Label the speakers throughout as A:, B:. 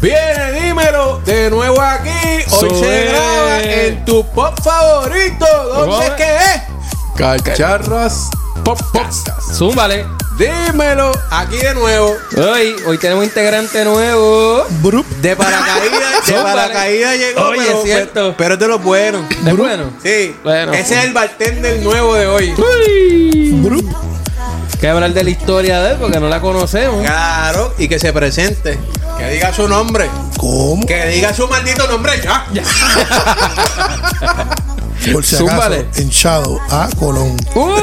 A: Bien, dímelo de nuevo aquí. Hoy
B: Soy-
A: se graba en tu pop favorito. ¿Dónde
B: Ojo.
A: es que es? Cacharras Pop Podcast.
B: Zúmbale.
A: Dímelo Ah, aquí de nuevo.
B: Hoy, hoy tenemos integrante nuevo.
A: De paracaídas, de
B: Zúmbale.
A: paracaídas llegó.
B: Oye,
A: pero,
B: es cierto.
A: Pero, pero es de los buenos.
B: ¿Es bueno?
A: Sí.
B: Bueno.
A: Ese es el bartender nuevo de hoy.
B: Que hablar de la historia de él porque no la conocemos.
A: Claro, y que se presente. Que diga su nombre.
C: ¿Cómo?
A: Que diga su maldito nombre ya.
C: Por si
B: Zúmbale.
C: acaso, en Shadow, A Colón,
B: ¡Uy!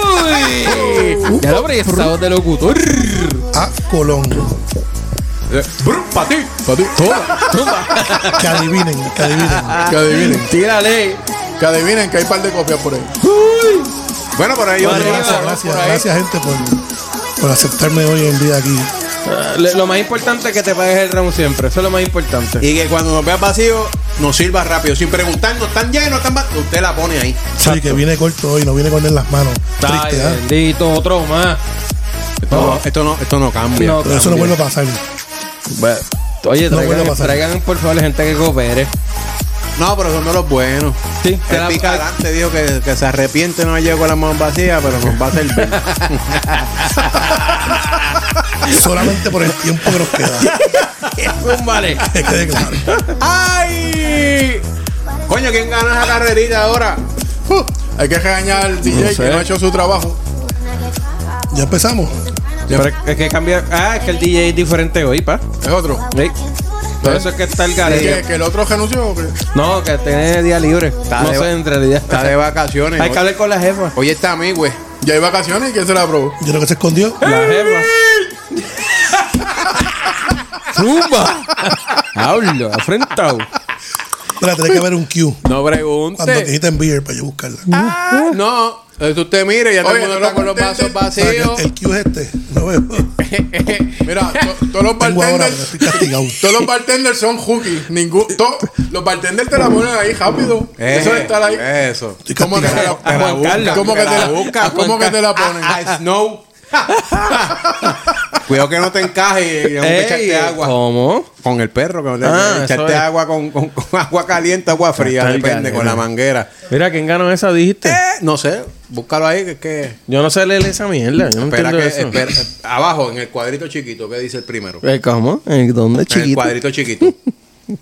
B: ya lo abrí esa voz de locutor.
C: A Colón.
A: Para Eh, ti, Oh, para ti.
C: Que adivinen, que
A: Ah,
C: adivinen.
D: Que adivinen,
B: Tírale.
D: que adivinen que hay un par de copias por ahí.
A: Bueno, por ahí
B: Vale,
A: otro
B: gracias,
A: cabrón
C: Gracias,
A: por ahí.
C: gracias gente por, por aceptarme hoy en día aquí.
B: Ah, le- Lo más importante es que te pagues el round siempre. Eso es lo más importante.
A: Y que cuando nos veas vacío, nos sirva rápido. Sin preguntarnos, ¿están llenos? ¿Están vacíos? Usted la pone ahí.
C: Sí, que viene corto hoy, no viene con él en las manos.
B: Ay,
C: Triste, ¿ah?
B: bendito, otro más.
A: Esto no, esto no, esto no cambia.
B: No,
C: Pero eso no
B: también.
C: vuelve a pasar.
B: Bueno, Oye,
C: No vuelve a
B: traigan,
C: pasar.
B: traigan, por favor gente que coopere.
A: No, pero son de los buenos.
B: Sí, te
A: El
B: la-
A: picarante dijo que, que se arrepiente no haber llegado con las manos vacías, pero nos va a servir.
C: Solamente por el tiempo que nos queda.
B: Zúmbale.
C: Que quede claro.
A: ¡Ay! Coño, ¿quién ganó esa carrerita ahora?
D: Uh, hay que regañar al DJ
B: sé.
D: que no ha hecho su trabajo.
C: Ya empezamos.
B: Pero es que cambia. Ah, es que el DJ es diferente hoy, pa.
D: Es otro.
B: Sí. Por eso es que está el garillo.
D: ¿Que, que el otro renunció o qué?
B: No, que tiene día libre.
A: Está
B: no
A: de-
B: sé, en realidad.
A: Está de vacaciones.
B: Hay que hablar con la jefa.
A: Hoy está eh. a mí, güey.
D: Ya hay vacaciones y quién se la aprobó.
C: Yo creo que se escondió.
B: La jefa. ¡Zumba! Hablo, afrentado.
C: Pero tiene que haber un Q.
A: No
C: Cuando
A: pregunte.
C: dijiste en beer para yo buscarla.
A: Ah, no. Entonces usted mire, ya todo el
D: Oye,
A: mundo
D: ¿no
A: está con los vasos
D: contento?
C: Para que
A: vacíos.
C: el Q es este. No veo. Tengo
D: Mira, to- todos los
C: ahora, pero
D: bartenders.
C: estoy castigado.
D: Todos los bartenders son hookies. Ningún, to- los bartenders te la ponen ahí rápido.
A: Eh,
D: Eso de estar ahí.
A: Eso.
C: Estoy
D: ¿Cómo que te
C: castigado.
D: la,
B: Juan Carlos.
D: ¿Cómo que te la, ¿Cómo que te la ponen?
B: Ah,
A: A, a Snow. Cuidado que no te encaje y aún que
B: Ey,
A: echarte agua.
B: Oh. ¿Cómo?
A: Con el perro, que no te
B: Ah, eso
A: echarte
B: es.
A: agua con, con- con agua caliente, agua fría,
B: Está el
A: depende,
B: garete.
A: con la manguera.
B: Mira, ¿quién ganó esa?
A: Eh,
B: Dijiste.
A: no sé, búscalo ahí, que es que.
B: Yo no sé leer esa mierda. Yo no
A: Espera
B: entiendo
A: que.
B: eso.
A: espera- abajo, en el cuadrito chiquito, ¿qué dice el primero?
B: Eh, ¿Cómo? ¿En dónde,
A: En el
B: chiquito?
A: cuadrito chiquito. En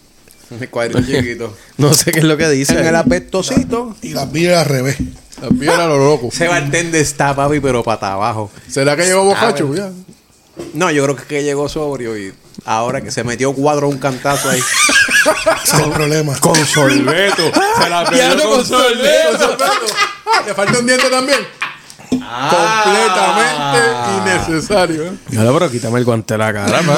A: el cuadrito chiquito.
B: No sé qué es lo que dice.
A: En
B: ahí.
A: el apestocito.
C: Y las beer al revés.
D: La piedra a lo loco.
A: Se bartender está, papi, pero para abajo.
D: ¿Será que llegó bocacho?
A: Ah, bueno. No, yo creo que, es que llegó sobrio y ahora que se metió cuadro un cantazo ahí.
C: Ese es el problema.
A: Con sorbeto. Se la
B: Ya no con sorbeto.
D: Le falta un diente también.
A: Ah.
D: Completamente innecesario. ¿eh?
B: Ya lo, pero quítame el guante de la cara, man.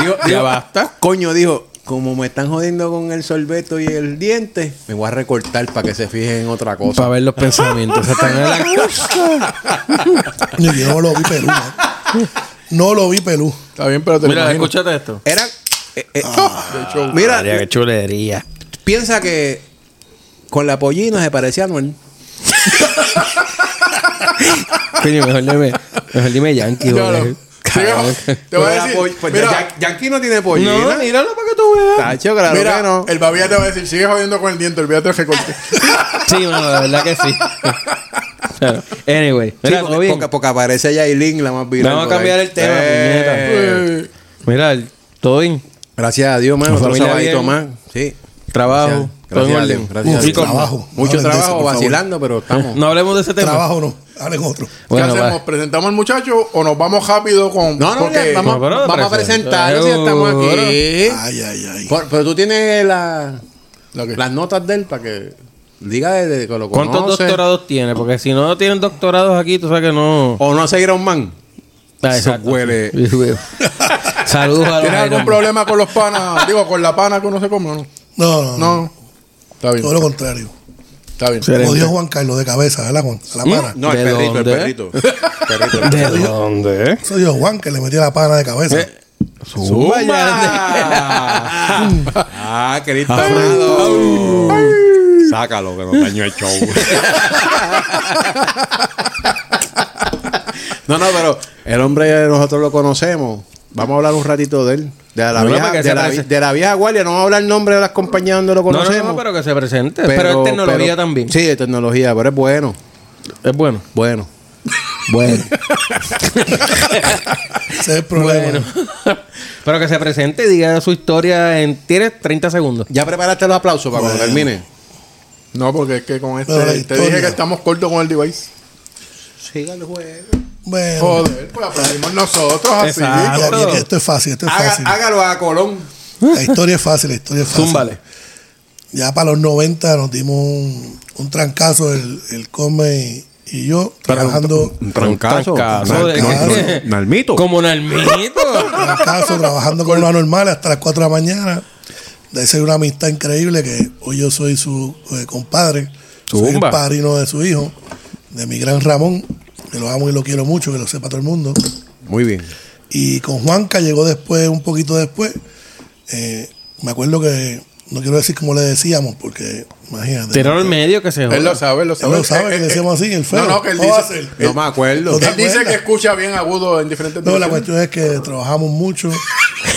B: Digo, ya basta.
A: Coño, dijo, como me están jodiendo con el sorbeto y el diente, me voy a recortar para que se fijen en otra cosa.
B: Para ver los pensamientos. Están en la
C: Ni yo no lo vi pelú. ¿no? No lo vi pelú.
D: Está bien, pero te lo
B: Mira,
D: imagino.
B: escúchate esto.
A: Era. eh, eh,
D: Ah,
A: mira, eh,
B: qué chulería.
A: piensa que con la pollina se parecía a Noel.
B: Coño, mejor dime, mejor dime Yankee,
D: No, no.
B: joder.
D: Digo, Te voy a decir. Mira,
A: pues Yankee no tiene pollina.
B: No, míralo para que tú veas.
A: Tacho, claro
D: mira,
A: que no.
D: el babía te va a decir, sigue jodiendo con el diente, olvídate de recorte.
B: Sí, mano, la verdad que sí. Claro. Anyway,
A: Sí,
B: mira, todo
A: porque,
B: bien.
A: porque, porque aparece Yailin, la más viral.
B: Vamos a
A: por
B: cambiar
A: ahí.
B: el tema,
A: Eh,
D: Eh,
B: Mira, todo bien.
A: Gracias a Dios, mano.
B: La
A: Otro
B: familia
A: sabadito
B: bien.
A: más. Sí.
B: Trabajo.
A: Gracias,
B: todo en
A: gracias a
B: orden.
A: Dios, gracias a
B: Uf,
A: Dios.
B: chicos,
C: Trabajo.
A: Mucho
C: Hablen de eso,
A: trabajo
C: por favor.
A: vacilando, pero estamos.
B: No hablemos de ese tema.
C: Trabajo no. Hablen otro.
D: ¿Qué
B: Bueno,
D: hacemos?
B: va.
D: ¿Presentamos al muchacho o nos vamos rápido con.?
A: No, no,
D: porque-
A: ya, vamos,
B: No, pero
A: vamos a
B: presenta-
A: presentarlo si ya estamos aquí.
C: Ay, ay, ay.
A: Por- pero tú tienes la-
D: ¿La qué?
A: las notas de él para que diga desde que lo conoce.
B: ¿Cuántos doctorados tiene? Porque si no tienen doctorados aquí, tú sabes que no.
A: O no se irá un man.
B: Ah,
A: eso
B: exacto.
A: huele.
B: Saludos a los
D: ¿Tienes algún
B: Iron Man.
D: problema con los panas? Digo, con la pana que uno se come, ¿o ¿no?
C: No, no, no.
D: No. Está bien.
C: Todo lo contrario.
D: Está bien.
C: Odio a Juan Carlos de cabeza, ¿verdad, Juan? A la pana.
A: No, el
B: ¿De
A: perrito,
B: dónde?
A: el perrito. El perrito.
B: ¿De dónde?
C: Eso dijo Juan que le metía la pana de cabeza.
A: ¡Zumba! ¡Ah, Cristo amado! Sácalo, que nos dañó el show. No, no, pero el hombre nosotros lo conocemos Vamos a hablar un ratito de él. De la,
B: No,
A: vieja,
B: porque se
A: de, la,
B: parece-
A: de la vieja guardia. No vamos a hablar el nombre de las compañías donde lo
B: No, no,
A: conocemos.
B: no, pero que se presente. Pero, este es tecnología
A: pero-
B: también.
A: Sí, es tecnología, pero es bueno.
B: Es bueno.
A: Bueno.
B: Bueno.
C: Ese es el problema.
B: pero que se presente y diga su historia en. Tienes 30 segundos.
A: ¿Ya preparaste los aplausos para cuando
C: Bueno.
A: termine?
D: No, porque es que con este.
C: Pero la
D: Te
C: historia.
D: dije que estamos cortos con el device.
A: Siga el juego.
C: Bueno,
D: Joder, pues aprendimos nosotros así.
B: Exacto.
C: ya, mira, esto es fácil, esto es fácil.
A: hágalo a Colón.
C: La historia es fácil, la historia es fácil.
B: Zúmbale.
C: Ya para los 90 nos dimos un, un trancazo, el, el Come y, y yo, trabajando,
A: Un trancazo.
B: Trancazo de-
A: Nar- nar- Nalmito.
B: Como Nalmito.
C: trancazo, trabajando con lo anormal hasta las 4 de la mañana. De ahí se dio una amistad increíble que hoy yo soy su eh, compadre, soy el
B: Zumba.
C: padrino de su hijo, de mi gran Ramón, que lo amo y lo quiero mucho, que lo sepa todo el mundo.
A: Muy bien.
C: Y con Juanca llegó después, un poquito después. Eh, me acuerdo que, no quiero decir cómo le decíamos, porque imagínate.
B: Tiró al medio que se joda.
D: Él lo sabe, él lo sabe.
C: Él lo sabe
D: Eh,
C: que
D: eh,
C: le decíamos así, el feo.
D: No, no, que él
C: ¿Cómo va a
D: dice.
C: ser?
D: él-
A: eh, No me acuerdo.
C: ¿Te
D: Él dice
C: acuerdas?
D: que escucha bien agudo en diferentes
C: No, la
D: direcciones.
C: cuestión es que trabajamos mucho.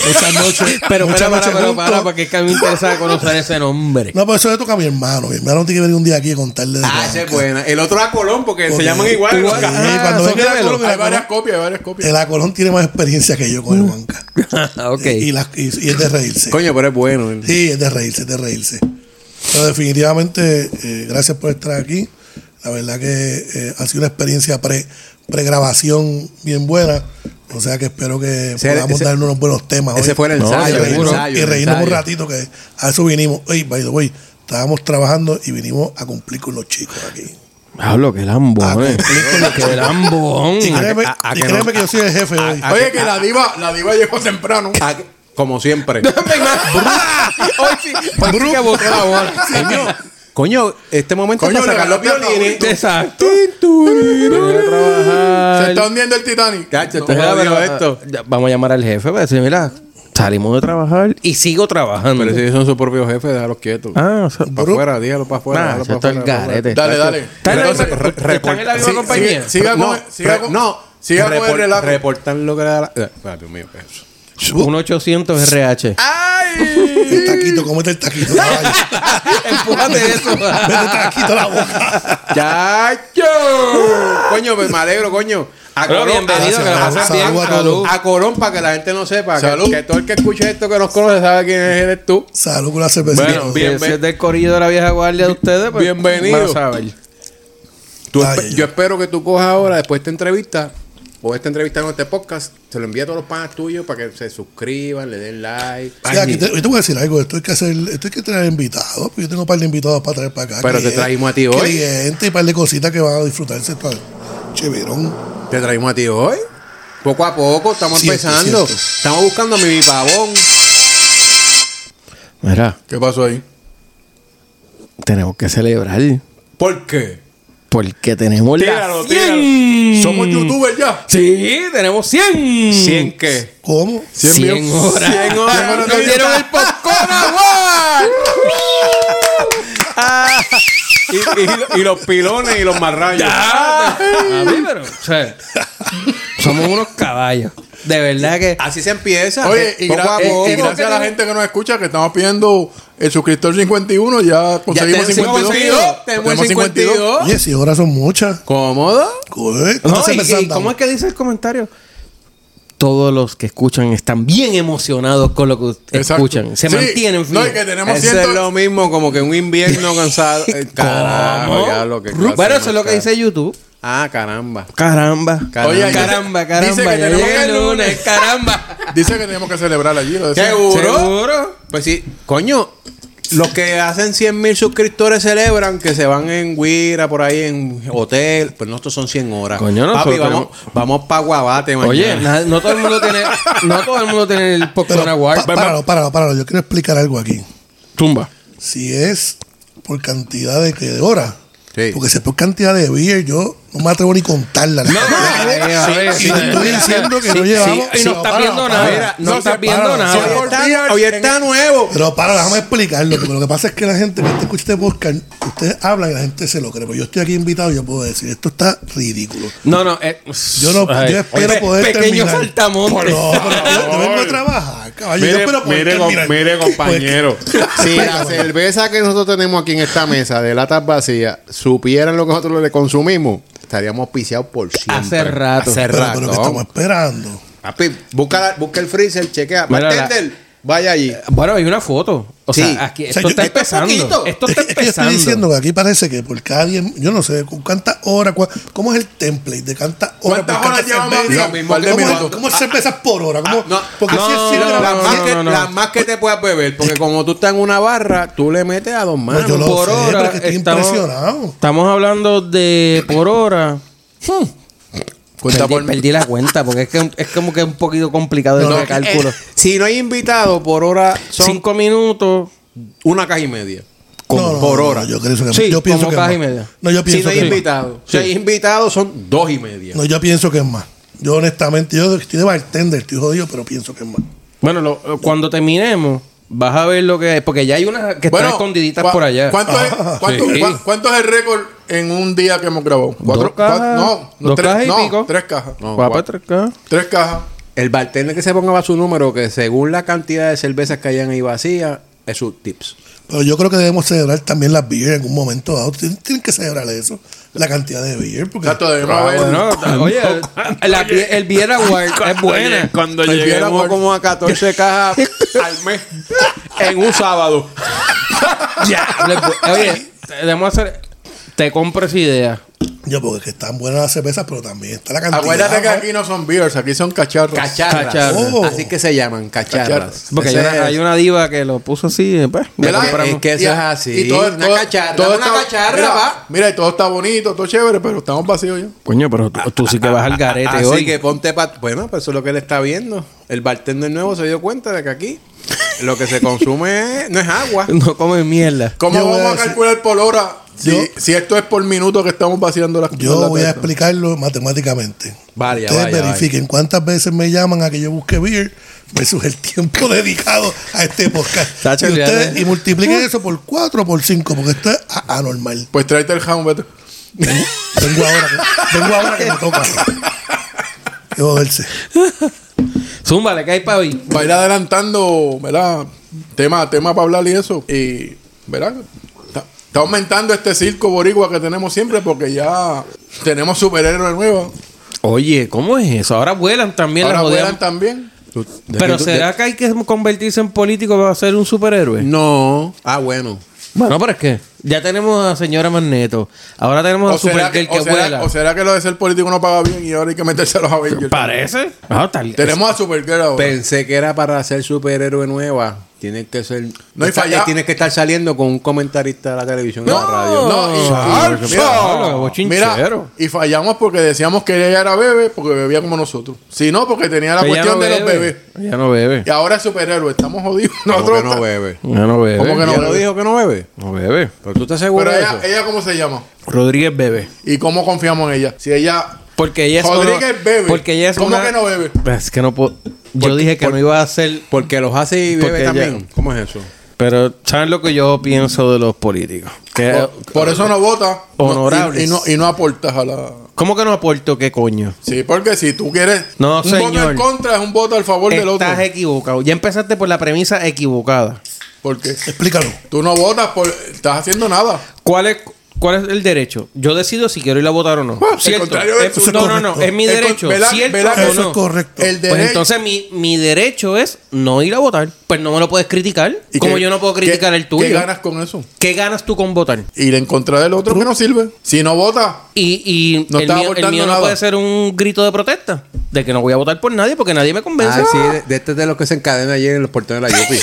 C: Muchas noches.
B: Pero,
C: muchas
B: pero, para,
C: noches
B: pero,
C: juntos.
B: para, porque es que a mí me interesa conocer ese nombre.
C: No, pero eso le toca a mi hermano. Mi hermano tiene que venir un día aquí a contarle de
A: Ah, esa es
C: Juanca.
A: buena. El otro a Colón porque se
C: Porque-
A: llaman igual.
C: Igual.
A: Nunca-
C: Sí, cuando
B: son
C: venga la
B: gemelos.
C: Colón,
D: Hay varias copias, hay varias copias.
C: El Acolón tiene más experiencia que yo con el Juanca.
B: Mm, Ah, ok.
C: Y, las- y- y es de reírse.
A: Coño, pero es bueno. eh. él.
C: Sí, es de reírse, es de reírse. Pero definitivamente, eh, gracias por estar aquí. La verdad que eh, ha sido una experiencia pre pregrabación bien buena. O sea que espero que
A: Ese-
C: podamos
A: ese-
C: darnos unos buenos temas. hoy.
A: Ese fue el
B: No,
A: ensayo. el
B: seguro.
A: ensayo,
C: y
A: el
C: reírnos un
A: ensayo.
C: ratito que a eso vinimos. Oye, by the way, estábamos trabajando y vinimos a cumplir con los chicos aquí.
B: Hablo, que lambón.
C: eh.
B: Que lambón.
C: Y créeme,
A: a- a
C: y
A: que
C: créeme
A: no-
C: que yo soy el jefe hoy.
A: a-
D: Oye, que la diva, la diva llegó temprano.
A: Ah, Como siempre.
B: Hoy sí, hoy sí que botó la bola.
A: Coño, coño, este momento
D: Coño,
A: es para sacar los
D: levanta el
A: violines.
B: Exacto. Ah,
D: Se está hundiendo el Titanic.
A: Cacho, te
B: Pero,
A: jodió
B: pero,
A: esto.
B: ah, ya, Vamos a llamar al jefe para decir, mira, salimos de trabajar y sigo trabajando.
A: Pero si ellos son sus propios jefes, déjalos quietos.
B: Ah, o sea,
A: Para afuera, dígalo para afuera.
B: nah,
A: déjalo
B: ya
A: para
B: está el
A: afuera, para
B: garete.
D: Dale, dale.
B: Está en la
D: Entonces,
B: misma-
A: re-
B: ¿Están en la
A: reporta-
B: misma
A: sí,
B: compañía?
D: sí, Siga
A: no,
D: con- siga
A: re-
D: con-
A: no,
D: siga con el
A: report-
D: relajo.
A: Reportan lo que da la- eh, espérate, Dios mío, eso.
B: Un 800 RH.
C: El taquito, comete el taquito. caballo.
B: Empújate de eso.
C: Vete taquito a la boca.
A: ¡Chacho! coño, pues me alegro, coño. A
B: Pero
A: Colón,
B: bienvenido,
A: a-
B: que la
A: a-
B: pases
A: a-
B: bien.
C: Salud a todos.
B: Salud.
A: A Colón, para que la gente no sepa. que-
D: Salud.
A: Que, todo el que escuche esto que nos conoce sabe quién eres tú.
C: Salud con la cervecita.
A: Bueno,
B: Si
A: bienven-
B: si es del corrido de la vieja guardia de ustedes, pues
A: bienvenido.
B: van a saber.
A: Tú
C: Ay,
A: espe-
C: ay,
A: yo espero que tú cojas ahora, después de esta entrevista, o esta entrevista en este podcast, se lo envíe a todos los panas tuyos para que se suscriban, le den like.
C: Sí, aquí te, yo te voy a decir algo, esto hay que hacer, esto hay que traer invitados, porque yo tengo un par de invitados para traer para acá.
A: Pero te
C: Cliente-
A: traímos a ti hoy.
C: Cliente y un par de cositas que van a disfrutarse está Cheverón.
A: Te traímos a ti hoy. Poco a poco estamos
C: Cierto,
A: empezando.
C: cierto.
A: Estamos buscando a mi pavón.
B: Mira,
D: ¿Qué pasó ahí?
B: tenemos que celebrar.
A: ¿Por qué?
B: Porque tenemos
A: Tíralo,
B: la 100.
D: Somos youtubers ya.
B: Sí, tenemos 100.
A: ¿Cien qué?
C: ¿Cómo?
B: 100, horas.
A: 100 horas.
B: Nos dieron el popcorn award.
A: Y, y- y los pilones y los marrayos.
B: A mí, pero, o sea, somos unos caballos. De verdad que.
A: Así se empieza.
D: Oye, y,
A: poco
D: gra-
A: a
D: y- y
A: poco.
D: gracias a la gente que nos escucha, que estamos pidiendo el suscriptor 51, ya conseguimos
A: tenemos
D: 52.
A: 52, tenemos el 52.
C: Oye, si horas son muchas.
A: ¿Cómodo?
C: Coge,
B: No,
C: ¿cuántas
B: y-
C: cervezas
B: y
C: andamos?
B: ¿Cómo es que dice el comentario? Todos los que escuchan están bien emocionados con lo que
D: Exacto.
B: escuchan. Se
D: Sí,
B: mantienen
D: no, y que
B: fieles.
D: tenemos
A: Eso
D: 100.
A: es lo mismo como que un invierno cansado. Eh, Carajo, ya lo que clase
B: Bueno, eso es lo que
A: más cara.
B: dice YouTube.
A: Ah, caramba.
B: Caramba.
A: Caramba.
D: Oye,
B: Caramba,
D: dice- dice
B: caramba, ya
D: que tenemos
B: llega
D: que
B: el
D: el lunes.
B: lunes, caramba.
D: Dice que tenemos que celebrar allí. lo decía.
A: Seguro.
B: ¿Seguro?
A: Pues sí, coño. Los que hacen 100 mil suscriptores celebran que se van en Guira, por ahí en hotel. Pues nosotros son 100 horas.
B: Coño,
A: Papi,
B: nosotros
A: vamos, vamos para Guabate mañana.
B: Oye, na- no todo el mundo tiene, no todo el mundo tiene el
C: Pero,
B: popcorn
C: pa-
B: award.
C: páralo, páralo, páralo. Yo quiero explicar algo aquí.
B: Tumba.
C: Si es por cantidad de, que- de horas,
A: Sí.
C: porque si es por cantidad de beer, yo no No me atrevo ni contarla.
B: Sí,
C: Y te estoy diciendo que no llevamos.
B: Y no
C: se
B: estás
C: para,
B: viendo
C: para.
B: nada.
D: No,
B: No
D: se
B: estás
D: para,
B: viendo
D: no, se
B: nada.
D: para.
A: Hoy está, hoy está nuevo.
C: Pero para, déjame explicarlo, porque lo que pasa es que la gente, que escucha este podcast, ustedes hablan y la gente se lo cree. Pero yo estoy aquí invitado y yo puedo decir, esto está ridículo.
B: No, no. eh,
C: Yo no,
B: ay,
C: yo espero
B: pe-
C: poder
B: Pequeño
C: terminar.
B: saltamontes.
C: No, pero yo, yo vengo a
E: favor.
C: trabajar, caballo. yo
E: Mire,
C: espero poder
E: mire, com-
C: terminar. Pues,
E: mire, compañero.
F: Si la cerveza que nosotros tenemos aquí en esta mesa de latas vacías supieran lo que nosotros le consumimos, estaríamos piciados por siempre.
B: Hace rato.
A: Hace
C: Pero, pero que estamos
A: rato.
C: esperando.
A: Papi, busca, la- busca el freezer, chequea.
B: Mira, la-
A: Bartender, vaya allí.
B: Bueno, hay una foto. O
A: Sí.
B: sea, aquí,
C: O
B: esto
C: sea, yo-
B: está
A: esto es
B: empezando.
A: poquito.
B: Esto
C: Es
B: está
C: que, es que yo estoy diciendo
B: empezando.
C: que aquí parece que por cada 10, yo no sé, con cuántas horas, cua- ¿cómo es el template de cuántas horas?
D: ¿Cuántas
C: por
D: horas
C: cuántas
D: llevamos
C: cervezas?
D: aquí? Lo mismo,
C: ¿Cómo,
D: dime
C: es-
D: tú.
C: cómo es cervezas por hora? ¿Cómo-
A: Ah, no,
C: porque
A: ah,
C: si es
B: no,
C: sin
B: no,
A: Las
C: grabación-
A: más,
B: no,
A: que,
B: no, no.
A: las más que te puedas beber, porque como tú estás en una barra, tú le metes a dos manos.
C: Pues yo lo
B: Por
C: sé, pero
B: hora.
C: es que estoy impresionado.
B: Estamos, estamos hablando de por hora. Hmm.
A: Cuenta
B: Perdí,
A: por-
B: perdí la cuenta porque es, que, es como que es un poquito complicado el
A: No,
B: cálculo.
A: eh, si no hay invitado, por hora son
B: Cinco minutos.
A: una caja y media.
C: No,
A: Con-
C: no, no,
A: por
C: no,
A: hora.
C: yo, creo que-
B: Sí,
C: yo pienso
B: como
C: que
B: caja
C: es
B: y
C: más.
B: media.
C: No, yo
A: si no
C: pienso
A: hay
C: que es más.
A: invitado. Si hay invitado, son dos y media.
C: No, yo pienso que es más. Yo honestamente, yo estoy de bartender, estoy jodido, pero pienso que es más.
B: Bueno, lo- lo- cuando terminemos, vas a ver lo que es. Porque ya hay unas que están escondiditas
D: ¿cuá-
B: por allá.
D: ¿Cuánto es,
C: Ajá.
D: cuánto,
B: Sí.
D: cua- cuánto es el récord en un día que hemos grabado?
B: Dos cajas,
D: cua- no, no,
B: dos
D: tres,
B: cajas y
D: no,
B: pico.
D: tres cajas.
A: No,
B: Va
A: cuatro.
B: para tres acá.
D: Tres cajas.
A: El bartender que se ponga va su número, que según la cantidad de cervezas que hayan ahí vacías, es su tips.
C: Pero yo creo que debemos celebrar también las beer en algún momento dado. Tien- Tienen que celebrar eso, la cantidad de beer. Porque
D: Exacto, debemos
E: Ah,
D: haber-
B: Bueno, oye, la pie- el Viera Award es buena.
E: Cuando
A: Hoy
E: lleguemos
A: llegamos como a 14 cajas al mes en un sábado.
B: Le- Oye, debemos hacer. Te compro esa idea.
C: Yo, porque es que están buenas las cervezas, pero también está la cantidad.
D: Acuérdate que
C: ¿no?
D: aquí no son beers, aquí son cacharros.
A: Cacharras.
B: Cacharras.
C: Oh.
A: Así que se llaman, cacharras.
D: Cacharras.
B: Porque hay
A: Ese
B: una,
A: es-
B: hay una diva que lo puso así. Pues, le
A: Es que-
B: compramos.
A: es que eso
D: Y-
A: es así.
D: y todo-
A: una
D: todo-
A: cacharra.
D: todo
A: una
D: está-
A: cacharra,
D: mira,
A: va.
D: Mira, y todo está bonito, todo chévere, pero estamos vacíos ya.
B: Coño, pero tú, tú sí que vas al garete
A: Así
B: hoy.
A: que ponte pa... Bueno, pues eso es lo que él está viendo. El bartender nuevo se dio cuenta de que aquí lo que se consume es- no es agua.
B: No comes mierda.
D: ¿Cómo
C: Yo voy a
D: vamos a
C: decir-
D: calcular por hora si,
C: Yo-
D: si esto es por minuto que estamos vaciando las
C: Yo
D: las
C: voy a
D: latas?
C: explicarlo matemáticamente.
A: Vaya,
C: Ustedes
A: vaya,
C: verifiquen cuántas veces me llaman a que yo busque beer versus el tiempo dedicado a este podcast.
B: Está
C: y,
B: chuleado,
C: ustedes-
B: ¿eh?
C: y multipliquen eso por 4 o por 5, porque esto es a- anormal.
D: Pues tráete el jamón, vete.
C: Vengo ahora, que, vengo ahora que me toca. Qué joderse.
B: Zúmbale, que hay para hoy?
D: Va a ir adelantando, ¿verdad? Tema, tema para hablar y eso. Y, ¿verdad? Está, está aumentando este circo boricua que tenemos siempre porque ya tenemos superhéroes nuevos.
B: Oye, ¿cómo es eso? Ahora vuelan también
D: Ahora
B: las jodidas-
D: vuelan también.
A: Tú- de-
B: Pero
A: tú-
B: ¿será que hay que convertirse en político para ser un superhéroe?
A: de- No. Ah, bueno.
B: Bueno, pero es que ya tenemos a señora Magneto. Ahora tenemos
D: O
B: a
D: será, que,
B: Supergirl que
D: o será-
B: vuela.
D: o será que lo de ser político no paga bien y ahora hay que meterse a los Avengers.
B: Parece. Ah, tal-
D: Tenemos a Supergirl ahora.
A: Pensé que era para ser superhéroe nueva. Tiene que ser.
D: No hay
A: Está-
D: falla.
A: Tienes que estar saliendo con un comentarista de la televisión y
B: No.
A: la radio.
D: No, y-
B: Chacho,
D: y, mira,
B: bochinchero.
D: mira, y fallamos porque decíamos que ella era bebé porque bebía como nosotros. Si no, porque tenía la
B: Ella
D: cuestión
B: no
D: de los
B: bebe.
D: bebés.
B: Ella no bebe.
D: Y ahora es superhéroe, estamos jodidos.
A: ¿Cómo
D: Nosotros
A: que no bebe?
B: Ella no bebe.
D: ¿Cómo
A: ¿Cómo
D: que
A: que
D: no
A: no
D: bebe?
A: dijo que no bebe?
B: No bebe.
A: ¿Pero tú estás seguro
D: Pero
A: de
D: ella,
A: eso?
D: ella, ¿cómo se llama?
B: Rodríguez bebe.
D: ¿Y cómo confiamos en ella? Si ella.
B: Porque ella es
D: Rodríguez
B: una-
D: bebe.
B: Porque ella es
D: ¿Cómo
B: una-
D: que no bebe?
B: Es que no puedo... Yo dije que no iba a ser...
A: Porque los hace y
B: Porque
A: bebe
B: ella-
A: también. ¿Cómo es eso?
B: Pero ¿saben lo que yo pienso de los políticos? Que-
D: Por, por eso no vota.
B: Eh, Honorables.
D: No, y, y no, y no aportas a la.
B: ¿Cómo que no aporto qué coño?
D: Sí, porque si tú quieres.
B: No,
D: un voto
B: señor.
D: en contra es un voto al favor del otro.
B: Estás equivocado. Ya empezaste por la premisa equivocada.
D: Porque
C: Explícalo.
D: tú no votas por. Estás haciendo nada.
B: ¿Cuál es, ¿Cuál es el derecho? Yo decido si quiero ir a votar o no.
D: Ah, el
B: ¿Cierto?
D: contrario de-
B: Es-
C: eso es
B: no, no, no.
C: correcto.
B: Es mi
D: El con-
B: derecho.
D: ¿verdad?
B: ¿Cierto
D: ¿verdad que
B: o
C: eso
B: no?
C: es correcto.
D: El
B: Pues
D: derecho.
B: entonces mi, mi derecho es no ir a votar. Pues no me lo puedes criticar.
D: ¿Y
B: Como
D: qué-
B: yo no puedo
D: qué-
B: criticar el tuyo.
D: ¿Qué ganas con eso?
B: ¿Qué ganas tú con votar?
D: Ir en contra del otro que no sirve. Si no vota,
B: Y, y
D: No
B: el
D: estás
B: mío, el
D: aportando
B: mío no
D: nada.
B: puede ser un grito de protesta. De que no voy a votar por nadie porque nadie me convence.
A: Ah, sí, de, de este de los que se encadenan ayer en los portones de la Yupi.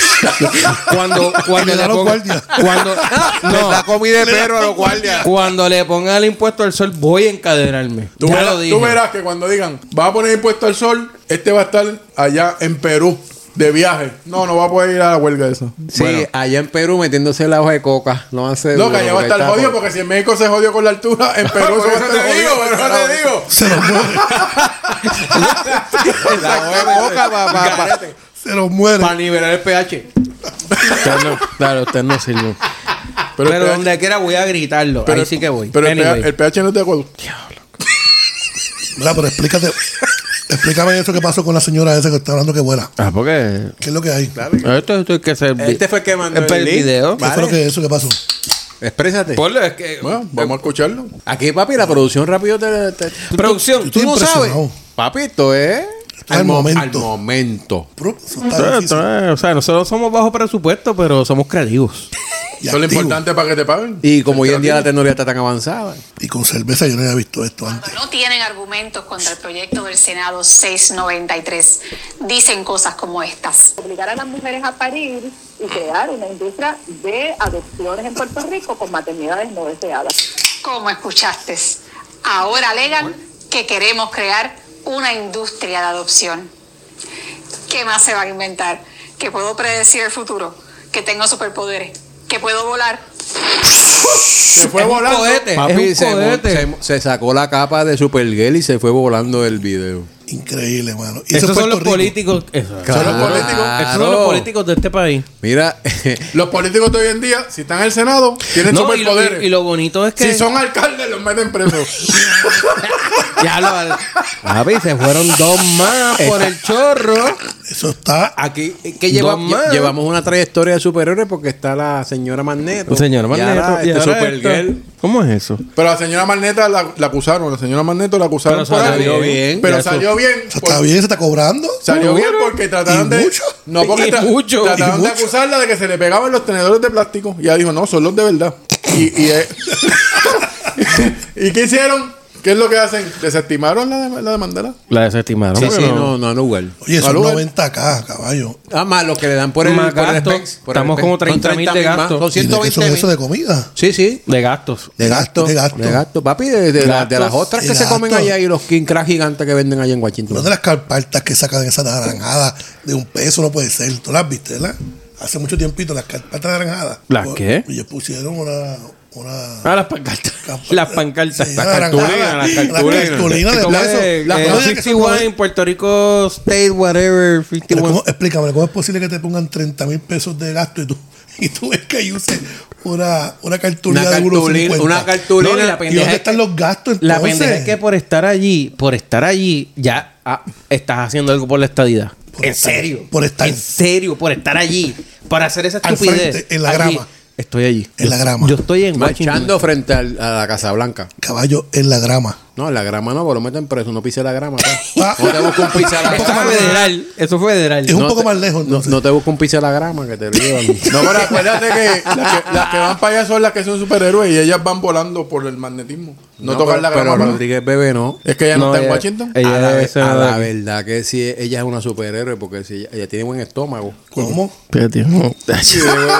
B: Cuando, cuando
C: le da a los
B: ponga-
C: guardias.
B: Cuando, no,
A: comida de perro a los guardias.
B: cuando le ponga el impuesto al sol voy a encadenarme.
D: Tú,
B: ya
D: verás,
B: lo dije.
D: tú verás que cuando digan, va a poner impuesto al sol, este va a estar allá en Perú de viaje. No, no va a poder ir a la huelga esa.
A: Sí, allá en Perú metiéndose la hoja de coca. No hace
D: No, que allá va a estar jodido
A: porque
D: porque si en México se jodió con la altura, en Perú se va a estar jodido.
F: te digo.
C: Se los, muere,
A: La boca para
C: se los muere.
A: nivelar el pH.
B: Usted no- claro, usted no sirve.
D: Pero
B: Pero,
D: el pH
B: donde quiera voy a gritarlo.
D: pero
B: Ahí
D: el-
B: sí que voy.
D: Pero el
B: Anyway.
D: pH el pH no es de acuerdo.
C: Mira, pero explícate. Explícame eso que pasó con la señora esa que está hablando que vuela.
B: Ah, porque.
C: ¿Qué es lo que hay? ¿Qué
B: Esto, esto hay que ser.
A: Este fue el que mandó
B: Es para el
A: link.
B: video.
A: Vale.
C: fue lo que eso que pasó?
A: Exprésate.
B: Ponlo, es que-
D: Bueno, vamos a escucharlo.
A: Aquí, papi, la producción rápido te... te- tú-
B: Producción.
A: tú no sabes.
C: impresionado.
A: Papito, ¿eh?
C: Al
A: mo-
C: momento.
A: Al momento.
C: Pro- Eso
B: Esto-
C: está difícil.
B: esto es- o sea, nosotros somos bajo presupuesto, pero somos creativos.
C: Y,
D: Eso es lo
C: activo.
D: importante para que te paguen.
A: Y como hoy en día la tecnología está tan avanzada.
C: y con cerveza yo no había visto esto antes.
E: No tienen argumentos contra el proyecto del Senado 693. Dicen cosas como estas.
G: obligar a las mujeres a parir y crear una industria de adopciones en Puerto Rico con maternidades no deseadas.
E: Como escuchaste, ahora alegan que queremos crear una industria de adopción. ¿Qué más se va a inventar? Que puedo predecir el futuro, que tengo superpoderes, que puedo volar.
D: Se fue volando.
B: cohete.
A: Papi,
B: es un
A: se, mo-
B: cohete.
A: se mo- se sacó la capa de Supergirl y se fue volando el video.
C: Increíble, mano. Y eso
B: Esos
C: es
B: son
C: Puerto
B: los
C: Rico.
B: políticos. Eso,
A: Claro.
B: Son los políticos. Esos son los políticos de este país.
A: Mira,
D: Los políticos de hoy en día, si están en el Senado, tienen
B: No, y, lo,
D: superpoderes.
B: y- y lo bonito es que.
D: Si son alcaldes, los meten presos.
B: Ya lo. Papi, se fueron dos más
D: Eh.
B: por el chorro.
C: Eso está
A: aquí eh, que lleva-
B: Dos más.
A: lle- llevamos una trayectoria de superhéroes porque está la señora Magneto.
B: Señor
A: Y ahora
B: Magneto, y
A: este
B: ahora
A: Supergirl.
B: esto. ¿Cómo es eso?
D: Pero la señora Magneto la, la acusaron. La señora Magneto la acusaron
B: Pero salió bien,
D: Pero
B: ya eso-
D: salió bien.
C: Eso
D: por-
C: está bien, se está cobrando.
D: Salió bien porque trataron
C: Y
D: de.
C: mucho.
D: No, porque
B: Y
D: tra-
B: mucho.
D: trataron
C: Y
D: de
C: mucho.
D: acusarla de que se le pegaban los tenedores de plástico. Y ella dijo, no, son los de verdad. Y, y, eh, ¿Y qué hicieron? ¿Qué es lo que hacen? ¿Desestimaron la, de- la demanda?
B: La desestimaron.
A: Sí,
B: pero
A: sí, no, no, no, igual.
C: Oye, son
D: Salud.
C: 90k, caballo.
A: Ah, más los que le dan por el,
B: Más
A: por el
B: gastos.
A: specs, por el
B: Estamos
A: specs.
B: como
A: Son
B: 30.000 de
A: 30.000 más,
B: gastos.
A: Son
C: ¿Y de qué son
A: 120
C: eso de comida?
A: Sí, sí.
B: De gastos.
C: De gasto, de gasto.
A: De gasto, papi. De, de la- de las
B: Gastos,
A: otras que
C: de
A: se comen
C: gastos.
A: allá y los King Crack gigantes que venden allá en
C: Una
A: Washington.
C: de las carpartas que sacan esa naranjada de un peso no puede ser. Tú las viste, ¿verdad? Hace mucho tiempito, las carpartas naranjadas. Pues,
B: ¿Las qué?
C: Ellos pusieron una. una
B: Ah, las pancartas.
C: campa-
B: Las pancartas.
C: Sí,
B: las
C: naranjada.
B: cartulinas. Las cartulinas.
C: cartulinas de
B: Que como
C: peso.
B: de-
C: Las
B: eh,
C: cosas que se
B: 51
C: pueden-
B: en Puerto Rico State, whatever.
C: Pero
B: 51.
C: ¿cómo- explícame, ¿cómo es posible que te pongan 30 mil pesos de gasto y tú, y tú ves que ahí uses una, una cartulina
A: Una
C: de
A: cartulina-
C: 1.50?
A: una cartulina.
B: No, y la
C: ¿Y
B: pendeja
C: dónde
B: es
C: están
B: que-
C: los gastos
B: La
C: entonces?
B: pendeja es que por estar allí, por estar allí, ya ah, estás haciendo algo por la estadidad.
C: Por
B: en
C: estar-
B: serio.
C: por estar-
B: En serio, por estar allí. Por hacer esa
C: Al
B: estupidez.
C: frente, en la
B: Allí.
C: grama.
B: Estoy allí.
C: En la grama.
B: Yo estoy en Washington.
A: Marchando frente al- a la Casa Blanca.
C: Caballo en la grama.
A: No, la grama no, porque lo meten preso. No pise la grama. pa.
C: Ah.
A: No te busques un pise a la
B: Eso
A: grama.
B: fue federal. Eso fue federal.
C: Es un
B: No,
C: poco
A: te-
C: más lejos,
A: No,
C: entonces.
A: no te busques un pise a la grama que te lo llevan.
D: No, pero acuérdate que las, que las que van para allá son las que son superhéroes y ellas van volando por el magnetismo. No, tocan
A: pero-
D: la
A: Pero
D: grama. ¿no?
A: Rodríguez Bebé no.
D: Es que ella
B: No,
D: no, está en
B: ella-
D: Washington.
B: ella-
A: a la, ve-
B: esa-
A: a la verdad que sí, ella es una superhéroe porque sí, ella, ella tiene buen estómago.
C: ¿Cómo?
B: espérate.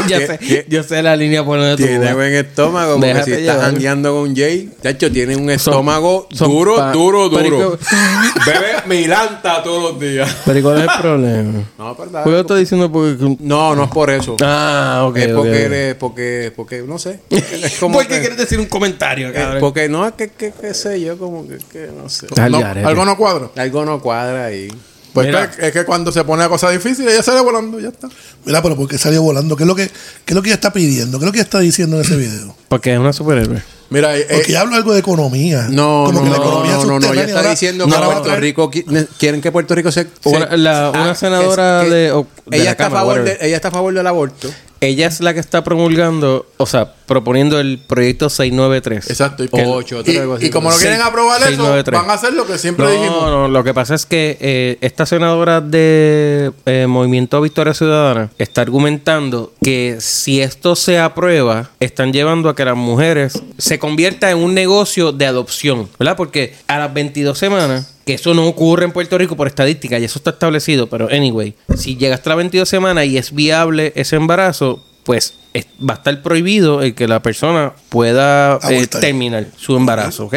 B: ya
A: ¿Qué-
B: sé,
A: qué-
B: yo sé la línea por donde tú
A: Tiene
B: vas.
A: buen estómago, porque
B: Déjate
A: si estás
B: llevar.
A: jangueando con Jay, de hecho tiene un
B: Son-
A: estómago
B: son
A: duro,
B: pa-
A: duro, duro.
B: perico-
A: Bebe milanta todos los días.
B: Pero ¿y ¿cuál es el problema?
A: No, es
B: ¿Por qué lo
A: verdad.
B: Pues estoy diciendo? Porque...
A: No, no es por eso.
B: Ah, ok.
A: es
B: ok,
A: porque
B: ok.
A: eres, porque, porque, no sé. Es como
B: ¿Por qué
A: que-
B: quieres decir un comentario,
A: eh,
B: cabrón?
A: porque no, es que, que, que sé yo, como que, que no sé.
B: Al
D: No,
B: garete.
D: algo no cuadra.
A: Algo no cuadra ahí.
D: Pues
B: Mira.
D: es que- es que cuando se pone la cosa difícil, ella sale volando, ya está.
C: Mira, pero ¿por qué salió volando? ¿Qué es lo que, qué es lo que ella está pidiendo? ¿Qué es lo que ella está diciendo en ese video?
A: Eh,
B: Porque es una superhéroe.
D: Mira, eh, eh,
C: Porque ella habló algo de economía.
A: No,
C: Como
A: no,
C: que
A: no,
C: la
A: no,
C: economía
A: no, no,
C: subterránea
A: ya está
C: ahora-
A: diciendo
C: ahora
A: que
C: va a
A: Puerto
C: traer-
A: Rico qui- ne- quieren que Puerto Rico se, se-
B: Una- la- una senadora de- o- de
A: ella
B: la
A: está
B: Cámara,
A: a favor
B: whatever.
A: de- ella está a favor del aborto.
B: Ella es la que está promulgando, o sea, proponiendo el proyecto 693.
D: Exacto. Y,
A: Que-
D: ocho,
A: y-
D: tres, algo
A: y
D: así.
A: como
D: como no quieren
B: Seis-
D: aprobar
B: seis,
D: eso,
B: nueve, tres.
D: van a hacer lo que siempre
B: No,
D: dijimos.
B: no, lo que pasa es que eh, esta senadora de eh, Movimiento Victoria Ciudadana está argumentando que si esto se aprueba, están llevando a que las mujeres se convierta en un negocio de adopción, ¿verdad? Porque a las 22 semanas, que eso no ocurre en Puerto Rico por estadística, y eso está establecido, pero anyway, si llegas a las 22 semanas y es viable ese embarazo, pues es- va a estar prohibido el que la persona pueda eh,
C: Abortar.
B: terminar su embarazo, ¿ok?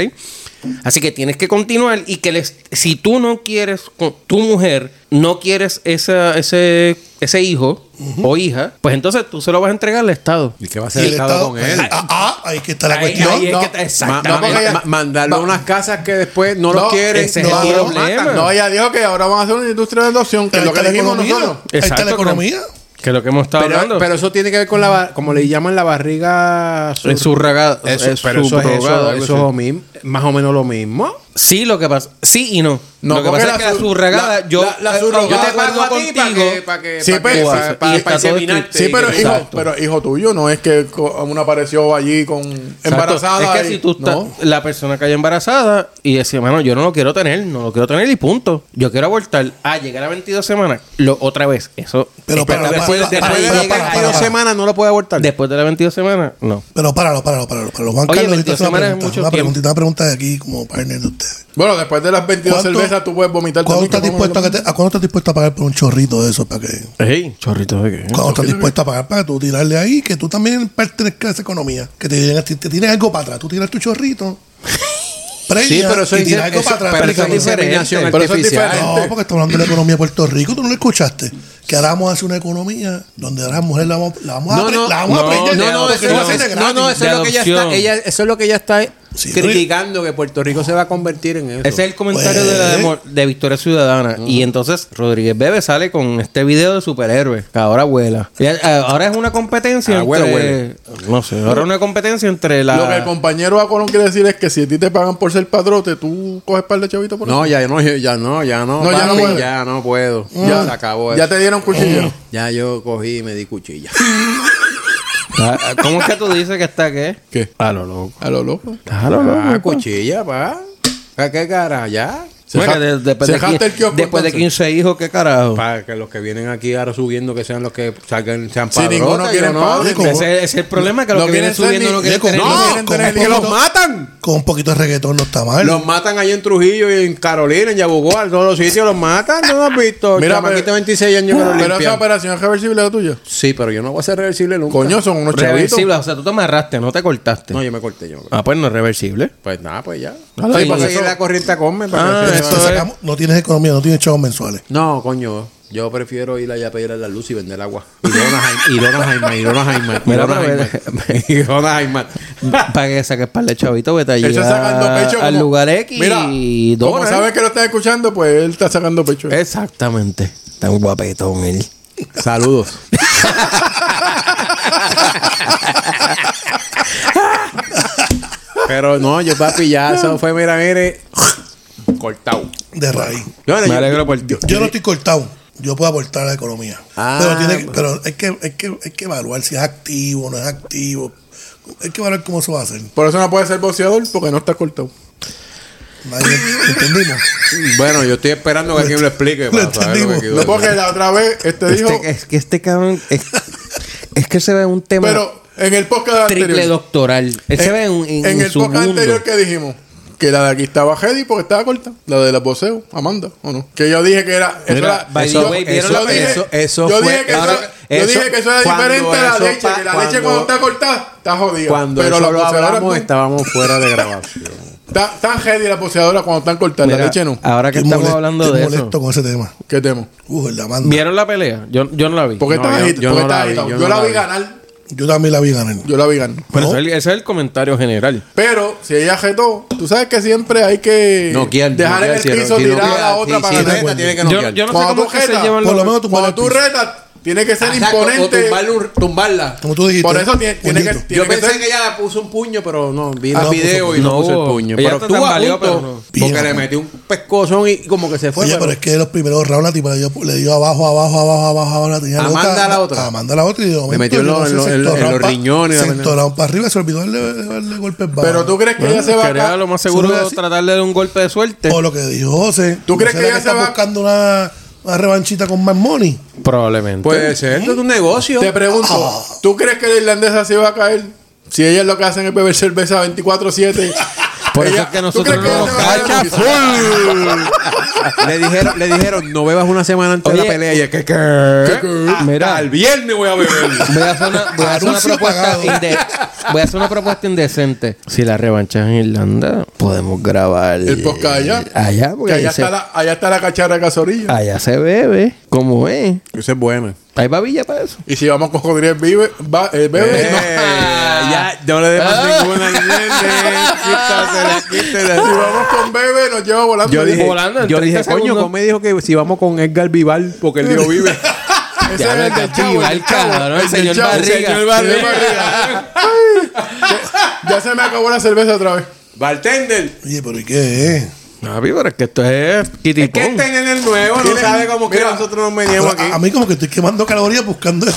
B: Así que tienes que continuar y que les, si tú no quieres, con- tu mujer no quieres esa, ese, ese hijo o hija, pues entonces tú se lo vas a entregar al Estado.
A: ¿Y qué va a
C: Y
A: hacer el Estado eh, con él?
C: Ah, ah, ahí que está la
B: Ahí-
C: cuestión.
B: ahí es
C: No,
B: que está- exactamente.
A: Ma- ma- ma- mandarlo a unas casas que después no, lo
D: No,
A: quieren.
B: ese es
A: no,
B: el
A: lo
B: problema.
A: matan.
D: No, ella dijo que ahora van a hacer una industria de adopción, que
C: ahí
D: es lo que
C: está la
D: dijimos
C: economía.
D: nosotros.
C: Ahí está la
B: Exacto,
C: economía.
B: Que es lo que hemos estado
A: Pero,
B: hablando.
A: pero eso tiene que ver con la, ba- como le llaman la barriga sur-
B: Es surrogada.
A: Eso,
B: Es
A: pero eso es eso,
B: subrogada,
A: eso
B: algo
A: es
B: así.
A: lo mismo- más o menos lo mismo.
B: Sí, lo que pasa. Sí y no.
D: No,
B: lo que
D: porque
B: pasa es que
D: la
B: la
D: sur-
B: subrogada.
D: la-
B: yo,
D: la- la
B: eh,
D: subrogada
B: yo te
D: acuerdo
B: pago a ti
A: para
B: contigo. pues,
A: que- para que-
D: Sí,
A: Eh, para
D: pero-
A: que-
D: sí,
A: para-
B: y
A: para
B: está todo
A: inseminarte
D: Sí,
A: y
D: pero
A: que-
D: hijo,
A: Exacto.
D: pero hijo tuyo, no es que co- una apareció allí con
B: Exacto.
D: embarazada.
B: Es que
D: y-
B: si tú estás,
D: no.
B: la persona que haya embarazada y decir, mano, yo no lo quiero tener, no lo quiero tener y punto. Yo quiero abortar. Ah, llegar a 22 semanas, lo, otra vez. Eso.
C: Pero
B: Espera,
C: para-
B: después,
C: para-
B: después
C: para-
B: de
C: para-
B: la-
C: para- para-
A: dos
C: para.
A: semanas no lo puede abortar.
B: después de las 22 semanas, no.
C: Pero páralo, páralo, páralo, páralo. Juan
B: Oye,
C: Carlos, ahorita
B: 22
C: hace una
B: semanas es
C: pregunta,
B: mucho
C: una
B: tiempo.
C: pregunta, una pregunta de aquí como partner de ustedes.
D: Bueno, después de las 22
C: ¿Cuánto-
D: cervezas tú puedes vomitar.
C: ¿Cuándo
D: también,
C: estás
D: que no
C: dispuesto a,
D: me
C: que te- a cuándo estás dispuesto a pagar por un chorrito de eso? ¿Para que,
B: Ey, chorrito de qué.
C: ¿Cuándo estás dispuesto a pagar para tú tirarle ahí? Que tú también pertenezcas a esa economía. Que te, digan- te, te tiren algo para atrás. Tú tiras tu chorrito. preñas,
A: Sí, pero eso
C: y
A: es
C: tiras
A: inse-
C: algo
A: eso-
C: para atrás.
A: pero eso es
C: explícame.
B: diferente.
A: inseminación
D: Pero eso es
A: artificial.
D: diferente.
C: No, porque estamos hablando de la economía de Puerto Rico, tú no lo escuchaste. Que ahora vamos a hacer una economía donde ahora las mujeres la vamos, la vamos a
A: No,
C: pre-
A: no,
C: la vamos a
B: no,
C: aprender.
A: no, no,
C: porque
A: eso,
B: no
C: va
A: no,
C: a ser de
A: eso- no,
C: gratis.
A: no, eso es lo que ella está,
B: adopción.
A: ella, eso es lo que ella está
C: Sí,
A: criticando que Puerto Rico se va a convertir en eso.
B: Ese es el comentario
C: Pues-
B: de, la demo- de Victoria Ciudadana. Y entonces Rodríguez Bebe sale con este video de superhéroe, que ahora vuela. Y, eh, ahora es una competencia
A: Ahora
B: entre...
A: huele,
B: No sé, ahora es una competencia entre la...
D: Lo que el compañero Acolón quiere decir es que si a ti te pagan por ser padrote, tú coges par de chavitos por
A: No, ya no, ya no, ya no,
D: No, ya no
A: papi,
D: puede.
A: ya no puedo. Ya se acabó.
D: eso. Ya
A: eso.
D: te dieron cuchillo.
A: Ya yo cogí y me di cuchilla.
B: Ah, ¿Cómo es que tú dices que está qué?
D: ¿Qué?
B: A lo loco.
D: A lo loco.
A: Ah, cuchilla, pa. ¿A qué cara? Ya.
D: Se
B: Bueno,
D: ja-
B: de- después
D: se
B: de,
D: jacta el kiosco,
B: después de
D: entonces.
B: 15 hijos, ¿qué carajo?
A: Para que los que vienen aquí ahora subiendo que sean los que salgan, sean
D: Si
A: padrotes.
D: ninguno
A: yo
D: quiere
A: no.
D: padre,
B: Ese, ese es el problema, que los
D: No
B: que vienen
D: quieren ser
B: subiendo
D: ni-
B: no quieren
D: ni
B: tener
C: como-
B: hijos.
A: No,
C: quieren
A: con
C: tener
A: que
C: hijos.
A: los matan.
C: Con un poquito de reggaetón no está mal.
A: Los matan ahí en Trujillo y en Carolina, en Yabucoa, en todos los sitios los matan. ¿No lo has visto?
D: Mira,
A: Mira, aquí
D: pero-
A: 26 años que lo
D: Pero esa
A: limpian.
D: operación es reversible la tuya.
A: Sí, pero yo no voy a ser reversible nunca.
D: Coño, son unos chavitos.
B: Reversible, o sea, tú te amarraste, no te cortaste.
A: No, yo me corté, yo me corté.
B: Ah, pues no es reversible.
A: Pues nada, pues
D: Ah,
A: ya.
B: Nada,
A: Sí,
B: y
A: para
B: eso-
A: seguir la corriente a comer. para
B: Ah,
A: que-
C: Te
B: eso es-
C: sacamos- no tienes economía, no tienes chavos mensuales.
A: No, coño. Yo prefiero ir allá a pedir a la luz y vender agua. Y donas Jaime, y donas Jaime, y donas Jaime, y
B: Mira,
A: donas
B: pero-
A: Jaime, y donas Jaime.
B: Para que saques par de chavito, vete allí
D: Eso es sacando
B: a-
D: pecho.
B: al
D: como-
B: lugar X
D: Mira,
B: y
A: eh.
B: ¿eh?
D: como
B: dona.
D: sabes que lo estás escuchando, pues él está sacando pecho.
B: Exactamente. Está un guapetón él.
A: Saludos. Pero no, yo papi, ya eso fue, mira, mire, cortado.
C: De raíz.
A: Yo,
B: Me alegro por ti.
C: Yo no estoy cortado. Yo puedo aportar a la economía.
A: Ah,
C: pero tiene, que-
A: bueno.
C: pero hay, que, hay, que, hay que evaluar si es activo o no es activo. Hay que evaluar cómo se va a hacer.
D: Por eso no puede ser boxeador porque no está cortado.
C: Nadie- ¿Entendimos?
A: Bueno, yo estoy esperando que alguien lo explique para saber
C: Lo
A: lo que
C: entendimos.
A: quiero
D: No,
A: decir.
D: porque la otra vez este dijo,
B: Este- es que este cabrón. Es, es que se ve un tema
D: pero en el podcast
B: triple
D: anterior.
B: doctoral. Él se ve en, en-
D: en
B: en
D: el
B: su
D: podcast
B: mundo.
D: anterior que dijimos que la de aquí estaba heavy porque estaba corta, la de la voceo, Amanda, ¿o no? Que yo dije que era. eso
A: Mira,
D: era-
B: by the
D: yo-
B: way,
D: yo
B: ¿vieron la-
D: dije-
A: eso- eso
D: yo
A: fue-
D: dije que eso
A: ahora-
D: era- yo
A: eso-
D: dije que eso era
A: cuando
D: diferente a la
A: eso
D: leche,
A: pa-
D: que la leche cuando
A: cuando-
D: está cortada está jodida.
A: Cuando
D: pero
A: eso
D: la
A: lo hablamos,
D: poseadora
A: estábamos fuera de grabación.
D: tan, tan heavy la poseadora cuando están cortadas,
B: Mira,
D: la leche no.
B: Ahora que
C: Estoy
B: estamos
C: molesto-
B: hablando
C: estoy
B: de
C: molesto
B: eso.
C: con ese tema.
D: ¿Qué temo?
C: Uf, la manda.
B: ¿Vieron la pelea? Yo, yo no la vi.
D: Porque
A: No,
D: está
A: yo-
D: agitado,
A: yo
D: porque
A: no
D: está
A: la vi,
D: agitado.
A: yo
D: Yo,
A: no
D: la
A: la
D: vi
A: vi.
D: ganar,
C: Yo también la vi ganar.
D: yo la vi ganar.
B: Pero ese, es el, ese es el comentario general.
D: Pero si ella jetó, tú sabes que siempre hay que
A: No, ¿quién?
D: dejar
A: No,
D: en
A: ¿quién?
D: el
A: Si no-
D: piso
A: si no-
D: tirada a la
A: si-
D: otra
A: si
D: para
A: no
D: ganar.
A: reta, tiene que
B: Yo,
A: noquear.
B: yo no sé
D: Cuando
B: cómo
D: tú
B: es que se
D: jetas,
B: llevan
C: por lo
B: los-
C: menos tú
D: Cuando
C: pones
D: tú
C: piso.
D: retas, tiene que ser
A: Exacto, o
D: imponente.
A: tumbarle un- tumbarla.
C: Como tú dijiste.
D: Por eso tiene, tiene que,
C: puñito.
D: tiene
A: Yo
D: que
A: pensé
D: ser-
A: que ella le puso un puño, pero no, vi
C: Ah,
A: el
C: no,
A: video
C: puso-
A: y no
B: no,
A: puso el puño.
B: ella
A: Pero
B: te
A: estuvo a
B: tambaleó,
A: punto,
B: pero no.
A: porque
C: Bien.
A: le metió un pescozón y, y como que se fue.
C: Oye, pero es que los primeros rounds la tipa le dio, le dio abajo, abajo, abajo, abajo, abajo. La tenía
A: Amanda
C: loca.
A: a la otra.
C: Amanda a la otra y de momento
A: metió en
C: yo
A: los-
C: sé,
A: en los-
C: sexto
A: en los- en
C: round
A: los
C: pa-
A: riñones, la
C: Sexto
A: verdad.
C: round para arriba, se olvidó darle, darle golpes bajos.
D: Pero tú crees que ella se va a
B: Quería
D: ca-
B: Pues, lo más seguro
C: Solo así.
B: tratarle de un golpe de suerte.
C: O lo que dijo José.
D: ¿Tú crees
C: ¿no
D: que
C: será
D: ella se
C: está
D: va-
C: buscando una, una revanchita con más money?
B: Probablemente.
A: Puede ser, esto es un negocio.
D: Te pregunto, ¿tú crees que la irlandesa se va a caer? Si ella lo que hacen es beber cerveza 24-7
B: Por eso
D: Ella-
B: es que
D: ¿tú
B: nosotros
D: crees que
B: no
D: ella
B: nos
D: se va a dar
B: cacha
D: un piso?
A: le, dijeron, le dijeron, no bebas una semana antes de
B: Oye. ah,
A: la pelea. Y es que, "Eh, que
B: Mira.
A: al viernes voy a beber.
B: Voy a hacer una, voy a hacer una
C: Anuncio
B: propuesta
C: pagado.
B: inde- voy a hacer una propuesta indecente. Si la revanchas en Irlanda, podemos grabar
D: El podcast allá.
B: Allá, porque
D: Que allá,
B: ahí se, Ah.
D: está la, allá está la cacharra de casorilla.
B: allá se bebe, como es.
A: Eso es bueno.
B: Hay babilla para eso.
D: Y si vamos con Cocodril Vive, va, eh, bebe,
A: Eh,
D: no.
A: ya, no le demos ninguna al nene. Quítasela,
D: Si
A: quítasela.
D: vamos con Bebe, nos lleva volando.
A: Yo dije,
B: Volando en
A: yo
B: 30
A: dije coño,
B: segundos.
A: ¿cómo me dijo que si vamos con Edgar Vival? Porque él dijo, vive.
D: Ese
B: Ya
D: es
B: no
D: el
B: está
D: del chavo,
B: chiva,
D: el
B: el
D: chavo,
B: cabrón, el
D: del
B: señor
D: chavo, el
B: Barriga.
D: señor Barriga. Ay, ya, ya se me acabó la cerveza otra vez.
A: Bartender.
C: Oye, pero ¿y qué es?
B: No, pero es que esto
A: Es
B: es
A: que este en el nuevo no
D: Tiene-
A: sabe cómo que
D: Mira,
A: nosotros nos
C: Pero
A: metíamos aquí.
C: a, a mí como que estoy quemando calorías buscando la,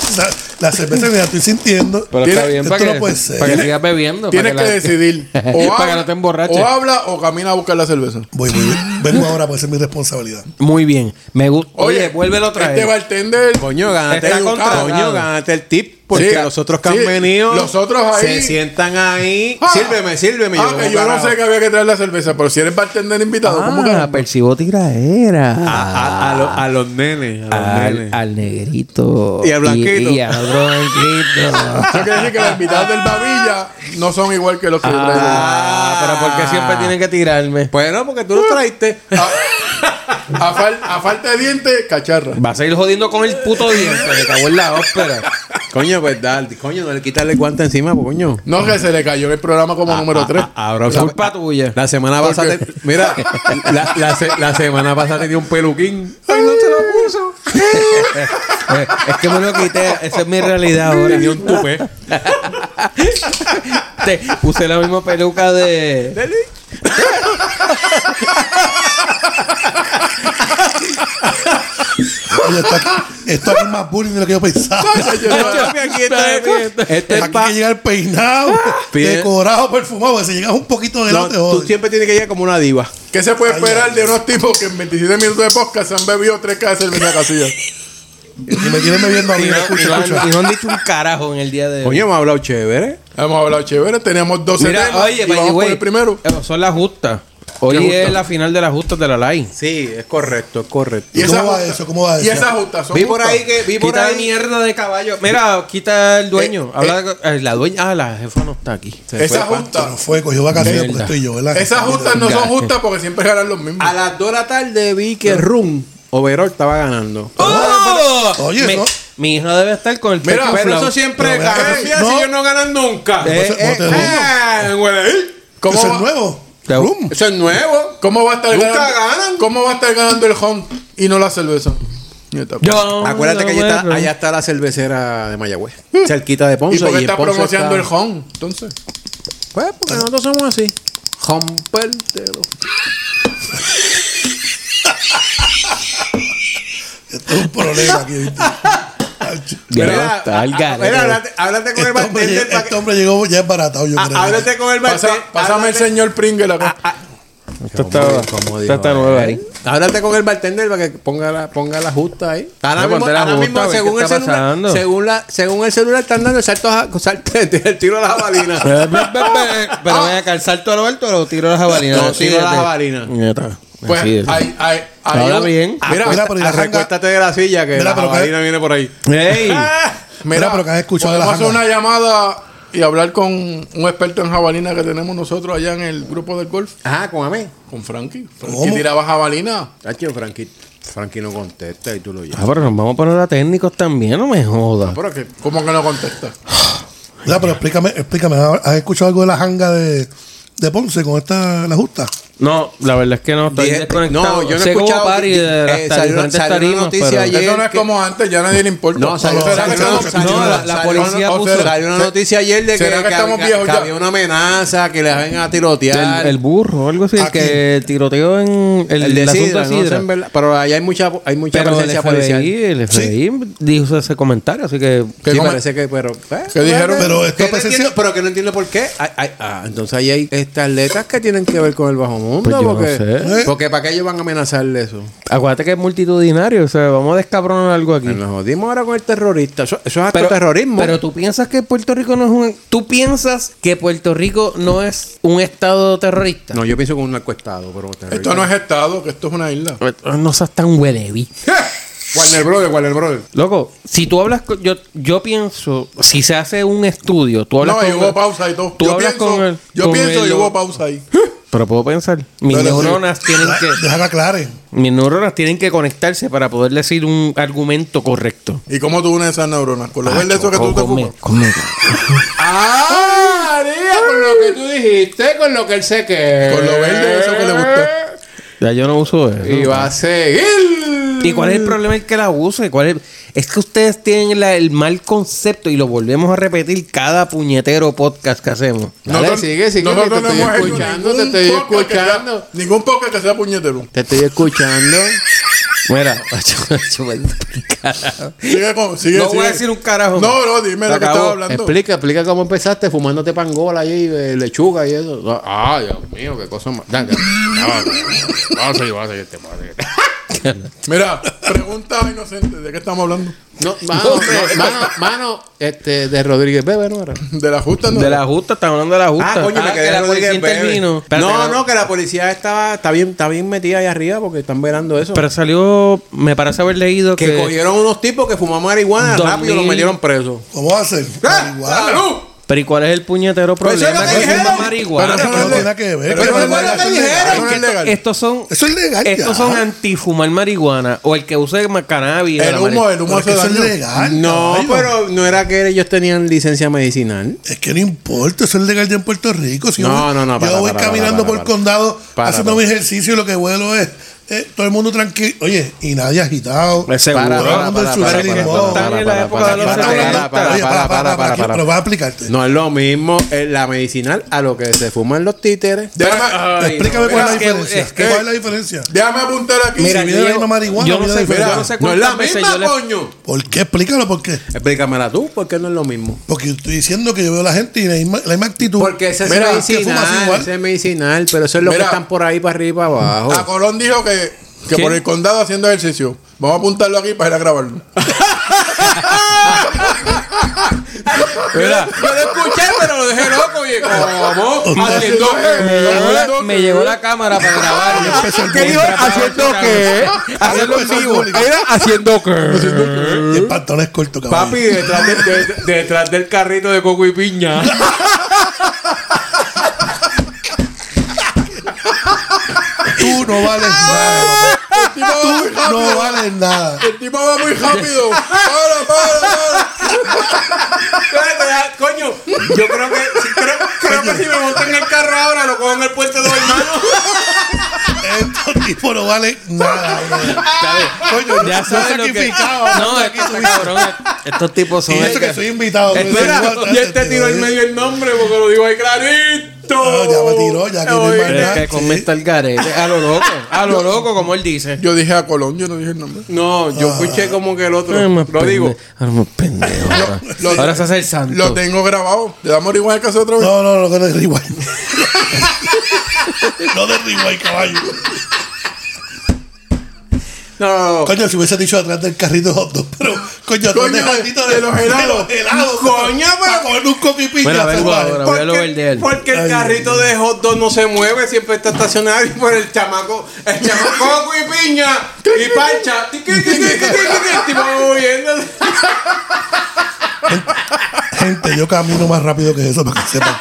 C: la cerveza que la estoy sintiendo.
B: Pero
D: Tiene-
B: está bien
C: esto
B: para
C: no
B: que,
C: puede ser.
B: para que
C: Tiene-
B: sigas bebiendo.
D: Tienes que,
B: para la-
D: decidir. O
B: para
D: habla-
B: que no te emborraches.
D: O habla o camina a buscar la cerveza.
C: Voy, voy, voy. Vengo ahora, puede ser mi responsabilidad.
B: Muy bien. Me gusta. Oye, vuélvelo otra
D: Este
B: vez.
D: bartender.
A: Coño, gánate
B: Está
A: el,
B: contratado.
A: coño, gánate el tip. Porque
D: Sí,
A: los otros que
D: sí,
A: han venido
D: los otros
A: se
D: ahí-
A: sientan ahí.
D: Ah,
A: sírveme, sírveme.
D: Ah, que
A: como
D: yo no
A: carajo.
D: sé que había que traer la cerveza, pero si eres bartender invitado, ¿cómo
B: Ah,
D: que?
B: percibo tiraera.
A: A, a- a lo- a los nenes. A los
B: al,
A: nenes.
B: al negrito.
A: Y al blanquito.
B: Y, y al otro blanquito.
D: Eso quiere decir que los invitados del Babilla no son igual que los que yo traigo.
B: Ah, pero ¿por qué siempre tienen que tirarme?
A: Bueno, porque
D: Ah.
A: tú lo traiste.
D: A, a fal- a falta de dientes, cacharra.
B: Vas a ir jodiendo con el puto diente. Me cago en la ópera.
A: coño, verdad. Coño, no le quitarle guante encima, pues, coño.
D: No, que se le cayó el programa como número 3.
A: A- Ahora
B: Es culpa tuya.
A: La semana
D: ¿Por
A: pasada.
D: qué?
A: Mira, la, la se- la semana pasada tenía un peluquín.
B: Eh, es que me lo quité. Esa es mi realidad ahora.
A: Tenía un tupé.
B: Te- usé la misma peluca de.
C: Oye, esto aquí, esto aquí es más bullying de lo que yo pensaba.
A: Este es
C: Aquí
A: pa-
C: que llega el peinado,
A: Bien.
C: decorado, perfumado. porque Si llegas un poquito de
A: No,
C: lado, te
A: tú
C: jodes.
A: siempre tienes que llegar como una diva.
D: ¿Qué se puede esperar de unos tipos que en 27 minutos de podcast se han bebido 3 cajas de cerveza casilla?
C: Y me tienen bebiendo a mí.
B: Y no, y
C: Escucha,
B: no han-
C: escucha.
B: y no han dicho un carajo en el día de hoy.
A: Coño, me ha hablado chévere.
D: Hemos hablado chévere, teníamos 12
B: Mira,
D: temas
B: oye,
D: y vamos
B: güey,
D: por el primero.
B: eh, Son las justas. Hoy
D: ¿Qué
B: es
D: justa?
B: la final de las justas de la LAI.
A: Sí, es correcto, es correcto.
C: ¿Y
D: esa
C: cómo va
D: justa-
C: eso? ¿Cómo va
D: Y
C: eso?
D: esas justas son
A: Vi por
D: justas.
A: ahí que vi por
B: Quita de
A: ahí
B: mierda de caballo. Mira, quita el dueño.
D: Eh,
B: Habla de- eh, la dueña. Ah, la jefa no está aquí.
A: Se
D: Esas
A: fue, pa.
C: Se
D: justas.
C: nos fue, cogió vacaciones porque
B: Mierda.
C: estoy yo, ¿verdad?
D: Esas justas no son justas porque siempre ganan los mismos.
C: Ah,
A: A las 2 de la tarde vi que Run Overall estaba ganando.
B: ¡Oh!
C: Oye,
B: mi,
C: no.
B: mi hija debe estar con el
D: Mira,
B: pecho
D: pero
B: inflado.
D: eso
A: siempre
C: Pero gana.
A: ganan.
C: vean, no.
A: Si ellos no ganan nunca.
B: Eh,
C: No te- no
B: eh,
C: te digo.
A: Ah, güey.
D: ¿Cómo
C: Eso es
D: va-
C: nuevo.
B: Te-
C: Rum.
A: Eso es nuevo.
D: ¿Cómo va a estar
A: Nunca
D: ganando?
A: ganan.
D: ¿Cómo va a estar ganando el home y no la cerveza? Nieta, pa.
B: Yo
A: Acuérdate
B: no
A: que allá
B: me-
A: está, allá está la Mm. cervecera de Mayagüez. Cerquita de Ponce.
D: ¿Y por qué
A: en
D: está
A: Ponce
D: promocionando
A: está-
D: el home? Entonces.
A: Pues porque nosotros somos así. Rompértelo.
C: Esto es un problema aquí, ¿viste? Hacho.
B: Ya
A: Mira,
B: está al
A: ah, ah,
B: garete.
A: mira, háblate- háblate con el
C: Este hombre,
A: bartender.
C: llegó-
A: para
C: este
A: que-
C: hombre llegó ya embaratado, yo
A: ah,
C: creo.
A: Háblate con el
D: Pasa-
A: bartender.
D: pásame el
A: háblate-
D: señor Pringle acá.
B: Esta está,
A: Como
B: esta
A: dijo,
B: está
A: eh.
B: nueva ahí.
A: Háblate con el bartender para que ponga la, ponga la justa ahí.
B: Ya,
A: Ahora mismo,
B: ponte la
A: ahora
B: justa,
A: mismo,
B: a ver qué
A: según, el
B: está
A: celular,
B: pasando.
A: según, la- según el celular, están dando el salto, a, salto el tiro a la jabalina.
B: Pero voy a calzar todo lo alto o tiro las jabalinas.
A: Ah. No, tiro las jabalinas.
B: Nieta.
D: Pues
B: Así es.
D: ahí, ahí, ahí-
B: Habla bien.
D: Mira,
C: Mira,
D: mira,
C: pero y la janga-
A: Ah, Recuéstate de la silla que
C: Mira,
A: la
C: pero que-
A: jabalina viene por ahí.
B: ¡Ey!
A: Ah.
C: Mira, pero que has escuchado
D: podemos
C: la
D: hacer
C: janga.
D: una llamada y hablar con un experto en jabalina que tenemos nosotros allá en el grupo del golf,
A: Ajá, con Amé.
D: con Frankie. Frankie
C: ¿Cómo?
D: tiraba jabalina.
A: Tacho, Frankie, Frankie no contesta y tú lo
B: Ah, pero nos vamos a poner a técnicos también, no me jodas.
D: Pero que, ¿cómo que no contesta?
C: Mira, pero explícame, explícame, ¿has escuchado algo de la janga de, de Ponce con esta, la justa?
B: No, la verdad es que no, estoy
A: Dije-
B: desconectado.
A: no, yo no he
B: Sé que hubo
A: escuchado-
B: party
A: eh,
B: de las
A: salió
B: tar-
A: una-
B: diferentes
A: salió una
B: tarimas,
A: noticia
B: pero-
A: ayer.
D: Eso no es
A: que-
D: como antes, ya a nadie le importa.
A: No, salió,
C: No,
A: salió-
D: ¿Será que
A: salió-
D: estamos-
B: no,
A: salió-
B: no, la- la
A: salió-
B: policía
A: o
B: puso-
A: salió una noticia ayer de que,
D: ¿Será que
A: que-
D: estamos
A: que-
D: viejos
A: que
D: ya?
A: había una amenaza, que les vengan a
B: El,
A: tirotear.
B: el burro, algo así, el
C: Aquí.
B: que tiroteó en el,
A: El de
B: el asunto
A: Sidra,
B: de
A: no sé
B: Sidra.
A: en verdad, pero allá hay mucha, hay mucha
B: pero el
A: presencia policial.
B: FBI, el FBI dijo ese comentario, así que
A: Sí,
D: come-
A: parece que, pero. eh,
D: ¿Qué dijeron?
C: Pero
A: que
C: esto
A: no
C: presencia-
A: entiendo- pero que no entiendo por qué. Ay, ay, ah, entonces ahí hay estas letras que tienen que ver con el bajo
F: mundo.
B: Pues yo no
F: porque, eh,
B: sé.
F: porque ¿para qué ellos van a amenazarle eso?
B: Acuérdate que es multitudinario. O sea, vamos a descabronar algo aquí.
F: Nos jodimos ahora con el terrorista. Eso, eso es acto
B: Mm. Pero,
F: terrorismo.
B: pero tú piensas que Puerto Rico no es un... Tú piensas que Puerto Rico no es un estado terrorista.
F: no, yo pienso con un narcoestado, pero terrorista.
D: Esto no es Estado, que esto es una isla.
B: No, no seas tan hueleví.
F: Warner Brother, Warner Brother.
B: Loco, si tú hablas con, yo, yo pienso, si se hace un estudio, tú hablas
D: No,
B: con
D: y hubo pausa y todo.
B: Tú
D: Yo
B: hablas
D: pienso,
B: con el-
D: yo
B: con
D: pienso
B: el-
D: y hubo pausa ahí.
B: Pero puedo pensar, mis
D: Pero sí.
B: neuronas tienen que
C: Deja que aclare.
B: mis neuronas tienen que conectarse para poder decir un argumento correcto.
D: ¿Y cómo tú unes esas neuronas? ¿Con lo verde eso que tú te
B: Come-
D: fumas?
B: come-
F: ¡Ah! María, con lo que tú dijiste, con lo que él se quedó.
D: Con lo verde eso que le gustó.
B: Ya yo no uso eso.
F: Y va a seguir.
B: ¿Y cuál es el problema el que la use? ¿Cuál es? es que ustedes tienen la- el mal concepto y lo volvemos a repetir cada puñetero podcast que hacemos.
F: Dale, sigue, sigue,
D: nosotros
F: que te
D: no
F: estoy
D: hemos hecho
F: escuchando,
D: ningún
F: te estoy
D: podcast que sea-
F: escuchando.
D: ningún podcast que sea puñetero.
F: Te estoy escuchando.
B: Mira, carajo.
D: Sigue con, sigue,
B: No voy
D: sigue.
B: a decir un carajo.
D: No, no, dime
B: Se
D: lo que
B: acabó.
D: estaba hablando.
F: Explica, explica cómo empezaste fumándote pangola ahí, eh, lechuga y eso. Ah, Dios mío, qué cosa más. Ya, ya, ya, Vamos a seguir, vamos a seguir, vamos a seguir.
D: Mira, pregunta inocente, ¿de qué estamos hablando?
F: No, mano, no, mano, mano, este, de Rodríguez Bebe, ¿no era?
D: De la justa, ¿no?
B: De la justa, estamos hablando de la justa.
A: Ah, coño, me quedé
B: que la
A: Rodríguez
B: policía
A: Bebe.
B: intervino. Espérate,
A: No,
B: la-
A: no, que la policía estaba, está bien, está bien metida ahí arriba porque están verando eso.
B: Pero salió, me parece haber leído que.
A: que cogieron unos tipos que fumaban marihuana
B: Dos
A: rápido y los
B: mil-
A: metieron presos.
C: ¿Cómo va a ser?
A: ¡Ah!
C: Marihuana.
A: ¡Salud!
B: Pero ¿y cuál es el puñetero
A: Pero eso es lo
B: problema
A: que
B: con
A: dijeron.
B: fumar marihuana?
C: Pero no tiene nada que ver.
A: Pero
C: Eso
A: no fue lo que
C: es
A: dijeron.
C: legal.
D: Eso no es legal.
B: Estos son.
C: Eso es legal.
B: Estos
C: ya.
B: son antifumar marihuana o el que use ma- cannabis. de
D: el
B: la
D: humo,
B: mari-
D: el humo
C: Pero es que
D: hace
C: Eso es
D: daño.
C: legal.
A: No,
C: caballo.
A: pero no era que ellos tenían licencia medicinal.
C: Es que no importa, eso es legal ya en Puerto Rico. Si
A: No,
C: yo,
A: no, no, para,
C: yo voy
A: para, para,
C: caminando
A: para,
C: por el
A: para.
C: condado
A: Para,
C: haciendo
A: para.
C: mi ejercicio y lo que vuelo es eh, todo el mundo tranquilo. Oye, y nadie agitado.
B: Es seguro.
F: Para,
C: Todo el
F: para,
C: mundo en
F: para,
C: su
F: para,
C: ritmo.
F: para,
B: Estamos
F: para,
B: en la
F: para,
B: época
F: para,
B: de los
C: Aquí está
F: para,
B: setenta.
C: hablando-
F: para,
C: Oye,
F: para,
C: para, para,
F: para,
C: para,
F: para,
C: aquí, pero
F: para.
C: vas a aplicarte.
A: No es lo mismo eh, la medicinal a lo que se fuman los títeres.
D: Déjame,
C: Explícame cuál es la
B: es que-
C: diferencia.
B: es que-
C: ¿Cuál es la diferencia?
D: déjame apuntar aquí.
C: Mira,
D: Sí,
C: viene la misma marihuana,
B: yo no
C: viene
B: sé,
C: diferente.
B: yo no sé
A: No es la
B: cuántas veces
A: misma,
B: yo le-
A: coño.
C: ¿Por qué? Explícalo por qué.
A: Explícamela tú, porque no es lo mismo.
C: Porque yo estoy diciendo que yo veo a la gente y la misma, la misma actitud.
A: Porque ese es
C: Mira, que fumas
A: medicinal,
C: igual.
A: ese es medicinal, pero eso es lo
D: Mira.
A: que están por ahí para arriba y para
D: A
A: abajo.
D: Colón dijo que, que
B: Ah, ¿Qué?
D: por el condado haciendo ejercicio. Vamos a apuntarlo aquí para ir a grabarlo.
A: Mira, yo lo escuché, pero lo dejé loco, oye. ¿Cómo?
D: Haciendo ejercicio.
B: Me llegó la cámara para grabar.
A: ¿Qué dijo? ¿Haciendo qué?
C: Haciendo en vivo.
A: ¿Haciendo qué?
C: Y el pantalón es corto, cabrón.
A: Papi, detrás, de- de- detrás del carrito de coco y piña.
C: Tú no vales
D: Ah.
C: nada. Tú no vales nada.
D: El tipo va muy rápido. Para, para, para.
A: Espérate, ya, coño, yo creo que, sí, creo, creo que si me montan en el carro ahora lo cojo en el puente de los hermanos.
C: Estos tipos no valen nada,
D: Ah.
C: bro. Coño,
B: Ya
C: yo
B: sabes lo que.
C: sacrificado.
B: No, es que está cabrón. Estos tipos son.
C: Y eso que soy invitado. bro.
A: Mira,
C: Igual,
A: y este
C: te
A: tiró en
C: doy.
A: medio el nombre porque lo digo ahí clarito.
C: Ah, ya me tiró, ya que no hay
A: Oye,
C: más
B: Pero es
C: nada.
B: que come está el garete. A lo loco. A lo loco, como él dice.
D: Yo dije a Colón, yo no dije el nombre.
A: No, yo escuché como que el otro.
B: Ay, más
A: Lo digo.
B: pende- Ahora más pendejo. ahora.
D: lo-
B: Ahora se hace el santo.
D: Lo tengo grabado. Le damos igual que hace otra vez.
C: No, no, no, no de rewind. no de rewind, caballo.
A: No, no, no.
C: Coño, si hubiese dicho atrás del carrito hot dog, pero coño, atrás
D: Coño,
C: del carrito
D: de los helados.
C: de los helados,
A: Coño,
C: pero-
A: pero-
C: Para comer un coqui piña,
B: Mira, vengo
C: salvaje.
B: ahora. voy a lo
A: Porque,
B: verde.
A: porque el
C: Ay,
A: carrito de hot dog no se mueve, siempre está estacionado y por el chamaco, el chamaco coco y piña y pancha, tiqui, tiqui, tiqui, tiqui, tiqui, el tipo va moviéndose.
C: Gente, yo camino más rápido que eso, para que sepan.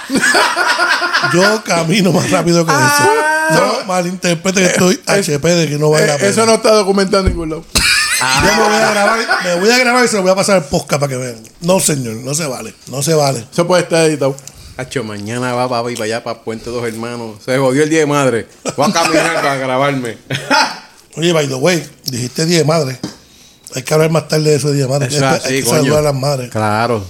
C: Yo camino más rápido que eso. No malinterpreten que estoy HP de que no vale la
D: Ah. Eh,
C: pena.
D: eso no está documentado en ningún lado.
C: Yo me voy a grabar, me voy a grabar y se lo voy a pasar el podcast para que vean. No, señor, no se vale. No se vale.
D: Eso puede estar editado.
A: Hacho, mañana va para para allá, para Puente Dos Hermanos. Se jodió el día de madre. Voy a caminar para grabarme.
C: Oye, by the way, dijiste Día de Madre. Hay que hablar más tarde de ese Día de Madre.
A: Eso
C: Hay que-
A: es así,
C: hay que
A: coño.
C: saludar a las madres.
A: Claro.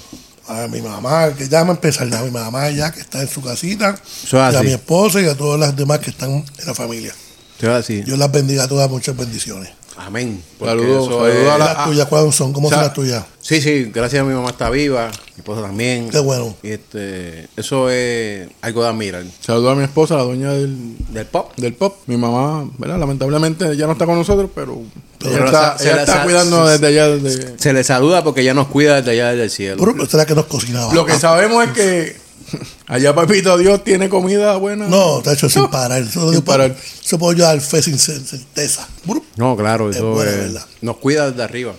C: A mi mamá, que ya me empezar ya. A mi mamá ya que está en su casita.
A: Eso es
C: y a
A: así.
C: mi esposa y a todas las demás que están en la familia.
A: Te voy a decir.
C: Dios las bendiga a todas. Muchas bendiciones. Eh,
A: Amén. Porque
D: Saludos
A: eso es-
D: saludos a la.
C: las tuyas, ¿cuáles son? ¿Cómo
A: o sea,
C: son las tuyas?
A: Sí, sí, gracias a mi mamá está viva, mi esposa también.
C: Qué bueno.
A: Y este, eso es algo de admirar.
D: Saludos a mi esposa, la dueña del,
A: Del pop.
D: del pop. Mi mamá, ¿verdad? Lamentablemente ya no está con nosotros, pero,
A: Pero
D: ella
A: la
D: está,
A: sa- se
D: ella
A: la
D: está
A: sa-
D: cuidando
A: se-
D: desde allá. desde-
A: Se le saluda porque ella nos cuida desde allá, desde el cielo.
C: Pero será que nos cocinaba.
D: Lo que sabemos es que allá Papito Dios tiene comida buena.
C: No, te ha hecho sin parar. Eso,
D: Sin
C: lo puedo-
D: parar.
C: eso puedo yo dar fe sin cer- certeza. Brup.
A: No, claro,
C: Es
A: eso
C: buena,
A: es-
C: ¿verdad? Mm.
A: nos cuida desde arriba.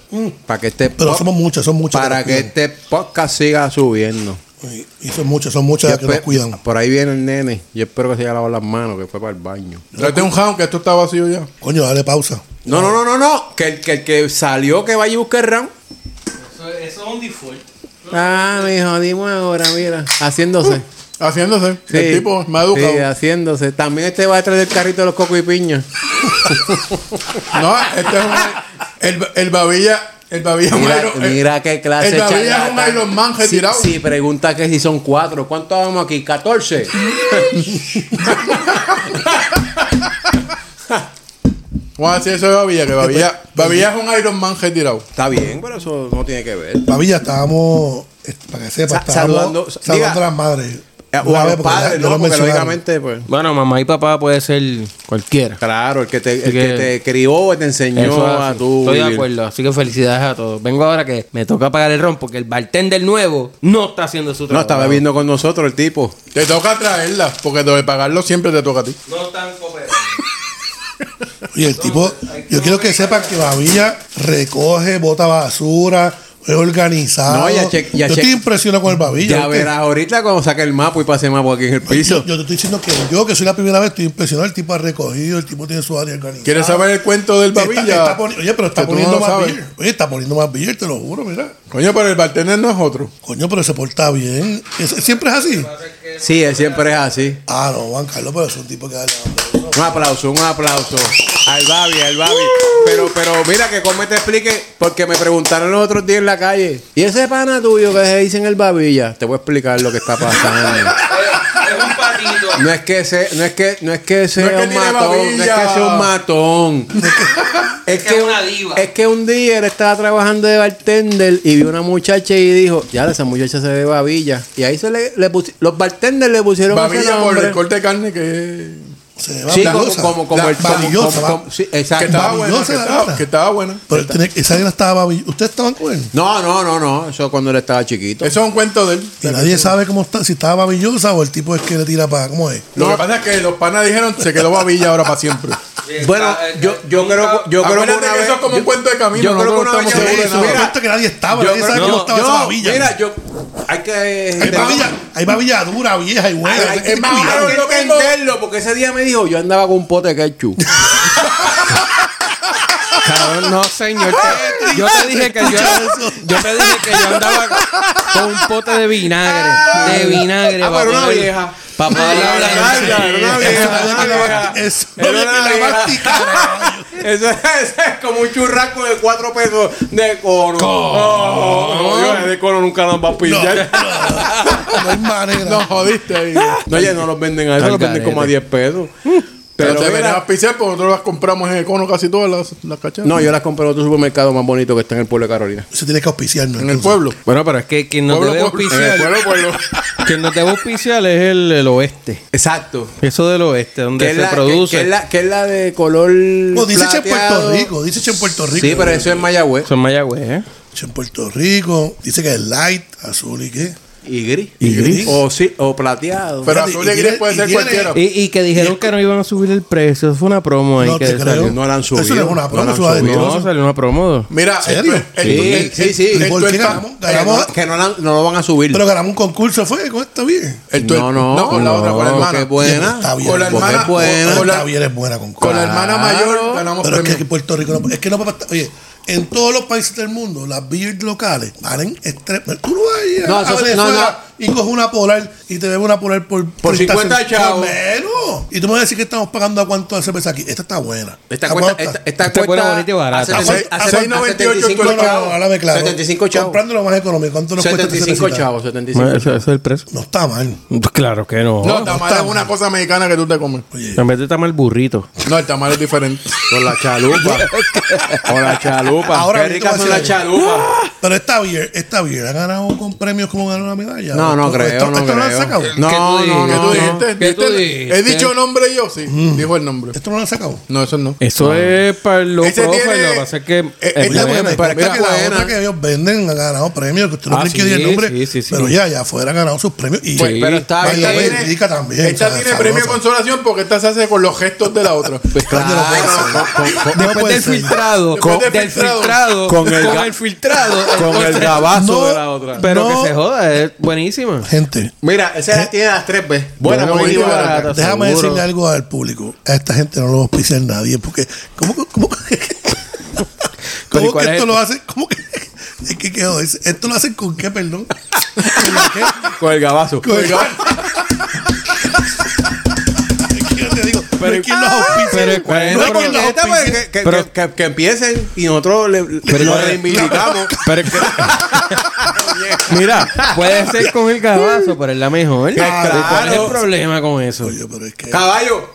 A: Para que este
C: Pero
A: pop-
C: somos muchas, son muchas.
A: para que
C: que nos
A: este podcast siga subiendo.
C: cuidan. Y- Y son muchas, son muchas las que
A: Yo
C: nos
A: espe-
C: cuidan.
A: Por ahí viene el nene. Yo espero que se haya lavado las manos, que fue para el baño.
D: Tráete un jam que esto está vacío ya.
C: Coño, dale pausa.
A: No, no, no, no, no. Que el que, el que salió que vaya a buscar el round.
B: Eso, es un default.
F: Ah, mijo, dimos ahora, mira. Haciéndose.
D: Haciéndose.
C: Uh,
D: El tipo me ha educado.
F: Sí, haciéndose. También este va a traer el carrito de los cocos y piña.
D: No, este es un. El, el babilla. El babilla
F: Mira,
D: es
C: eh,
D: un Iron-
F: mira qué clase
D: El babilla es
F: charlatán.
D: un Iron Man
F: Si,
D: retirado.
F: si pregunta que si son cuatro, ¿cuántos vamos aquí? ¿14?
D: Vamos a decir eso de babilla, que babilla. Babilla es un Iron Man retirado.
A: Está bien, pero eso no tiene que ver.
C: Pavilla, estábamos, eh, para que sepa,
A: Sa-
C: estábamos
A: saludando-
C: saludando
A: diga-
C: a las madres.
A: Eh, O
C: Una
A: a
C: vez,
A: los
C: porque
A: padres,
C: ya- ya
A: ¿no?
C: lo
A: Porque
C: mencionaron.
A: lógicamente, pues.
B: Bueno, mamá y papá puede ser cualquiera.
A: Claro, el que te, el
B: Así
A: que
B: que-
A: te crió, te enseñó
B: Eso es
A: a
B: así.
A: tu.
B: Estoy de acuerdo, así que felicidades a todos. Vengo ahora que me toca pagar el ron porque el bartender nuevo no está haciendo su
A: No,
B: trabajo.
A: está bebiendo con nosotros el tipo.
D: Te toca traerla, porque de pagarlo siempre te toca a ti.
B: No están cooperando.
C: Oye, el tipo, yo quiero que sepan que Babilla recoge, bota basura, es organizado.
A: No, ya che- ya
C: yo
A: che-
C: estoy impresionado con el Babilla.
A: Ya
C: ¿ok?
A: verás ahorita cuando saque el mapa y pase el mapa aquí en el piso.
C: Yo, yo te estoy diciendo que yo, que soy la primera vez, estoy impresionado. El tipo ha recogido, el tipo tiene su área organizada.
D: ¿Quieres
A: Ah.
D: saber el cuento del
C: Está-
D: babilla?
C: está poni- oye, pero está
D: Que tú
C: poniendo
D: no
C: más
D: sabes.
C: beer. Oye, está poniendo más beer, te lo juro, mira.
D: Coño, pero el bartender no es otro.
C: Coño, pero se porta bien. Es- ¿Siempre es así?
A: Sí, él siempre es así.
C: Ah, no, Juan Carlos, pero es un tipo que da la-
A: Un aplauso, un aplauso. Al Babi, al Babi. Pero, pero mira que como te explique, porque me preguntaron los otros días en la calle. ¿Y ese pana tuyo que se dice en el Babilla? Te voy a explicar lo que está pasando.
B: Es un patito.
A: No es que sea, no es que, no es que sea
D: que
A: un
D: tiene
A: matón, no es que
D: babilla.
A: sea un matón.
B: Es que es una diva.
F: Es que un día él estaba trabajando de bartender y vio una muchacha y dijo, ya esa muchacha se ve babilla. Y ahí se le, le pusi- los bartenders le pusieron ese
D: Babilla por
F: nombre.
D: el corte de carne que,
C: Se
A: Sí, como,
C: babillosa.
A: como, como
C: La-
A: el como-
C: babillosa,
A: como-
C: va.
A: como- sí,
D: que
A: exacto.
D: estaba buena.
C: Maravillosa
D: Que
C: la
D: estaba,
C: neta.
D: que estaba buena.
C: Pero él tiene- esa negra estaba babillosa. ¿Ustedes estaban con él?
A: No, no, no, no. Eso cuando él estaba chiquito.
D: Eso es un cuento de él.
C: Y nadie sabe cómo está, si estaba babillosa o el tipo es que le tira para. ¿Cómo es?
D: Lo que pasa es que los panas dijeron se quedó babilla ahora para siempre.
A: Bueno,
B: eh,
A: yo, yo creo, yo creo que
D: Acuérdate
A: una
D: que
A: vez,
D: eso es como
A: yo-
D: un cuento de camino.
A: yo creo que
D: nosotros
A: una
D: no
A: vez
D: estamos
A: yo hice-
D: seguros de nada.
A: mira,
C: Cuenta que nadie estaba,
A: yo
C: nadie sabe
A: creo-
C: cómo
B: no,
C: estaba esa
A: yo-
C: babilla.
A: Mira, yo hay que
C: hay, babilla, hay babilla dura, vieja y buena.
A: Hay
C: Hay
A: que
C: que cuidar.
A: hay que entenderlo, porque ese día me dijo, yo andaba con un pote de ketchup.
B: Cabrón, no, señor. Te- yo te dije que yo, yo te dije que yo andaba con un pote de vinagre. De vinagre.
A: Ah,
B: para
A: pero una
B: poder-
A: vieja.
B: Para poder
A: Era una
B: hablar.
A: vieja, era una
C: Eso
A: vieja.
C: nadie la va- eso
A: Era
C: nadie
A: una
C: la
A: vieja.
C: mastica.
A: Eso es, eso es como un churrasco de cuatro pesos de cono. Oh, yo de cono nunca nos va a pillar.
C: No hay manera.
D: Nos jodiste ahí.
A: No, ya no los venden a eso,
B: Al
A: los venden
B: garete.
A: como a 10 pesos.
D: Pero te
A: mira,
D: venían a pisar porque nosotros las compramos en Econo casi todas las, las cachapas.
A: no, yo las compré en otro supermercado más bonito que está en el pueblo de Carolina.
C: Eso tiene que auspiciarnos.
D: en el pueblo.
B: Bueno, pero es que quien nos
D: Pueblo,
B: debe
D: pueblo. En el
B: auspiciar.
D: pueblo, pueblo.
B: Quien nos debe auspiciar es el, el oeste.
A: Exacto.
B: Eso del oeste, donde
A: Que es,
B: se
A: la, que-
B: produce.
A: que es la, que es la de color.
C: No, dice Che en Puerto
A: plateado.
C: Rico, dice Che en Puerto Rico.
A: Sí, pero eso es Mayagüez.
B: Son Mayagüez, ¿eh?
C: Che en Puerto Rico, dice que es light, azul y qué.
A: Y gris.
C: Y gris.
A: O, sí, o plateado.
D: Pero
C: Fíjate,
D: azul
C: y
D: y gris
C: tiene-
D: puede
C: y
D: ser
C: tiene-
D: cualquiera.
B: Y, y que dijeron que no iban a subir el precio. Eso fue una promo ahí
C: No
B: que
C: te creo.
B: salió.
A: no la han subido.
C: Eso no es una
A: no la
C: promo,
A: han
C: eso va de
A: subido.
B: No, salió una promo.
D: Mira,
C: ¿Serio?
D: el- el-
A: Sí,
D: el-
A: sí, sí.
D: el-
C: ¿Y por
D: el-
C: qué
D: el-
C: ganamos?
A: Que
C: Ganamos-
A: no, que no, la- no lo van a subir.
C: Pero ganamos un concurso, fue con esta bien.
D: el-
A: no, no,
D: no, con la otra, con la hermana.
A: Qué buena.
C: Está bien.
D: Con la
A: Porque
D: hermana-
A: es buena.
D: con la-
C: Esta bien es buena concurso.
D: Con la hermana mayor
A: Claro.
D: ganamos
C: Pero es que
D: premio.
C: aquí en Puerto Rico no, es que no papá, está- oye, en todos los países del mundo las beers locales valen estre- tú no vas a ir a-
A: No,
C: a
A: eso sí,
C: Venezuela
A: no, no.
C: y coge una polar y te bebe una polar por,
D: Por 50
C: cent-
D: chavos.
C: por menos. Y tú me vas a decir que estamos pagando a cuánto de cerveza aquí. Esta está buena.
F: Esta
C: ¿A
F: cuesta,
C: cuánto
F: esta,
C: está?
F: esta
B: Esta
F: cuesta
B: cuesta bonita Este y barata.
F: a
C: A seis-
F: seten-
C: a
F: a seten-
D: 6.98
F: 75
C: No, no,
F: chavos.
C: no, háblame claro.
F: 75 chavos.
C: Comprando lo más económico. ¿Cuánto nos cuesta esta
A: 75
C: cervecita?
A: chavos, 75.
B: Ese ese es el precio.
C: No está mal.
B: Pues Claro que
D: No,
B: no.
D: el tamal es una cosa mexicana que tú te comes.
C: Oye,
B: En vez de tomar burrito.
D: No, el tamal es diferente.
A: Con la chalupa. Con la chalupa.
C: Ahora
A: Qué
C: mismo
A: ricas
C: te
A: son
C: voy a
A: las
C: decir
A: chalupas.
C: pero esta beer, esta beer ha ganado con premios como ganó la medalla.
A: No, no
C: Esto-
A: creo,
C: esto-
A: no
C: esto lo han
A: creo.
C: sacado. Eh,
A: No,
B: ¿Qué tú
A: no,
B: dices?
A: no,
D: ¿Qué tú
A: no. Mm.
D: dijiste?
B: ¿Qué tú
D: ¿Dijiste? ¿He
B: dijiste?
D: dicho nombre yo? Sí, dijo el nombre.
C: Esto no lo han sacado.
D: No, eso no.
B: Eso es para los
D: Ese
B: profes.
D: tiene-
B: Lo que pasa es que.
D: Eh,
B: es
D: eh,
C: Oye, porque
B: buena.
C: me
A: pero
C: consta
A: mira,
C: que la
A: buena.
C: otra que ellos venden ha ganado premios, que usted no
B: Ah,
C: cree que
B: sí,
C: diga el nombre,
B: sí, sí, sí.
C: pero ya, ya afuera ha ganado sus premios. Y
A: Pues, Pero está
C: Ay,
A: bien.
C: Dios
D: Esta
C: mío,
D: tiene-
C: rica también.
D: Esta
C: o sea,
D: tiene premio de
C: sabrosa.
D: consolación porque esta se hace con los gestos de la otra.
A: Pues claro,
C: No
B: Después
C: puede
B: del
C: ser.
B: filtrado,
D: Después
B: con-
D: del
B: del
D: filtrado.
B: filtrado,
A: Con
B: con
A: el ga-
B: el filtrado,
A: Con el
B: entonces-
A: gabazo
C: No,
A: de la otra.
B: Pero
C: No.
B: que se joda, es buenísima.
C: Gente,
A: Mira, esa
C: eh.
A: la tiene las tres veces. Buena,
B: Buena,
A: bonita y
B: bonita y
A: barata.
B: barata.
C: déjame
B: seguro.
C: decirle algo al público. A esta gente no lo va a auspiciar nadie, porque ¿cómo, que- cómo, que-
B: Pero ¿y
C: cómo que
B: cuál es
C: esto
B: el-
C: lo hacen? ¿Cómo que es que quedó? ese? ¿Esto lo hacen con qué, perdón? ¿Con la qué?
A: Con el gabazo.
C: Con el- Es que yo te digo, Ah, no hay quien los auspicie.
B: Pero ¿cuál es
C: No
B: el
C: hay quien los
A: Neta, pues,
C: auspicie.
A: que, que-
B: Pero-
A: que- que- que empiecen y nosotros le, lo reivindicamos.
B: Pero es que- Mira, puede ser con el gabazo, pero es la mejor.
A: Claro.
B: ¿Y ¿Cuál es el problema con eso?
C: Oye, pero es que-
A: Caballo,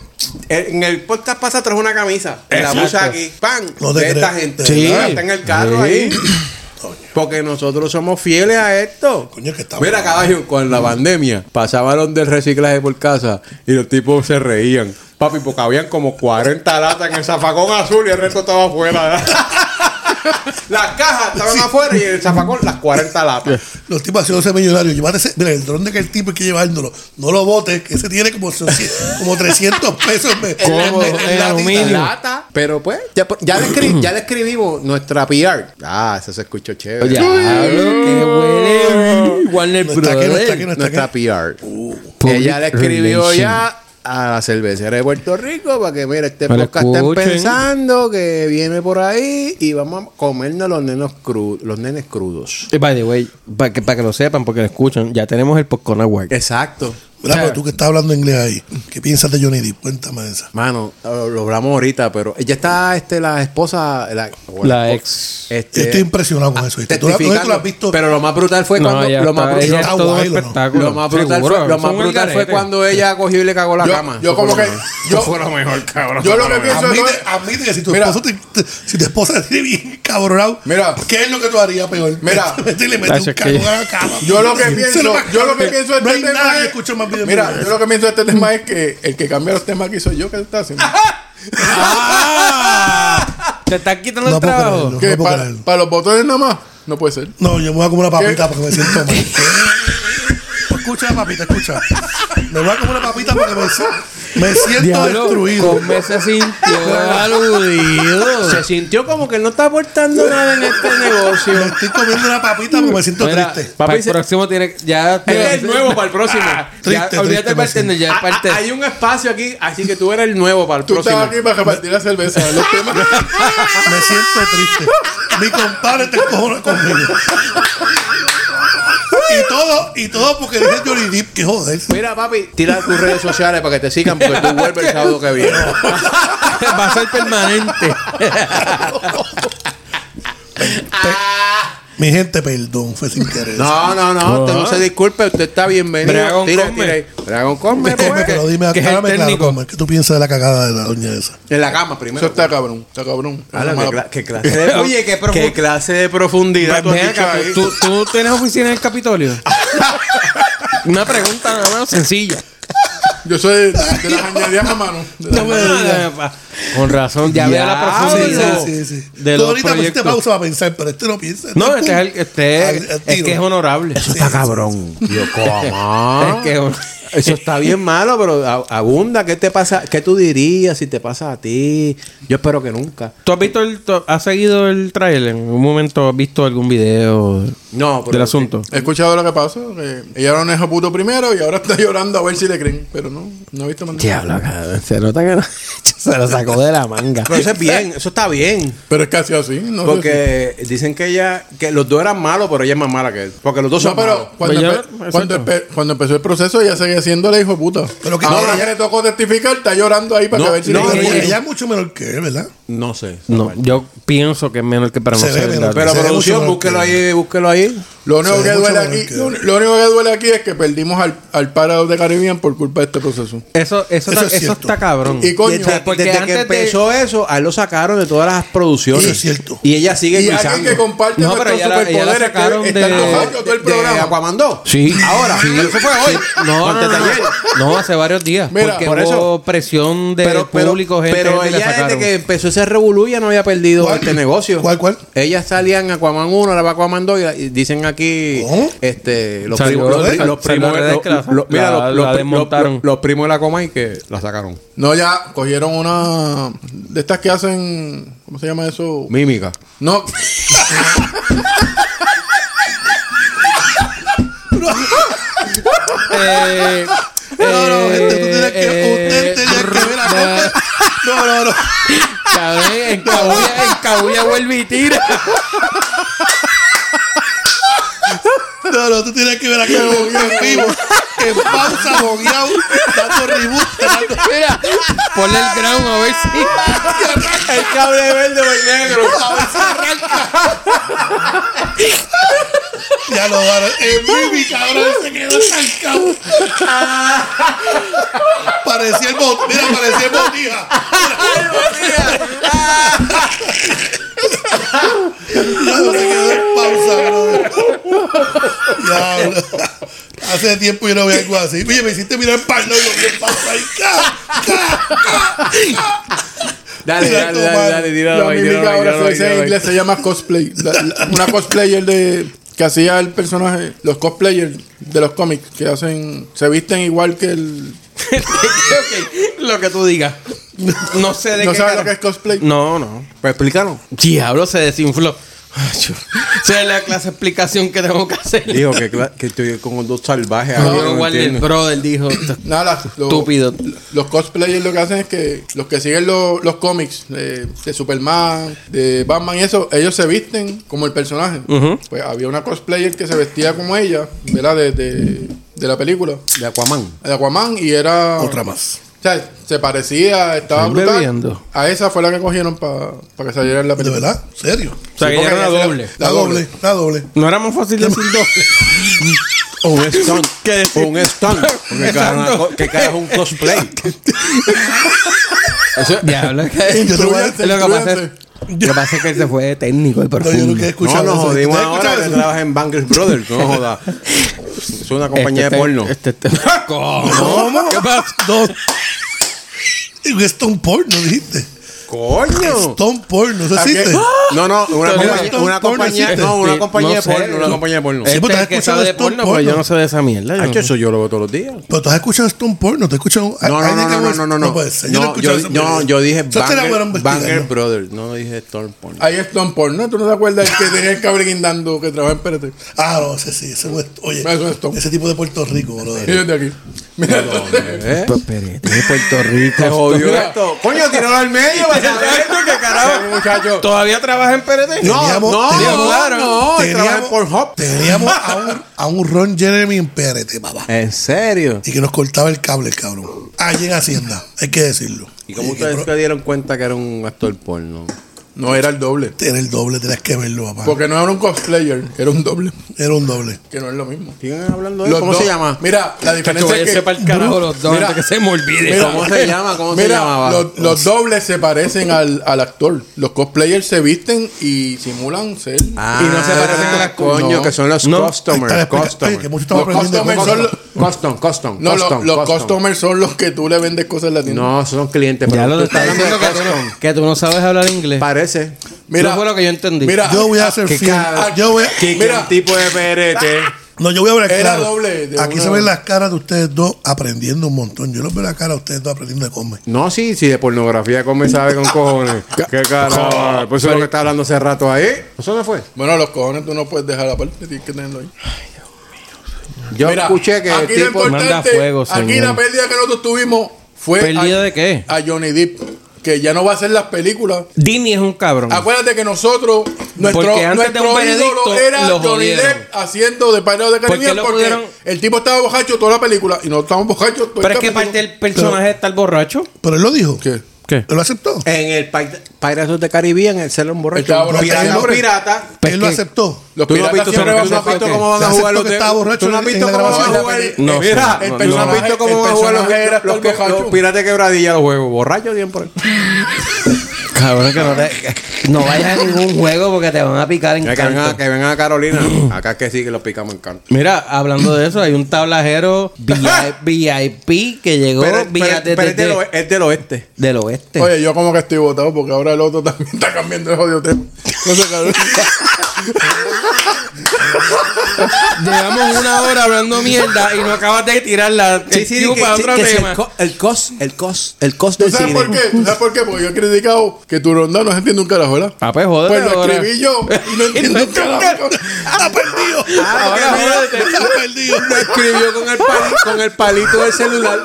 A: eh, en el podcast pasa tras una camisa. Te la
B: Exacto.
A: puse aquí. ¡Pam!
C: No te
A: de esta
C: creo.
A: gente.
C: Sí.
A: ¿verdad? Está en el carro
B: Sí.
A: ahí.
C: Coño.
A: Porque nosotros somos fieles a esto.
C: Coño, que está
A: Mira,
C: bueno.
A: caballo, con la pandemia pasaban del reciclaje por casa y los tipos se reían. Papi, porque habían como 40 latas en el zafacón azul y el resto estaba afuera. Las cajas estaban afuera y en el zafacón las 40 latas.
C: Los tipos haciéndose millonarios. Llévate ese. Mira, el dron de que el tipo hay que llevándolo. No lo botes, que ese tiene como, 600 como 300 pesos. en-
B: Como
C: en- en
B: el
C: latita.
B: aluminio.
A: Lata. Pero pues, ya, ya, le escri- ya le escribimos nuestra PR. Ah, eso se escuchó chévere.
B: Diablo, que huele Warner
C: No está aquí, no está aquí,
B: Brothers.
C: no está
A: nuestra
C: aquí.
A: PR.
B: Public
A: Ella le escribió
B: relation.
A: ya a la cervecera de Puerto Rico para que, mira, este
B: Para
A: podcast estén
B: escuchen.
A: pensando que viene por ahí y vamos a comernos los, nenos cru- los nenes crudos.
B: Eh, By the way, para que, pa' que lo sepan, porque lo escuchan, ya tenemos el Popcorn Award.
A: Exacto.
C: Mira, pero tú que estás hablando inglés ahí. ¿Qué piensas de Johnny Depp? Cuéntame esa.
A: Mano, lo lo hablamos ahorita, pero ella está este, la esposa. La,
B: La ex.
A: Este,
C: Yo estoy impresionado
B: ah,
C: con eso. ¿viste? Tú, la- tú
A: testificando.
C: lo has visto.
A: Pero lo más brutal fue
B: No,
A: cuando.
B: ya
A: Lo más
B: está,
A: brutal,
B: ella
C: está
B: es todo un
C: guay, ¿o no?
B: espectáculo.
A: Lo más brutal,
B: Seguro,
A: fue, lo más
B: son un
A: brutal fue
B: garete.
A: cuando ella cogió y le cagó la cama.
D: Yo, yo como que. Yo, Yo lo que pienso
C: admite,
D: es.
C: admite que si tu,
D: Mira.
C: esposo te, te- si tu esposa te tiene bien cabronado,
D: Mira.
C: ¿qué es lo que tú harías peor?
D: Mira.
C: Métele, le metes
B: Gracias,
C: un cago
B: que-
C: a la cama.
D: Yo lo que
C: Se
D: pienso,
C: lo va a
D: yo lo que
C: cambiar.
D: pienso de
C: No
D: este
C: hay
D: tema
C: nada que
D: es-
C: escucho más bien.
D: Mira, yo lo que pienso de este tema es que el que cambia los temas aquí soy yo que está haciendo.
B: Te están quitando
C: No
B: el
C: puedo
B: trabajo.
C: creerlo.
D: Que
C: puedo
D: para,
C: creerlo.
D: para los botones nada más, no puede ser.
C: No, yo me voy a comer una papita
D: ¿Qué?
C: porque me siento mal. escucha la papita, escucha. Me voy a comer una papita porque me, si- me siento destruido.
B: con se sintió aludido.
A: Se sintió como que no está aportando nada en este negocio.
C: Me estoy comiendo una papita porque me siento
B: Mira,
C: triste.
B: para
A: Papi,
B: el
A: se-
B: próximo tiene que- ya
A: Él es nuevo para el próximo.
B: Ya,
C: Triste,
B: olvídate
C: triste,
B: del bartender, ya es
A: Ah, ah,
B: parte.
A: hay un espacio aquí, así que tú eres el nuevo para el
D: Tú
A: próximo.
D: estás aquí para repartir la cerveza. Los temas.
C: Me siento triste. Mi compadre te encojona conmigo. Y todo, y todo porque dije Johnny Depp, que joder.
A: Mira, papi, tira tus redes sociales para que te sigan porque tú vuelves el sábado que viene.
B: Va a ser permanente.
C: Mi gente, perdón, fue sin querer.
A: No, no, no, usted no se disculpe, usted está bienvenido.
B: Dragon
A: tira,
B: Come.
A: tira. Dragon Come,
C: Me come,
A: pues.
C: pero dime,
B: que es el
C: aclárame claro,
B: técnico.
C: Comer, ¿qué tú piensas de la cagada de la doña esa?
A: En la cama
D: Eso
A: primero.
D: está cabrón, está cabrón. Es
A: Ala,
D: una
A: Ah, qué,
D: mala-
A: cla- qué Pues clase de,
B: Oye, qué profu-
A: clase de profundidad tú has
B: Ven
A: dicho
B: acá,
A: ahí.
B: ¿tú, tú tienes oficina en el Capitolio? Una pregunta nada más sencilla.
D: Yo soy de las añadidas a mano. De las-
B: Con razón, ya, vea la
A: Diablo.
B: profundidad de
C: Tú
B: los
C: ahorita me hiciste
B: proyectos.
C: pausa para pensar, pero este no piensa.
B: No, este es, el, este es,
C: Al- al
B: es
C: tiro.
B: que es honorable.
A: Está cabrón. Yo, ¿cómo?
B: Es que es hon-
A: Eso está bien malo, pero a- abunda. ¿Qué te pasa? ¿Qué tú dirías si te pasa a ti? Yo espero que nunca.
B: ¿Tú has visto el, tú has seguido el trailer? En un momento has visto algún video.
A: No,
B: del asunto.
D: He escuchado lo que pasó. Que ella era un hijo puto primero y ahora está llorando a ver si le creen. Pero no, no he visto más nada.
F: Diablo, cabrón. Se nota que no- se lo sacó de la manga.
A: Pero eso es bien, eso está bien.
D: Pero es casi así. No sé
A: Porque dicen que ella, que los dos eran malos, pero ella es más mala que él. Porque los dos
D: si-
A: son
D: No,
A: malos.
D: pero cuando,
B: Pues ya,
D: empe-
B: exacto.
D: cuando, empe- cuando empezó el proceso, ella seguía siendo la hijo de puta.
C: Pero que-
D: ahora
C: no,
D: ya le tocó testificar, está llorando ahí para
A: No,
D: que ver si
A: no,
D: le
C: Pero
A: ella-
D: creen.
C: ella es mucho menor que él, ¿verdad?
A: No sé.
B: No, yo pienso que es menor que para no
C: Se ve
B: ser verdad.
C: menor.
A: Pero
C: Se ve
A: producción,
C: mucho
A: búsquelo
C: mejor que-
A: ahí, búsquelo ahí.
D: Lo único,
C: Se ve
D: que
C: mucho
D: duele
C: menor
D: aquí,
C: que
D: lo,
C: él.
D: lo único que duele aquí es que perdimos al, al párado de Caribbean por culpa de este proceso.
B: Eso, eso,
C: Eso
B: está-
C: es
B: eso
C: cierto.
B: está cabrón.
D: Y coño,
A: Y entonces,
B: porque
A: desde
B: antes
A: que
B: de-
A: empezó eso, a él lo sacaron de todas las producciones.
C: Eso es cierto.
A: Y ella sigue
D: Y alguien
A: gritando.
D: que comparte
B: No, pero
D: nuestros
B: ya la- ya la
D: superpoderes que
B: sacaron
D: están
B: de-
D: bajando todo el
A: ¿De
D: programa.
A: Aquaman 2?
B: Sí.
A: Ahora, eso fue hoy.
B: No, no,
A: Antes
B: no,
A: de
B: no.
A: ayer.
B: No, hace varios días.
D: Mira,
B: porque
A: por
B: hubo
A: eso.
B: presión de
A: Pero, pero,
B: público, gente,
A: pero
B: gente, la
A: ella desde
B: sacaron.
A: que empezó ese revolú ya no había perdido
C: ¿Cuál?
A: este negocio.
C: ¿Cuál, cuál?
A: Ella salía en Aquaman 1, ahora va Aquaman 2 y la- y dicen aquí
C: ¿Oh?
A: este, los
B: Salió
A: primos. los
B: la-
A: pri- Los
B: salió
A: primos-
B: la red
A: los-
B: que la-
A: los- mira,
B: la-
A: los- los-
B: la
A: los-
B: desmontaron.
A: los- los primos de la Comay que la sacaron.
D: No, ya cogieron una de estas que hacen. ¿Cómo se llama eso?
A: Mímica.
D: No.
B: Eh,
C: No, no,
B: eh,
C: gente, tú tienes que,
B: eh,
C: usted tenía que ver a
B: eh,
C: No, no, no.
B: Cabrón, en Cabulla, en Cabulla vuelve y tira.
C: No, no, tú tienes que ver a Carmen Boguiao en vivo. En pausa, bogueado, dando reboot, dando...
B: Mira, ponle el ground a ver si.
A: El cable verde o el negro.
C: Ya lo van a... En Mimi, cabrón, se quedó estancado. Parecía el bot... Mira, parecía el botija. Ya se quedó en pausa, brother. Diablo. Hace tiempo yo no veo algo así. Oye, me hiciste mirar pal, no, yo vi en pausa ahí. ¡Ca!
A: Dale,
C: Mira
A: dale,
C: tu
A: dale,
C: mano.
A: dale,
D: La
A: tíralo ahí, tíralo
D: mímica
A: ahí,
D: ahora
A: tíralo
D: se
A: ahí,
D: dice en
A: tíralo ahí.
D: inglés, se llama cosplay. La- la- una cosplayer de que hacía el personaje, los cosplayers de los cómics que hacen, se visten igual que el.
B: Ok, Lo que tú digas. No sé de
D: ¿No
B: qué.
D: sabes lo
B: cara-
D: que es cosplay?
B: No, no.
A: Pues explícanos.
B: Diablo, se desinfló. Ay, yo- Esa es la clase de explicación que tengo que hacer.
A: Dijo que, cla- que estoy con dos salvajes. ahora,
B: Diego
A: no
B: Warner
A: entiendo.
B: Brother dijo.
D: Nada, las- los-
B: Estúpido.
D: Los cosplayers lo que hacen es que los que siguen lo- los cómics de, de Superman, de Batman y eso, ellos se visten como el personaje. Pues había una cosplayer que se vestía como ella, ¿verdad? De, de- de la película,
A: De Aquaman.
D: de Aquaman, y era.
C: Otra más.
D: O sea, se parecía, estaba
B: Están
D: brutal.
B: bebiendo.
D: A esa fue la que cogieron para que saliera en la
C: ¿De
D: película.
C: verdad? ¿Serio?
B: O sea, que ya era una doble.
C: La doble, la doble.
B: No era más fácil decir doble.
A: O un stunt.
B: ¿Qué?
A: O un stunt. Porque carajo que carajo un cosplay.
B: Diablo, es que-
C: Yo te voy a-
B: Lo que pasa es- lo que pasa es que él se fue de técnico y
C: No, yo
B: profundo.
C: nunca he
A: No,
C: escuchado
A: nos
C: eso.
A: jodimos
C: ¿Ustedes
A: ahora que
C: escucharon eso?
A: trabaja en Bangers Brothers. No joda. Es una compañía
B: Este
A: de porno.
B: este- este- ¿Cómo?
C: ¿Cómo?
B: ¿Qué pasa?
C: Dos. Un Stone Porno, dijiste.
A: ¡Coño!
C: Stone Porno, ¿eso existe?
A: No, no, una,
B: Mira,
A: compañía, una
C: porno
A: compañía,
C: existe.
A: no, una
B: Sí,
A: compañía
B: no
A: de
B: sé.
A: porno, una
B: No.
A: compañía de porno.
C: Sí,
B: Este
C: pero
B: es
C: ¿has
B: el que
C: escuchado
B: sabe de
C: esto en
B: porno, pero
C: porno?
B: yo no sé de esa mierda. yo
A: Ah,
B: no-
A: que eso yo lo veo todos los días.
C: Pero tú has escuchado Stone Porno, te escuchado.
A: No, no,
C: ¿Alguien
A: no,
C: que
A: no, no,
C: hemos-
A: no, no, no.
C: puede ser, yo no he
A: yo,
C: escuchado esa
A: no,
C: mierda.
A: yo dije
C: Eso te la voy a
A: Banger,
C: investigar,
A: Banger
C: ¿no?
A: Brothers, no dije Storm Porn.
D: Ahí es Don Porno, ¿tú no te acuerdas el que tenía el cable guindando que trabajaba en Pérez?
C: Ah, no, ese sí, ese es- Oye,
D: Eso es Stone.
C: ese tipo de Puerto Rico, bro.
D: Ellos de aquí. Mira,
A: ¿Eh?
B: Espérate, de Puerto Rico.
A: Te jodió
B: Mira,
A: esto. Coño, tíralo al medio para saber esto, que carajo. muchacho.
B: ¿Todavía trabaja en PRT?
A: No,
C: Teníamos-
A: no,
C: teníamos-
A: no, claro. no, este él trabaja en
C: Teníamos,
A: Pornhub.
C: teníamos a, un, a un Ron Jeremy en Pérez, papá.
A: ¿En serio?
C: Y que nos cortaba el cable, el cabrón. Allí en Hacienda, hay que decirlo.
A: ¿Y cómo
C: que,
A: ustedes
C: bro,
A: se dieron cuenta que era un actor porno?
D: no era el doble.
C: Era el doble, tenías que verlo, papá.
D: Porque no era un cosplayer, era un doble,
C: Era un doble.
D: que no es lo mismo.
A: ¿Siguen hablando de eso?
D: Los
A: ¿Cómo
D: dos-
A: se llama?
D: Mira, la
B: Cacho,
D: diferencia es
B: váyanse
D: que.
B: para el carajo los dos
D: Mira,
B: antes que se me olvide.
D: mira,
A: ¿Cómo se llama? ¿Cómo se
D: mira,
A: llamaba?
D: Los, los dobles se parecen al, al actor. Los cosplayers se visten y simulan ser.
A: Ah,
B: Y no se parecen a las-
A: coño,
D: No.
A: que son los
B: No.
A: customers.
C: Ahí está la explica- Oye,
A: customers.
C: que mucho estamos
D: Los
C: aprendiendo. de
D: customers
C: cosas.
D: son los-
A: Custom, custom,
D: no,
A: custom,
D: los, los
A: custom.
D: customers son los que tú le vendes cosas en la tienda.
A: No, son clientes.
B: Ya
A: pero
B: lo
A: tú
B: estás
A: estás hablando de
B: diciendo que tú,
A: custom.
B: no, que tú no sabes hablar inglés.
A: Parece.
D: Mira,
B: Eso fue lo que yo entendí.
D: Mira,
C: Yo voy a hacer
A: Qué
C: fiel.
A: cara.
C: Yo voy a-
A: Ah, Que Ah.
D: Mira.
A: un tipo de PRT
C: No, yo voy a ver
D: Era
C: claro.
D: doble de
C: Aquí
D: una-
C: se ven las caras de ustedes dos aprendiendo un montón. Yo los veo la cara de ustedes dos aprendiendo de comer.
A: No, sí, sí, de pornografía come sabe con cojones. Qué carajo. Pues eso es lo que está hablando hace rato ahí. ¿Eso no fue?
D: Bueno, los cojones tú no puedes dejar aparte, tienes que tenerlo ahí.
A: Yo escuché que el
D: aquí lo
A: tipo...
B: Manda
D: importante,
B: fuego,
D: aquí
B: señor.
D: la pérdida que nosotros tuvimos fue
B: ¿Pérdida
D: a-
B: de qué?
D: A Johnny Depp, que ya no va a hacer las películas.
B: Dini es un cabrón.
C: Ah,
D: Acuérdate que nosotros, nuestro,
B: Porque antes de
D: nuestro
B: un
D: ídolo
B: veredicto,
D: era
B: lo
D: Johnny
B: jodieron.
D: Depp haciendo de Piratas de Caribe
B: qué
D: porque,
B: lo pudieron?
D: el tipo estaba borracho toda la película y no estamos borrachos todo el
B: Pero es que
D: capítulo.
B: parte del personaje está el borracho.
C: Pero él lo dijo.
D: ¿Qué?
B: ¿Qué? Eh,
C: Él lo aceptó.
A: En el Pi- Piratas de Caribe, en el Celón
D: Estaba
A: Borracho.
D: borracho.
A: Pirata,
C: Los
A: pirata.
B: Pues
C: él lo
B: que-
C: aceptó.
D: Los
A: Tú no has
D: piratas
A: visto,
D: siempre
A: pero
D: van
A: tú no
D: a
A: has visto
D: jugar-
A: cómo van a
C: Se
A: jugar
C: aceptó
A: los
C: que estaba borracho
A: Tú no has
C: en- en
A: visto
C: la
A: cómo van a
C: grabación.
A: jugar.
D: No,
A: Eh, Mira,
B: no,
A: el personaje- ¿Tú
B: no,
D: no.
A: no has visto
D: El
A: cómo van a jugar los,
D: personaje era
A: los
D: todo
A: que-
D: borracho.
A: los piratas quebradilla los juegos. Borrachos bien por ahí.
H: Cabrón, que no, te- no vayas a ningún juego porque te van a picar en
A: Que vengan,
H: canto.
A: que vengan a Carolina. Acá es que sí que los picamos en canto.
B: Mira, hablando de eso, hay un tablajero.
H: VIP que llegó
A: Pero, pero-
H: vía desde-
A: pero es, del, oe- es del oeste.
H: del oeste.
D: Oye, yo como que estoy votado porque ahora el otro también está cambiando el jodido tema. No sé, cabrón.
B: Llevamos una hora hablando mierda y no acabas de tirar la el cue para otro tema.
A: el cos, el cos, el cos
D: ¿Tú sabes por qué? ¿Tú sabes por qué? Porque yo he criticado que tu ronda no se entiende un carajo, ¿verdad?
B: Ah, pues, jódete
D: Pues lo
B: ahora.
D: escribí yo y no entiendo un carajo.
C: Está perdido.
B: Ahora jódete.
C: Está perdido.
A: Lo escribió con el, pali- con el palito del celular.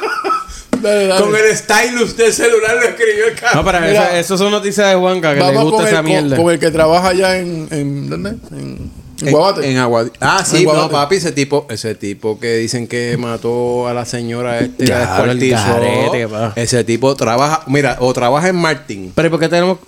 D: Dale, dale.
A: Con el stylus del celular lo escribió el
B: No,
A: cabrón.
B: para
D: Mira,
B: eso, eso son noticias de Juanca que le
D: Vamos
B: gusta
D: con,
B: esa
D: el,
B: mierda.
D: con, con el que trabaja allá en... en ¿Dónde? En, en Guabate.
A: En Aguadilla. Ah,
D: En
A: sí, no,
D: Guabate.
A: papi, ese tipo, ese tipo que dicen que mató a la señora este, la
B: Ya, el
A: descuartizó.
B: garete, pa.
A: Ese tipo trabaja, mira, o trabaja en Martin,
B: Pero ¿y ¿por qué tenemos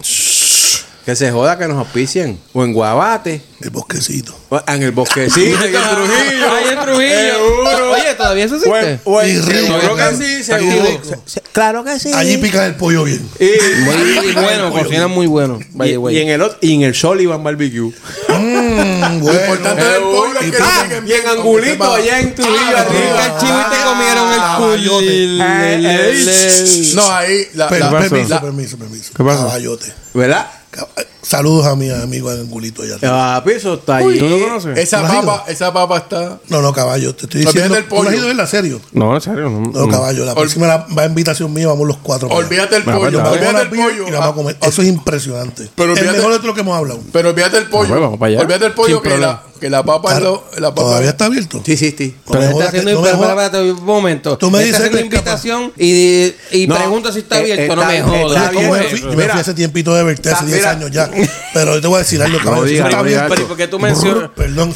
A: que se joda que nos auspicien, o en Guabate,
C: El bosquecito.
A: o en el bosquecito, y en Trujillo.
B: Ay, en
D: Eh,
B: Trujillo.
A: Seguro.
B: Oye, todavía eso
A: O en-
B: existe.
A: o en-
C: Y rico,
A: seguro que
C: cabrón.
A: sí,
C: Aquí
A: seguro.
C: rico.
A: Se- Claro que sí.
C: Allí pican el pollo bien.
A: Y-
B: Muy bueno, cocina muy bueno. by
A: Y,
B: the way.
A: y en el ot- y en el Sullivan Barbecue.
C: Mm,
D: Lo
C: bueno.
D: importante del pollo es que
A: Ah,
D: lo
A: y
D: piquen
A: en
D: bien, aunque
A: Angulito
D: sepa-
A: allá en Trujillo
D: Ah,
B: Está el
A: arriba.
B: chivo y te comieron el culo.
A: Ah, eh,
D: No, ahí... La,
C: Per-
D: la-
C: permiso,
D: la-
C: permiso, permiso.
B: ¿Qué pasa?
C: Caballote.
A: ¿Verdad?
C: Cab- Saludos a mi amigo Angulito allá. arriba.
A: Ah, piso está allí.
B: ¿Tú lo conoces?
D: esa
C: ¿No has ido?
D: papa, esa papa está...
C: No, no, caballo, te estoy
D: No
C: diciendo.
D: pierdes el
C: ¿Tú no has
D: pollo.
C: ido en la serio?
B: No, en serio. No,
C: No, caballo, la
D: Ol-
C: próxima la- va a invitación mía, vamos los cuatro. para allá.
D: Olvídate el
B: Ah, pues, dale.
D: pollo,
C: Vamos a
D: olvídate
C: la
D: el
C: pilla
D: pollo.
C: y la vamos a comer. Eso es impresionante.
D: Pero
C: el
D: olvídate-
C: mejor de lo que hemos hablado.
D: Ah, Pero olvídate el
B: Nos
D: pollo.
B: vamos para allá.
D: Olvídate el pollo
B: Sin
D: que
B: problema.
D: la, que la papa es lo- la papa.
C: Todavía está abierto.
A: Sí, sí, sí.
C: No me
B: Pero está
C: jodas que-
B: haciendo
C: no me
B: pero,
C: jodas-
B: espérate un momento.
C: Tú me dices
B: está haciendo
C: que es
B: invitación y, y
A: No,
B: pregunta si está
A: eh,
B: abierto.
A: está-
B: no me
A: está
B: jodas.
A: abierto.
C: Yo
B: ¿Cómo
C: me
B: es?
C: fui, yo me
A: Mira.
C: fui hace tiempito de verte, hace
A: Ah,
C: 10
A: mira.
C: años ya. Pero yo te voy a decir algo, caballo.
A: digas, no
C: Eso está
A: digas
C: abierto.
A: eso.
B: Porque tú mencionas.
C: Perdón.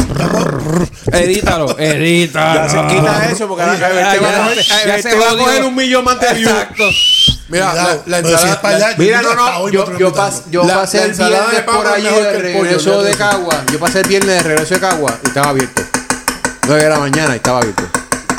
B: Edítalo, edítalo.
A: se quita eso porque ahora
B: Ya,
A: te va
B: ya,
A: a-
B: ya,
A: te
B: ya se
A: va a
B: jodió.
A: coger un millón más de views.
B: Exacto.
D: Mira, la, la
C: Pero si es
D: ensalada.
C: para allá,
D: la-
C: yo
A: Mira,
C: digo,
A: no,
C: hasta
A: no,
C: hoy me
A: yo,
C: estoy
A: yo,
C: invitando.
A: pas- yo
D: La-
A: pasé
D: la
A: el
D: ensalada
A: viernes
D: de pavo
A: por
D: es
A: allí
D: mejor
A: de
D: que el pollo,
A: regreso de
D: olvídate.
A: Cagua. Yo pasé el viernes de regreso de Cagua y estaba abierto. 9 de la mañana y estaba abierto.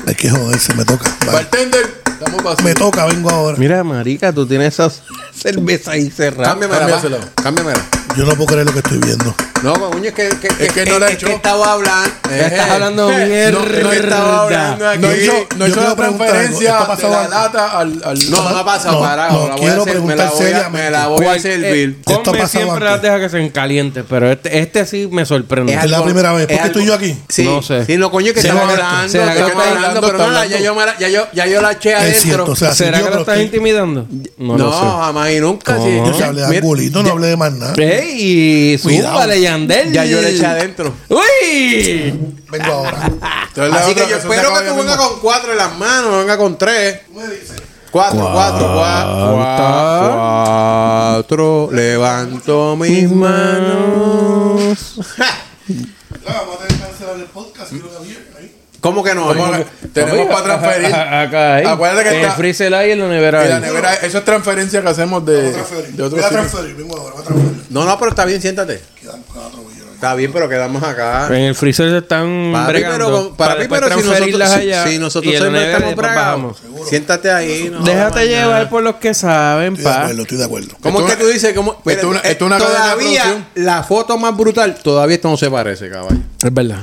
C: Hay que joderse, me toca. Vale.
D: Bartender, estamos pasando.
C: Me toca, vengo ahora.
B: Mira, marica, tú tienes esas cervezas ahí cerradas.
A: Cámbiamela,
D: cámbiasela.
A: va. Cámbiamela.
C: Yo no puedo creer lo que estoy viendo.
A: No, pues, coño, es que, que,
D: Es que no la echó.
A: que estaba hablando.
B: Estás
A: Eh,
B: hablando
A: eh,
B: mierda.
A: No, no estaba hablando aquí.
D: No hizo, no
C: Yo
D: hizo
C: quiero
D: la
C: preguntar
D: transferencia
C: algo. ¿Esto ha pasado
D: de la
C: antes?
D: lata al. al
A: No, no ha pasado,
C: No,
A: carajo.
C: no,
A: la voy a
C: quiero
A: hacer- me la
C: preguntar
A: voy a-
C: seriamente.
A: me la voy a
B: Cual-
A: servir.
B: eh,
C: Esto ha
B: Come
C: pasado
B: siempre
C: antes.
B: las deja que se encaliente, pero este, este sí me sorprende.
C: Es la
A: algo-
C: primera vez. ¿Por qué
A: es
C: estoy
A: algo-
C: yo aquí?
A: Sí,
B: No sé.
A: Sí, no, coño, que
C: ¿Será
A: estamos
C: que-
A: hablando.
B: será que
A: estamos
B: está
A: hablando,
D: hablando,
A: pero
D: está
A: no, la- ya
D: hablando?
A: yo, me la- ya, yo, ya yo la eché adentro.
C: Es cierto, o sea,
B: ¿Será
C: si yo
B: que lo
C: creo
B: estás intimidando? No,
A: no, jamás y nunca. sí.
C: Yo te hablé de
A: Mira,
C: angulito, no hablé de más nada.
B: ¡Ey!
C: Cuidado.
B: ¡Súbale, Yandel!
A: Ya yo le eché adentro.
B: ¡Uy!
C: Vengo ahora.
D: Trae la
A: Así
D: otra,
A: que yo
D: eso se
A: espero
D: acaba
A: que
D: ya
A: tú
D: mismo.
A: vengas con cuatro en las manos, venga con tres. Cuatro, cuatro, cuatro, cuatro. Levanto mis manos. ¿Cómo que no?
D: Vamos a- Tenemos para transferir.
B: Acá, ahí.
D: Acuérdate que
B: En
D: está-
B: freezer ahí, en la nevera
D: Y la
B: ahí.
D: nevera, eso es transferencia que hacemos de, de otro
C: Voy a
D: sitio.
C: transferir, vengo ahora, voy a transferir. pues,
A: No, no, pero está bien, siéntate.
C: Quedan cuatro, billetes.
A: Está bien, pero quedamos acá.
B: En el freezer se están
A: Para mí,
B: bregando.
A: pero, con- para mí,
B: después
A: pero si nosotros,
B: transferirlas
A: si,
B: allá
A: si nosotros
B: y en la
A: siempre
B: nevera
A: estamos
B: después
A: bragados,
B: bajamos.
A: siéntate ahí. no,
B: Déjate
A: mañana.
B: llevar por los que saben,
C: Estoy de
B: pa.
C: acuerdo, estoy de acuerdo.
A: ¿Cómo
D: Esto
A: es que
D: una-
A: tú dices? ¿Cómo?
D: esto una- esto una cadena de producción.
A: todavía la foto más brutal, todavía esto no se parece, caballo.
B: Es verdad.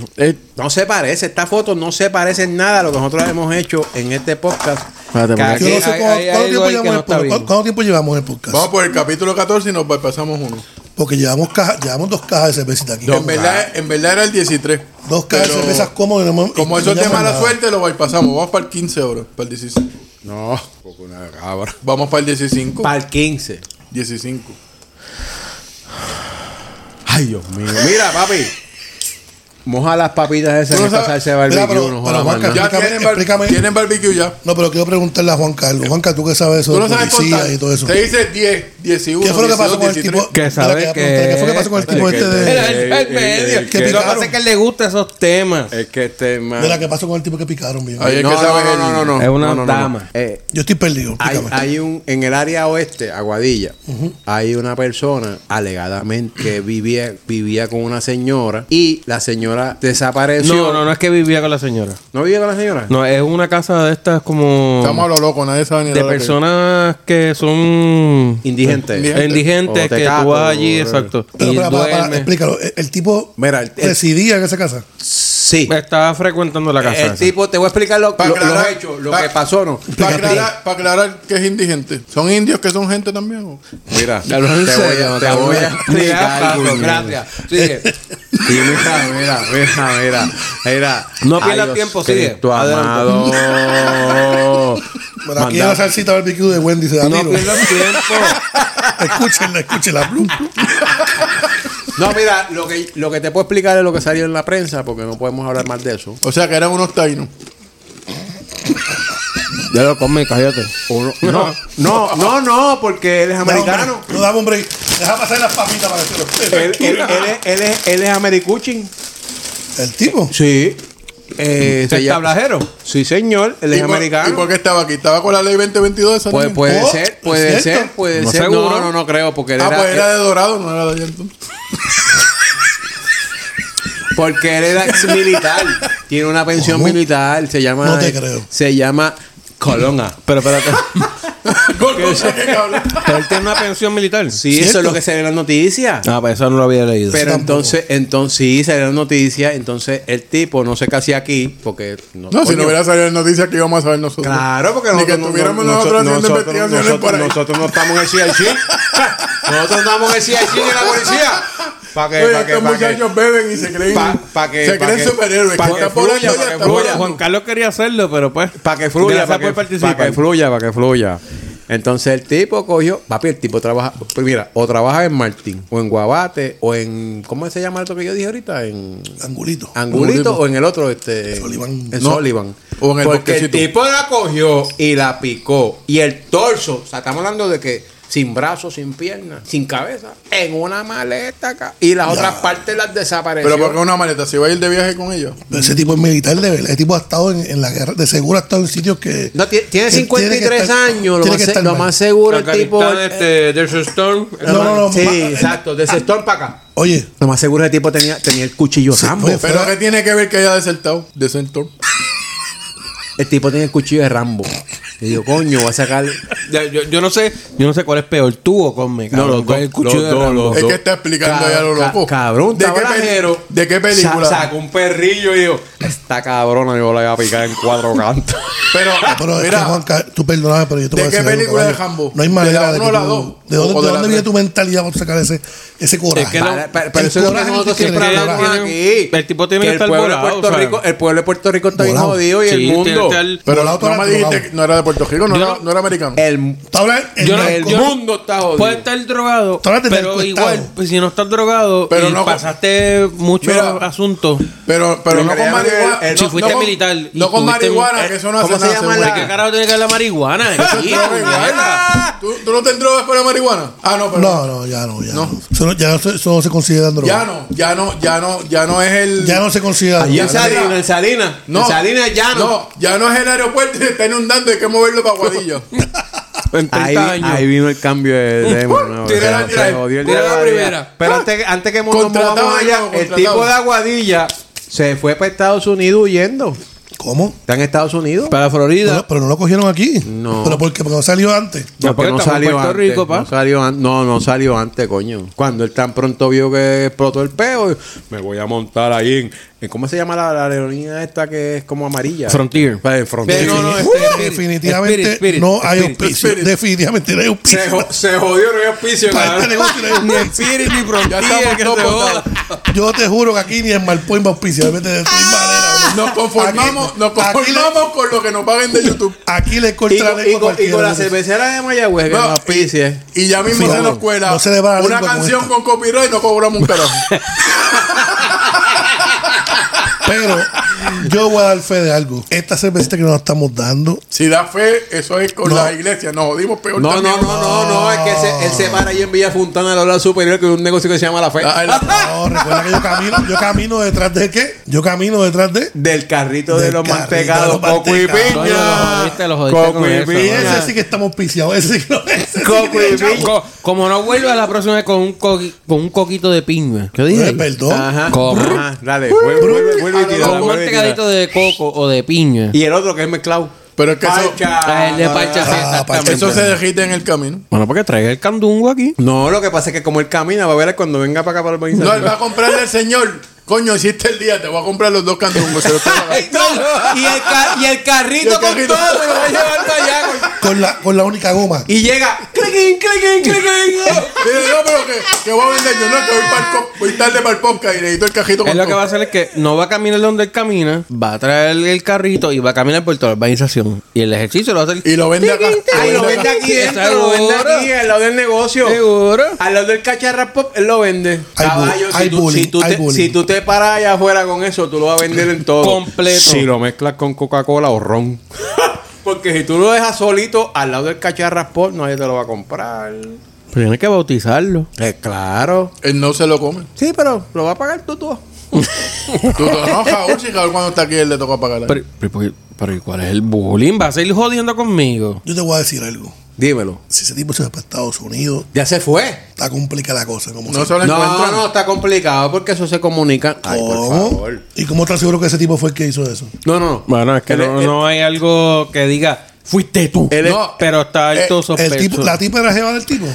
A: No se parece, esta foto no se parece en nada a lo que nosotros hemos hecho en este podcast.
B: Espérate,
A: Que
B: porque
A: aquí-
C: Yo no sé
B: hay-
C: cuánto,
B: hay
C: cuánto
B: algo
C: tiempo
B: ahí que no
C: llevamos el
B: está
C: podcast.
B: bien.
C: ¿Cuánto- ¿Cuánto tiempo llevamos el podcast?
D: Vamos por el capítulo 14 y nos pasamos uno.
C: porque llevamos caja, llevamos dos cajas de cervecita aquí.
D: En verdad, en verdad era el 13.
C: Dos cajas de
D: Pero-
C: cervezas cómodas. y no hemos-
D: Como
C: y
D: eso es
C: no
D: de
C: llaman
D: mala
C: nada.
D: suerte, lo bypassamos. Vamos para el 15 ahora, para el 16.
F: No, poco una cabra.
D: Vamos para el 15.
A: Para el 15.
D: 15.
A: Ay, Dios mío. Mira, papi. Moja las papitas esas
D: Tú no
A: en esta
D: sabes-
A: salsa de barbecue.
C: Mira, pero-
A: no
C: pero
A: jodas más
C: Juanca,
A: nada.
D: Ya
C: Explícame-
D: tienen, bar-
C: explícame.
D: tienen barbecue ya.
C: No, pero quiero preguntarle a Juan Carlos. Juanca, tú que sabes eso
D: Tú no
C: de
D: sabes
C: policía
D: contar.
C: y todo eso.
D: Te dice 10, 11,
C: ¿Qué fue lo que pasó con el
D: 13.
C: tipo?
B: Que sabe
C: Mira, te voy a preguntar, ¿Qué fue lo que pasó con el
B: que-
C: tipo este
B: El,
C: de.?
B: el- el medio.
C: que
B: Que lo que
C: picaron.
B: pasa es que le gusta esos temas.
A: Es que este man.
C: Mira, ¿qué pasó con el tipo que picaron, bien?
D: Ahí es
A: no,
D: que
A: no,
D: sabes
A: no,
D: el-
A: no, no, no.
B: Es una
A: No, no, no, no.
B: dama.
A: Eh,
C: Yo estoy perdido.
A: hay,
C: explícame.
A: hay un en el área oeste, Aguadilla, hay una persona alegadamente que vivía vivía con una señora y la señora desapareció.
B: No, no, no es que vivía con la señora.
A: ¿No vivía con la señora?
B: No, es una casa de estas como
D: Estamos a lo loco, nadie sabe ni
B: de
D: lo que-
B: personas que son
A: Indigente.
D: Indigente.
B: indigentes Oh,
A: O
B: que
A: tecato,
B: tú vas allí,
A: o-
B: exacto.
C: Pero,
B: y
C: para, para, para,
B: duerme.
C: explícalo. El, el tipo
A: Mira, el- el-
C: residía en esa casa.
A: Sí.
B: Estaba frecuentando la casa.
A: El
B: esa.
A: tipo, te voy a explicar lo,
D: Pa'
A: lo-
D: aclarar,
A: los hechos, lo
D: pa-
A: que pasó, ¿no?
D: Para aclarar, para aclarar que es indigente. ¿Son indios que son gente también? o?
A: Mira, te
B: Ya lo
A: voy
B: en
A: a,
B: serio,
A: te
B: cabrón.
A: voy a
B: Mira,
A: explicar,
B: Paco,
A: güey.
B: gracias. Sigue.
A: Sí, mira, mira, mira, mira, mira.
B: No
A: Ay,
B: pierdas
A: Dios
B: tiempo, sigue.
A: Cristo
B: Adelante.
A: amado.
C: Pero aquí
A: Manda-
C: en la salsita barbecue de Wendy se da
B: No
C: tiro.
B: pierdas tiempo.
C: Escúchenla, escúchenla. Blum, blum.
A: No, mira, lo que, lo que te puedo explicar es lo que salió en la prensa, porque no podemos hablar más de eso.
D: O sea, que eran unos tainos.
B: Ya lo come, cállate.
A: No, no, no, no, porque él es
C: Dame un
A: americano.
C: break, No dame un break. Deja pasar las papitas para que se lo-
A: Él, él- él es, él, es, él es americuchin.
C: El tipo.
A: Sí. Eh, se
B: ¿El
A: llama-
B: tablajero?
A: Sí, señor, él
D: ¿Y
A: es
D: por- ¿Y por
A: americano.
D: qué estaba aquí? ¿Estaba con la ley 2022 de San
A: Puede,
D: Diego?
A: Pues, puede
C: Oh,
A: ser, puede
C: ¿es cierto?
A: ser, puede
B: No
A: ser.
B: seguro.
A: No, no, no creo, porque él
D: Ah,
A: era, eh,
D: pues era de Dorado, no era de allá entonces.
A: Porque él era ex militar. Tiene una pensión
C: ¿Cómo?
A: militar. Se llama.
C: No te creo.
A: Se llama Colonga.
B: Pero espérate.
D: Con- con- ¿qué cabrón?
B: Pero él tiene una pensión militar.
A: Sí, eso
C: ¿Cierto?
A: es lo que se ve en las noticias.
B: Ah, pues eso no lo había leído.
A: Pero
C: tampoco.
A: entonces, entonces, sí, se ve en las noticias. Entonces, el tipo no se casé aquí porque. No,
D: No, si
A: coño.
D: no hubiera salido en noticias que íbamos a saber nosotros.
A: Claro, porque
D: Ni
A: nosotros
D: que
A: no-
D: estuviéramos
A: no-
D: nosotros haciendo
A: nosotros-
D: investigaciones
A: nosotros-
D: por ahí.
A: Nosotros no estamos en el CIC. nosotros estamos en el CIC y en la policía. ¿Para
D: Oye, estos muchachos beben y se creen,
A: Pa- pa que-
D: se
A: pa
D: creen
A: que-
D: superhéroes.
A: pa
D: que
A: que
D: está por
A: fluya,
D: allá,
A: pa
D: ya
A: que
D: está
A: fluya.
D: volando.
B: Juan Carlos quería hacerlo, pero pues.
A: Para que fluya,
B: Gracias
A: para
B: por
A: que,
B: participar.
A: pa' que fluya, para que fluya. Entonces el tipo cogió, papi, el tipo trabaja, pues mira, o trabaja en Martín, o en Guabate, o en, ¿cómo se llama el otro que yo dije ahorita? En
C: Angulito.
A: Angulito, o en el otro, este.
C: Sullivan.
A: En
D: No.
A: Sullivan.
D: O en el
A: Porque el
D: bosquecito.
A: tipo la cogió y la picó. Y el torso, o sea, estamos hablando de que sin brazos, sin piernas, sin cabeza, en una maleta acá. Y las otras partes las desapareció.
D: Pero porque una maleta, si va a ir de viaje con ellos.
C: Pero ese tipo es militar de verdad. Ese tipo ha estado en, en la guerra. De seguro ha estado en sitios que.
A: No, ti- tiene
C: que
A: 53
C: estar-
A: años, lo
C: tiene
A: más,
C: que
A: se-
C: estar
A: lo
C: mal.
A: más seguro el tipo. eh,
B: Afganistán, este, There's a Storm.
C: No, no, no.
A: sí,
C: ma-
A: exacto, de ese storm para acá.
C: Oye,
A: Lo más seguro el tipo tenía, tenía el cuchillo Rambo.
C: oye,
D: Pero
C: Fuera-
D: ¿qué tiene que ver que haya desertado? Desertor.
A: El tipo tenía el cuchillo de Rambo. Y yo, coño, voy a sacar.
B: Ya, Yo, yo no sé, yo no sé cuál es peor, tú o conme, cabrón.
A: los
B: ¿Cuál es
A: dos,
B: el cuchillo
A: los
B: de
A: dos,
B: Rambo?
A: los
D: Es
A: Yo-
D: que está explicando
A: Ca-
D: ya lo
A: ca-
D: loco.
A: cabrón,
D: ¿De qué,
A: tablajero.
D: peli- ¿De qué película?
A: Sa- sacó un perrillo y dijo, esta cabrona yo la voy a picar en cuatro cantos.
D: Pero,
C: Ah, Pero es que,
D: mira,
C: Juanca, tú perdóname, pero yo te
D: ¿de
C: voy a
D: qué
C: decir. algo,
D: película de
C: caballo.
D: Rambo?
C: No hay
D: ¿De la
C: manera de,
D: uno
C: que
D: o la
C: tú-
D: dos?
C: ¿De dónde,
D: ¿O
C: de dónde
D: de la tres?
C: viene tu mentalidad para sacar ese, ese coraje?
B: que la-
A: Para- Pero eso es lo que
C: coraje
A: nosotros
C: que
A: siempre
C: tiene,
A: hablamos
B: el-
A: aquí.
B: el tipo tiene que
A: el
B: estar
A: pueblo
B: volado,
A: de Puerto
B: o sea.
A: Rico, El pueblo de Puerto Rico está bien
C: Volado.
A: jodido y
B: Sí,
A: el
B: tiene que
A: mundo.
B: estar-
D: pero
C: Volado
D: no
C: para
D: me
C: el otro
D: dijiste
C: lado.
D: que no era de Puerto Rico, no,
B: Yo-
D: era, no era americano.
A: El,
C: Tú hablas el
B: Yo no-
A: el
C: narco-
A: mundo está jodido.
B: Puede estar drogado,
C: Tú hablaste del
B: pero
C: costado.
B: igual, pues, si no estás drogado
D: Pero
B: y
D: no-
B: pasaste muchos
D: Mira.
B: asuntos,
D: Pero, pero no con
A: creían que
D: marihuana.
A: el-
D: no-
B: si fuiste
D: no con-
B: militar y
D: No con
B: tuviste un-
D: marihuana,
B: eh,
D: que eso no hace
A: ¿cómo se
D: nada.
A: llama
D: seguro.
A: la-
B: ¿qué carajo tiene que ver la marihuana?
D: Eso es
B: Sí,
D: marihuana. ¿Tú, tú no te drogas por la marihuana? Ah, no, pero.
C: No, no, ya no, ya
D: No.
C: no. Eso no, ya no se- eso no se considera droga.
D: Ya no, ya no, ya no, ya no es el.
C: Ya no se considera droga.
A: En Salinas, en Salinas.
D: No.
A: En Salinas ya no.
D: No, ya no es el aeropuerto y se está inundando, hay que moverlo para Guadillo.
B: En 30
A: Ahí,
B: años.
A: ahí vino el cambio de tema. ¿no?
D: Tira la-
A: O sea,
D: tira-
A: se jodió el
B: tira
A: día
B: la
A: de Aguadilla.
B: primera.
A: Pero antes, antes que nos
D: Contratado
A: movamos
D: y
A: allá,
D: no
A: el
D: contratado.
A: tipo de Aguadilla se fue para Estados Unidos huyendo.
C: ¿Cómo?
A: ¿Está en Estados Unidos?
B: Para
C: No,
B: Florida.
C: pero no lo cogieron aquí.
A: No.
C: ¿Pero por qué? Porque no salió antes.
B: No,
A: Porque
B: porque
A: no
B: estamos en
A: salió
B: Puerto
A: antes.
B: Rico, pa.
A: No salió an- No, no salió antes, coño. Cuando él tan pronto vio que explotó el peo, me voy a montar ahí en. en- ¿Cómo se llama la, la aerolínea esta que es como amarilla?
B: Frontier.
A: Pa- en Frontier.
B: Pero no, no,
A: Se-
B: este,
C: Uh,
B: Spirit,
C: definitivamente
B: Spirit, Spirit,
C: no hay
B: Spirit,
C: auspicio.
A: Spirit.
C: Definitivamente no hay auspicio.
A: se, jo- se jodió, no hay auspicio.
C: Para este
A: cabrón.
C: negocio no hay
B: Ni
C: auspicio.
B: Spirit ni Frontier.
D: estamos
B: que
D: todos
B: se joda.
C: Yo te juro que aquí ni en Malpoint va auspicio. Vete de tu manera, bro.
D: Nos conformamos,
C: Aquí-
D: nos conformamos con lo que nos paguen de YouTube.
C: Aquí le
A: Y,
C: corta la
A: con- y
C: lengua a
A: con, y
C: cualquiera,
A: con la
C: bro.
A: cervecera de Mayagüez que
D: No,
A: no auspicie.
D: Y ya mismo
C: Sí,
D: se
C: no,
D: nos cuela
C: no se le va la
D: una
C: lengua con
D: canción
C: esta.
D: con copyright y no cobramos un carajo.
C: Pero yo voy a dar fe de algo. Esta cervecita que nos estamos dando,
D: si da fe, eso es con
C: No.
D: la iglesia. Nos jodimos peor
A: No,
D: también.
A: no, no, no, no, es que se, él se para ahí en Villa Fontana, la hora superior, que es un negocio que se llama La Fe.
D: Ah, el-
C: No, recuerda que yo camino, yo camino detrás de qué? Yo camino detrás de.
A: del carrito de
C: Del
A: los
C: carrito
A: mantecados,
C: de los
A: coco y
C: mantecados.
B: Coño, lo jodiste,
A: piña.
B: lo jodiste con
A: Coco y
B: eso,
C: Y
A: piña.
C: ese sí que estamos piciados, ese sí que no ese sí
A: Coco
C: que-
A: y piña.
B: Co- Como no vuelva la próxima vez con un, coqui- con un coquito de piña. ¿Qué
C: Eh,
B: dije?
C: Perdón.
A: Ajá.
B: Coco.
A: Ajá, Dale, vuelve, vuelve, vuelve y
D: Ah,
A: tira,
B: Con un
A: vuelve y tira.
B: mantecadito de coco o de piña.
A: Y el otro que es mezclado.
D: Pero es que eso,
B: Ah, el de parcha, sí,
C: Ah,
B: exactamente.
C: parcha.
D: eso se derrite en el camino.
B: Bueno, porque traiga el candungo aquí.
A: No, lo que pasa es que como él camina, va a ver cuando venga para acá para el país.
D: No, él va a comprarle al Señor. Coño, hiciste el día, te voy a comprar los dos candungos. se los tengo acá.
A: y, el ca- y el carrito
D: Y el carrito.
A: todo se lo va a llevar para allá. güey.
C: Con la, con la única goma.
A: Y llega. cliquín, cliquín, cliquín.
D: Dice, no, pero que, que voy a vender yo, no, que voy, pa'l co- voy tarde para el podcast y necesito el cajito
B: Él
D: con
B: lo que
D: todo.
B: va a hacer es que no va a caminar donde él camina, va a traer el carrito y va a caminar por toda la urbanización. Y el ejercicio lo va a hacer.
D: Y lo vende acá.
A: Ay, lo vende aquí dentro, lo vende aquí, al lado del negocio.
B: Seguro.
A: Al lado del cacharra pop, él lo vende.
C: Hay bu-
A: Caballo, si
C: hay
A: tú-
C: bullying,
A: si tú
C: hay
A: te-
C: bullying.
A: si tú te paras allá afuera con eso, tú lo vas a vender en todo.
B: Completo.
A: Si lo mezclas con Coca-Cola o ron. Porque si tú lo dejas solito al lado del cacharra pop, nadie te lo va a comprar.
B: Pero tiene que bautizarlo.
A: claro.
D: Él no se lo come.
A: Sí, pero lo va a pagar tú, tú.
D: Tú te no, Raúl, si Raúl cuando está aquí, él le toca pagar.
B: Pero, pero, ¿por qué- pero ¿y ¿cuál es el bullying? ¿Va a seguir jodiendo conmigo?
C: Yo te voy a decir algo.
A: Dímelo.
C: Si ese tipo se va para Estados Unidos,
A: Ya se fue.
C: está complicada la cosa. Como
D: No
C: si-
D: se lo
A: No,
D: encuentran.
A: no, está complicado porque eso se comunica. Ay, por
C: ¿Cómo?
A: favor.
C: ¿Y cómo estás seguro que ese tipo fue el que hizo eso?
A: No, no, eh, no.
B: Bueno, es que
A: Él
B: no,
A: es-
B: no hay algo que diga, fuiste tú.
A: Él es-
B: No, pero está alto sospecho.
C: El tipo, la tipa era jeva del tipo.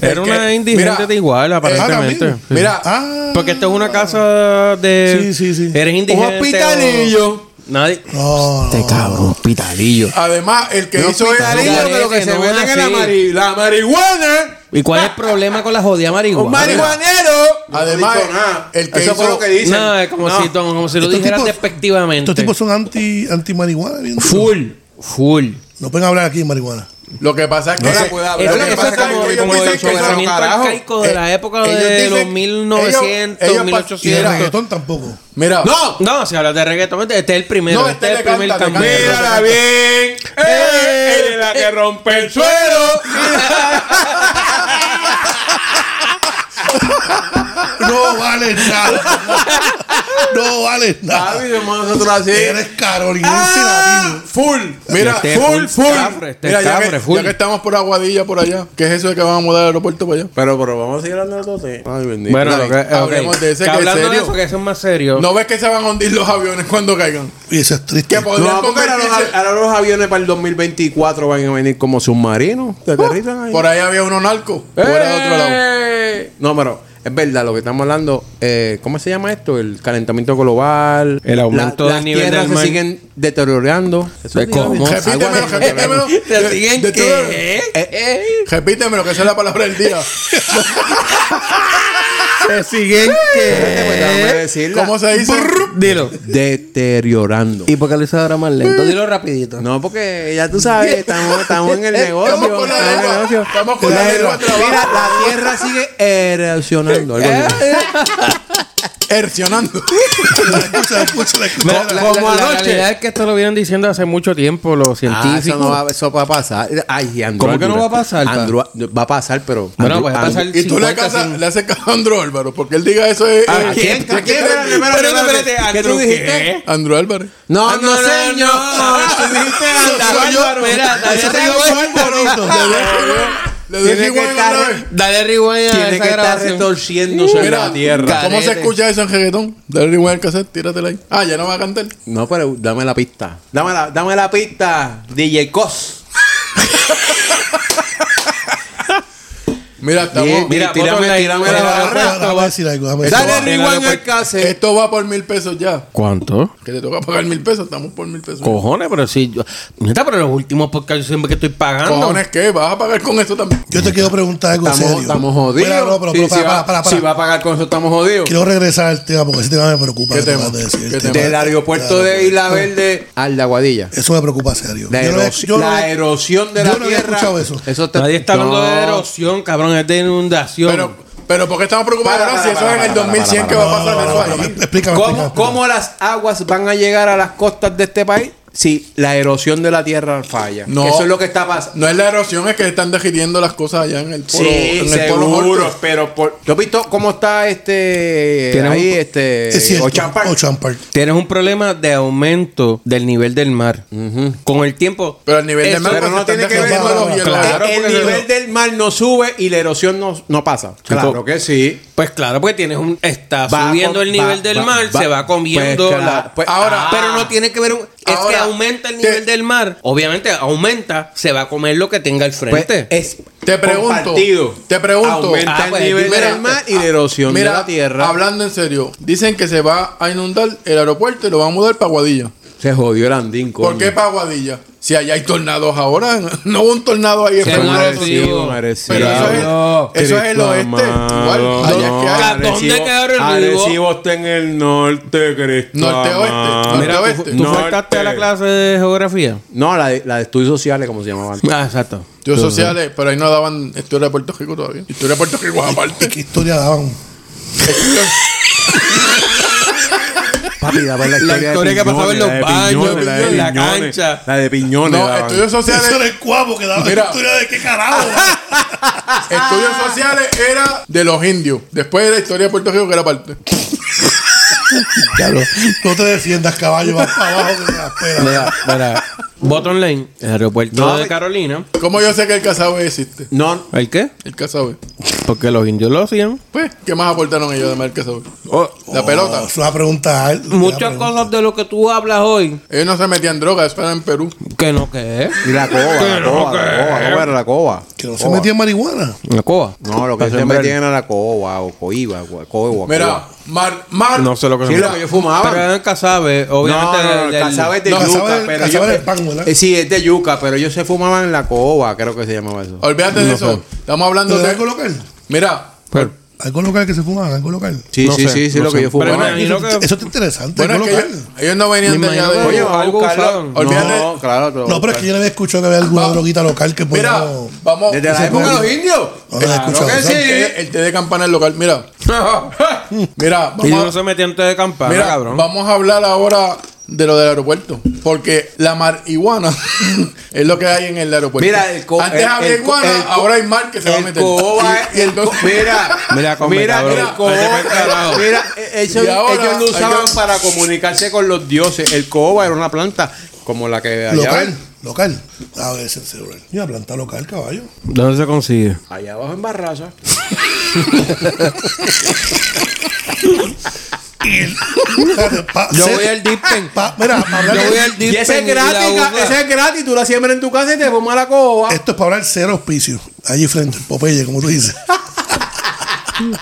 B: Era
D: que-
B: una indigente
D: mira,
B: de igual, aparentemente.
C: también.
B: Sí.
D: Mira,
C: Ah,
B: Porque esto es una casa de.
C: Sí, sí, sí.
B: Eres indigente. oh.
A: Un hospitalillo.
B: o- Nadie.
C: no, no.
B: Este cabrón, hospitalillo.
D: además, el que
A: No,
D: hizo
A: pitalillo,
D: eso.
B: Garete,
A: pero que se
B: no
A: meten
B: es
A: en la,
B: así.
A: mari- la marihuana.
B: ¿Y cuál es el problema con la jodida marihuana?
A: Un marihuanero.
D: Además,
A: No dijo nada.
D: el que
A: eso fue
D: hizo-
A: lo que dicen.
B: No, es como, Si, como, como si lo
C: Estos
B: dijeras
C: tipos-
B: despectivamente.
C: Estos tipos son anti, anti marihuana.
B: Full, full.
C: No pueden hablar aquí de marihuana.
D: Lo que pasa es que.
A: No se
D: Eh,
A: puede hablar.
B: Eso,
A: Pero
D: lo que
A: eso
B: eso
D: pasa
B: es como,
D: que ellos
B: como
D: dicen
B: el
D: que eso-
B: pensamiento
A: carajo.
B: arcaico de la época
D: ellos
B: de los
D: dicen-
B: 1900,
D: ellos- ellos
C: Y de
B: 1800.
C: reggaetón tampoco.
D: Mira,
A: No.
B: No, si hablas de reggaetón, este este es el primero.
D: No,
B: este, es
D: este
B: el
D: le
B: primer
D: canta, le
B: cambio.
D: canta.
A: Mírala bien. Eh, ella es la que rompe el suelo.
C: No vale nada. No vale nada.
A: nosotros así.
C: Eres carolinense
A: Ah,
C: latino.
A: full.
D: mira,
B: Este es
D: full,
B: full
D: full.
B: cafre, este es
D: Mira, ya que-
B: cafre, full.
D: ya que estamos por Aguadilla, por allá. ¿Qué es eso de que van a mudar el aeropuerto para allá?
A: Pero, pero vamos a seguir hablando de todo. sí. Ay, bendito.
B: Bueno,
A: Dale.
B: lo que,
D: Hablemos
B: ok.
D: de ese
B: Que
D: que es
B: hablando de
D: serio.
B: eso, que eso es más serio.
D: ¿No ves que se van a hundir los aviones cuando caigan?
C: Y eso es triste.
D: Que podrían
A: No, porque ahora los,
D: convertirse-
A: ahora los aviones para el 2024 van a venir como submarinos. Te aterrizan ahí.
D: Por ahí había uno narco. Por ahí a otro lado.
A: ¡Eh! No, pero es verdad lo que estamos hablando. eh, ¿Cómo se llama esto? El calentamiento global.
B: El aumento del nivel
A: Las tierras
B: del
A: se
B: mar.
A: siguen deteriorando. Eh, Eso
B: ¿De
A: digo,
B: cómo?
A: agua-
D: Repítemelo, repítemelo.
B: ¿Te siguen
D: De- de
A: Eh,
B: qué? Eh,
D: Repítemelo, que esa es la palabra del día.
B: ¿Te siguen
A: Espérate, ah. pues, déjame decirla.
D: ¿Cómo se dice?
B: Dilo.
A: Deteriorando.
H: ¿Y por qué lo hizo ahora más lento? Dilo rapidito.
A: No, porque ya tú sabes, estamos, estamos en el negocio.
D: Estamos con la
A: estamos en el
D: lengua,
A: negocio.
D: estamos con la lengua
A: Mira, la tierra sigue erosionando. algo así.
D: Ercionando.
C: Escucha, escucha, escucha.
B: Mira, la-
A: Como
B: la- la
A: anoche.
B: realidad es que esto lo vienen diciendo hace mucho tiempo los
A: Ah,
B: científicos.
A: eso no va, eso va a pasar. Ay, Andro
B: ¿Cómo que no
A: Altura.
B: va a pasar, pa?
A: Andro- va a pasar, pero.
B: Bueno,
A: Andro-
B: pues va a pasar
A: Andro-
D: Y tú le,
B: 50
D: casa-
B: sin-
D: le haces caso a Andro Álvaro, porque él diga eso es.
A: ¿A
D: es-
A: quién? ¿A quién? Espérate, espérate, espérate. ¿Qué tú
B: Andrew,
A: dijiste?
D: Andro ¿Eh? Álvarez.
A: No,
B: Ah, no, señor.
A: Tú dijiste
C: Soy yo.
A: Álvaro.
B: Mira,
A: Eso
B: Daniel
A: te digo
B: Álvaro.
A: muy bonito.
D: Desde- Le doy
A: Tiene que
D: rewind
A: estar-
D: otra vez.
H: Dale rewind a
A: Tiene
H: esa
A: que estar
H: grabación.
A: retorciéndose en
D: Mira,
A: la tierra.
D: ¿Cómo se
H: Carete.
D: escucha eso en reggaetón? Dale rewind al cassette, tíratela ahí. Ah, ya no va a cantar.
A: No, pero dame la pista. Dame la, dame la pista, DJ Cos.
D: Mira, estamos.
A: Bien, mira,
B: ponlo en la-
A: tírame
C: Pero
A: la
C: ahora-
A: barra.
C: ahora voy a decir algo. déjame decir
A: Dale
C: algo.
A: rewind al cassette.
D: Esto va por mil pesos ya.
B: ¿Cuánto?
D: Que te toca pagar mil pesos, estamos por mil pesos.
B: Cojones, pero si yo. Neta, pero los últimos podcasts yo siempre que estoy pagando.
D: Cojones, ¿qué? ¿Vas a pagar con esto también?
C: Yo te quiero preguntar algo
A: Estamos,
C: serio.
A: estamos jodidos.
C: Mira, no, pero,
A: Sí,
C: pero
A: si,
C: para,
A: va,
C: para, para, para.
A: si va a pagar con eso, estamos jodidos.
C: Quiero regresar al tema porque ese tema me preocupa.
D: ¿Qué
C: que tú
D: tema?
C: acabas de decir.
D: ¿Qué
C: El
D: tema?
C: tema-
A: Del aeropuerto de Isla Verde al de Aguadilla.
C: Eso me preocupa serio.
A: La,
C: Yo no he-
A: eros-
C: yo no
A: la
C: he-
A: erosión de
C: yo
A: la
C: no había
A: tierra.
C: escuchado eso.
A: Eso te-
B: Nadie está hablando de
A: No.
B: erosión, cabrón, es de inundación.
D: Pero, pero ¿por qué estamos preocupados
A: Para,
D: ahora si
A: para,
D: eso es en el
A: para, para,
D: 2100 que
A: para,
D: va
C: No,
D: a pasar
C: no,
D: eso
C: no, no,
D: ahí?
C: Explícame.
A: ¿Cómo,
C: explícame,
A: cómo las aguas van a llegar a las costas de este país si la erosión de la tierra falla?
D: No.
A: Eso es lo que está pasando.
D: No es la erosión, es que están digiriendo las cosas allá en el polo,
A: Sí,
D: en el polo
A: seguro,
D: norte.
A: pero por... ¿Yo visto cómo está este
B: Tiene
A: ahí
B: un-
A: este
C: Es cierto.
A: Ochampa?
C: Ochampar.
B: Tienes un problema de aumento del nivel del mar. Con el tiempo.
D: Pero el nivel de
B: Eso-
D: mar
A: pero
D: pues,
A: no
D: se están
A: tiene que ver
D: derritiendo
C: con-
D: los hielos.
B: Claro,
A: el
B: porque-
A: nivel del mar no sube y la erosión no, no pasa. Claro que sí.
B: Pues claro, porque tienes un. Está
A: Va
B: subiendo
A: con-
B: el nivel
A: va-
B: del
A: va-
B: mar,
A: va-
B: se va comiendo.
A: pues, claro,
B: la-
A: pues,
D: ahora-
B: pero no tiene que ver. un- es que
D: Ahora,
B: aumenta el
D: te-
B: nivel del mar. Obviamente, aumenta, se va a comer lo que tenga al
A: Pues,
B: frente.
A: es
D: Te pregunto,
A: compartido.
D: te pregunto.
A: Aumenta
B: Ah,
A: el
B: pues,
A: nivel
D: mira, ah,
A: del mar y la erosión
D: Mira,
A: de la tierra.
D: hablando en serio, dicen que se va a inundar el aeropuerto y lo van a mudar para Guadilla.
A: Se jodió el andín, coño.
D: ¿Por qué para Guadilla? Si allá hay tornados ahora, no hubo un tornado ahí.
B: Sí,
D: en
B: no,
D: Guadilla.
B: no, sí. agresivo,
A: un agresivo.
D: Pero eso es-
B: Diablo.
D: eso es el
A: Cristo
D: oeste.
A: amado.
D: Igual, allá es que hay-
A: No,
B: ¿Dónde
A: Arecibo-
B: queda el río?
A: Arecibo está en el norte, Cristo
D: Norte-oeste,
A: amado.
D: norte-oeste.
B: Mira, tú, tú
A: norte.
B: faltaste
A: eh.
B: a la clase de geografía.
A: No, la de, la de estudios sociales, como se llamaba antes.
B: Ah, exacto.
D: Yo sociales, pero ahí no daban historia de Puerto Rico todavía. Historia de Puerto Rico aparte.
C: ¿Qué historia daban?
A: Papi, daba la
B: historia historia de que pasaba en los
A: Piñones, la de Piñones, la de
B: baños, en la
A: Piñones,
B: cancha.
A: La de piñones.
D: No,
A: daban.
D: estudios
C: Eso
D: sociales,
C: era el cuavo que daba.
D: Mira.
C: ¿Historia de qué carajo?
D: estudios sociales era de los indios. Después era historia de Puerto Rico que era aparte.
C: No te defiendas, caballo. Vas para abajo que te la espera.
B: Mira, mira. Bottom Lane, el aeropuerto
A: No,
B: de
A: me-
B: Carolina.
D: ¿Cómo yo sé que el casabe existe?
A: No,
B: ¿El qué?
D: El casabe.
B: Porque los indios lo hacían.
D: Pues, ¿qué más aportaron ellos además del casabe?
B: Oh,
D: La pelota.
C: Es una pregunta. alta, una
B: muchas
C: pregunta.
B: cosas de lo que tú hablas hoy
D: Ellos no se metían drogas, eso era en Perú.
B: que no que es.
A: y la coba, la coba, la coba, ¿cómo era la coba?
C: Que no se metía en marihuana.
B: Una coba.
A: No, lo que se
B: sembrar.
A: metían era la coba o coiba, o coiba.
D: Mira, Mar, Mar,
B: No sé lo que
A: Sí,
B: se
A: lo que yo fumaba.
B: Pero en Casabe, obviamente.
A: no, no, no,
B: del-
A: el cazabe es de
C: No,
A: yuca,
C: cazabe-
A: pero
C: cazabe
A: yo-
C: es pan, ¿verdad?
A: Eh, sí, es de yuca, pero ellos se fumaban la coba, creo que se llamaba eso.
D: olvídate de eso. Estamos hablando
C: ¿Pero era
D: de.
C: algo local?
D: Mira,
B: Pero-
C: ¿Algo local que se fumaba? ¿Algo local?
A: Sí,
B: no
A: sí,
B: sé,
A: sí, sí,
B: no
A: lo
B: sé.
A: que yo fumaba.
B: Pero me
C: Eso,
B: imagino que-
C: eso está interesante.
D: bueno,
C: ¿Algo
D: es que
C: local?
D: ellos, ellos no venían
B: Me
D: de allá de.
B: imagino que-
A: Coño,
B: algo
A: algo
B: usaban.
A: usaron.
D: Olvídate-
A: No, claro, claro.
C: No, pero es que yo no había escuchado que había alguna droguita local que
D: Mira,
C: podíamos...
D: vamos.
A: Desde la
D: Ese-
A: época de los indios.
C: No había escuchado
D: que
C: eso.
D: sí. El, té de campana es local. Mira, mira,
B: Y no
D: vamos
B: se metía antes de
D: a,
B: campana,
D: mira,
B: cabrón.
D: vamos a hablar ahora de lo del aeropuerto. Porque la marihuana es lo que hay en el aeropuerto.
A: Mira, el co-
D: Antes
A: el-
D: había
A: el co-
D: iguana,
A: el co-
D: ahora hay mar que se va a
A: El
D: meter.
A: coba,
D: Y- y
A: el co-
D: entonces-
A: mira,
B: Mira, come,
A: mira,
B: cabrón.
A: el coba,
B: Vete pa'l carajo.
A: mira, eh, eso-
D: Y ahora,
A: ellos lo usaban
D: hay que-
A: para comunicarse con los dioses. El coba era una planta como la que allá,
C: Local, local. A ver, ese celular. Mira, planta local, caballo.
B: ¿Dónde se consigue?
A: allá abajo en Barraza.
C: Espérate, pa-
B: Yo
C: se-
B: voy al Dipen.
C: pa- Mira, para hablar
B: Yo
C: de-
B: voy al
A: Y
B: Dipen.
A: ese es
B: y la
A: gratis, ca-
B: usa.
A: ese es gratis. Tú la siembras en tu casa y te fumas la coba.
C: Esto es para hablar cero auspicio. Allí frente, Popeye, como tú dices.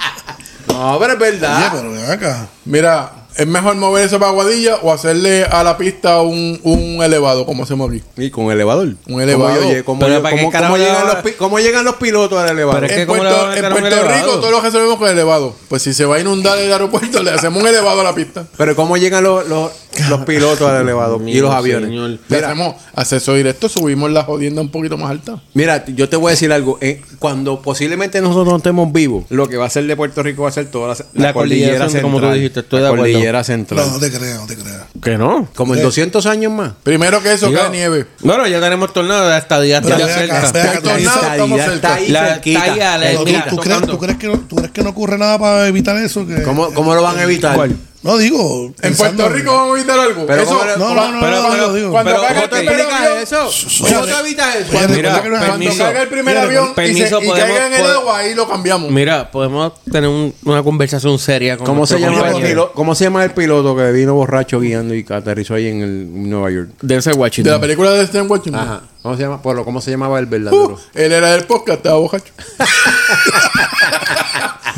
A: No, pero es
C: Oye,
A: verdad.
C: pero ven acá.
D: Mira, ¿es mejor mover eso para Guadilla o hacerle a la pista un, un elevado, como hacemos aquí?
A: Y con elevador.
D: Un elevador.
A: ¿Cómo, yo- cómo
B: Pero
A: yo-
B: ¿para qué
A: cómo-
B: carajo
A: cómo llegan
B: lleva-
A: los, pi- cómo llegan los pilotos al elevador?
B: Pero es que
D: En
B: ¿cómo le van
D: Puerto,
B: a
D: en
B: meter un
D: Puerto Rico
B: elevado?
D: todo lo resolvemos con elevado. Pues si se va a inundar el aeropuerto, le hacemos un elevado a la pista.
A: Pero cómo llegan los, los, los pilotos al elevador y los aviones.
B: señor.
D: Le
A: Mira,
D: hacemos acceso directo, subimos la jodienda un poquito más alta.
A: mira, yo te voy a decir algo. Eh, cuando posiblemente nosotros no estemos vivos, lo que va a ser de Puerto Rico va a ser toda la,
B: La cordillera central, como tú dijiste, estoy
A: la
B: de acuerdo.
A: cordillera
C: No,
A: central.
C: no te creas, no te creas.
B: Que no.
A: Como en 200 años más.
D: Primero que eso,
B: Digo,
D: cae nieve.
B: Bueno, ya tenemos tornado, la estadía está
C: Pero
B: ya
C: ven acá,
B: cerca.
C: ven acá, tú
D: Ya hay
C: dices-
D: tornado. estamos
A: estadía
D: cerca.
A: está ahí
B: La
A: cerquita.
B: estadía, la
C: pero tú-
B: mira,
C: tú crees-
B: tocando.
C: ¿Tú crees que no- tú crees que no ocurre nada para evitar eso? Que
A: ¿Cómo, ¿Cómo lo van a evitar?
B: ¿Cuál?
C: No digo.
D: En
C: pensando-
D: Puerto Rico vamos a evitar algo.
A: Pero
D: eso,
A: ¿cómo le-
C: No,
D: cua-
C: no, no,
B: Pero-
C: no, no,
B: pero-
C: lo digo.
D: Cuando
B: Pero,
D: caiga el
B: ¿cómo te
D: primer
B: explicas
D: avión,
A: eso?
C: Oye,
A: ¿Cómo tú evitas eso?
C: Oye,
B: Mira,
C: recuerda que no es-
D: Cuando
B: Permiso.
D: caiga el primer
C: Mira,
D: avión y,
B: permiso,
D: se, y
B: podemos-
D: caiga en el
B: pod-
D: agua, ahí lo cambiamos.
B: Mira, podemos tener un- una conversación seria con
A: ¿Cómo se,
B: nuestro
A: llama el
B: compañero.
A: pilo- ¿Cómo se llama el piloto que vino borracho guiando y que aterrizó ahí en el Nueva York?
B: De ese
D: De la
B: Washington.
D: película de Stan Washington.
A: Ajá. ¿Cómo se llama? Por lo- ¿Cómo se llamaba el
D: Uh,
A: verdadero?
D: él era del podcast, estaba bojacho.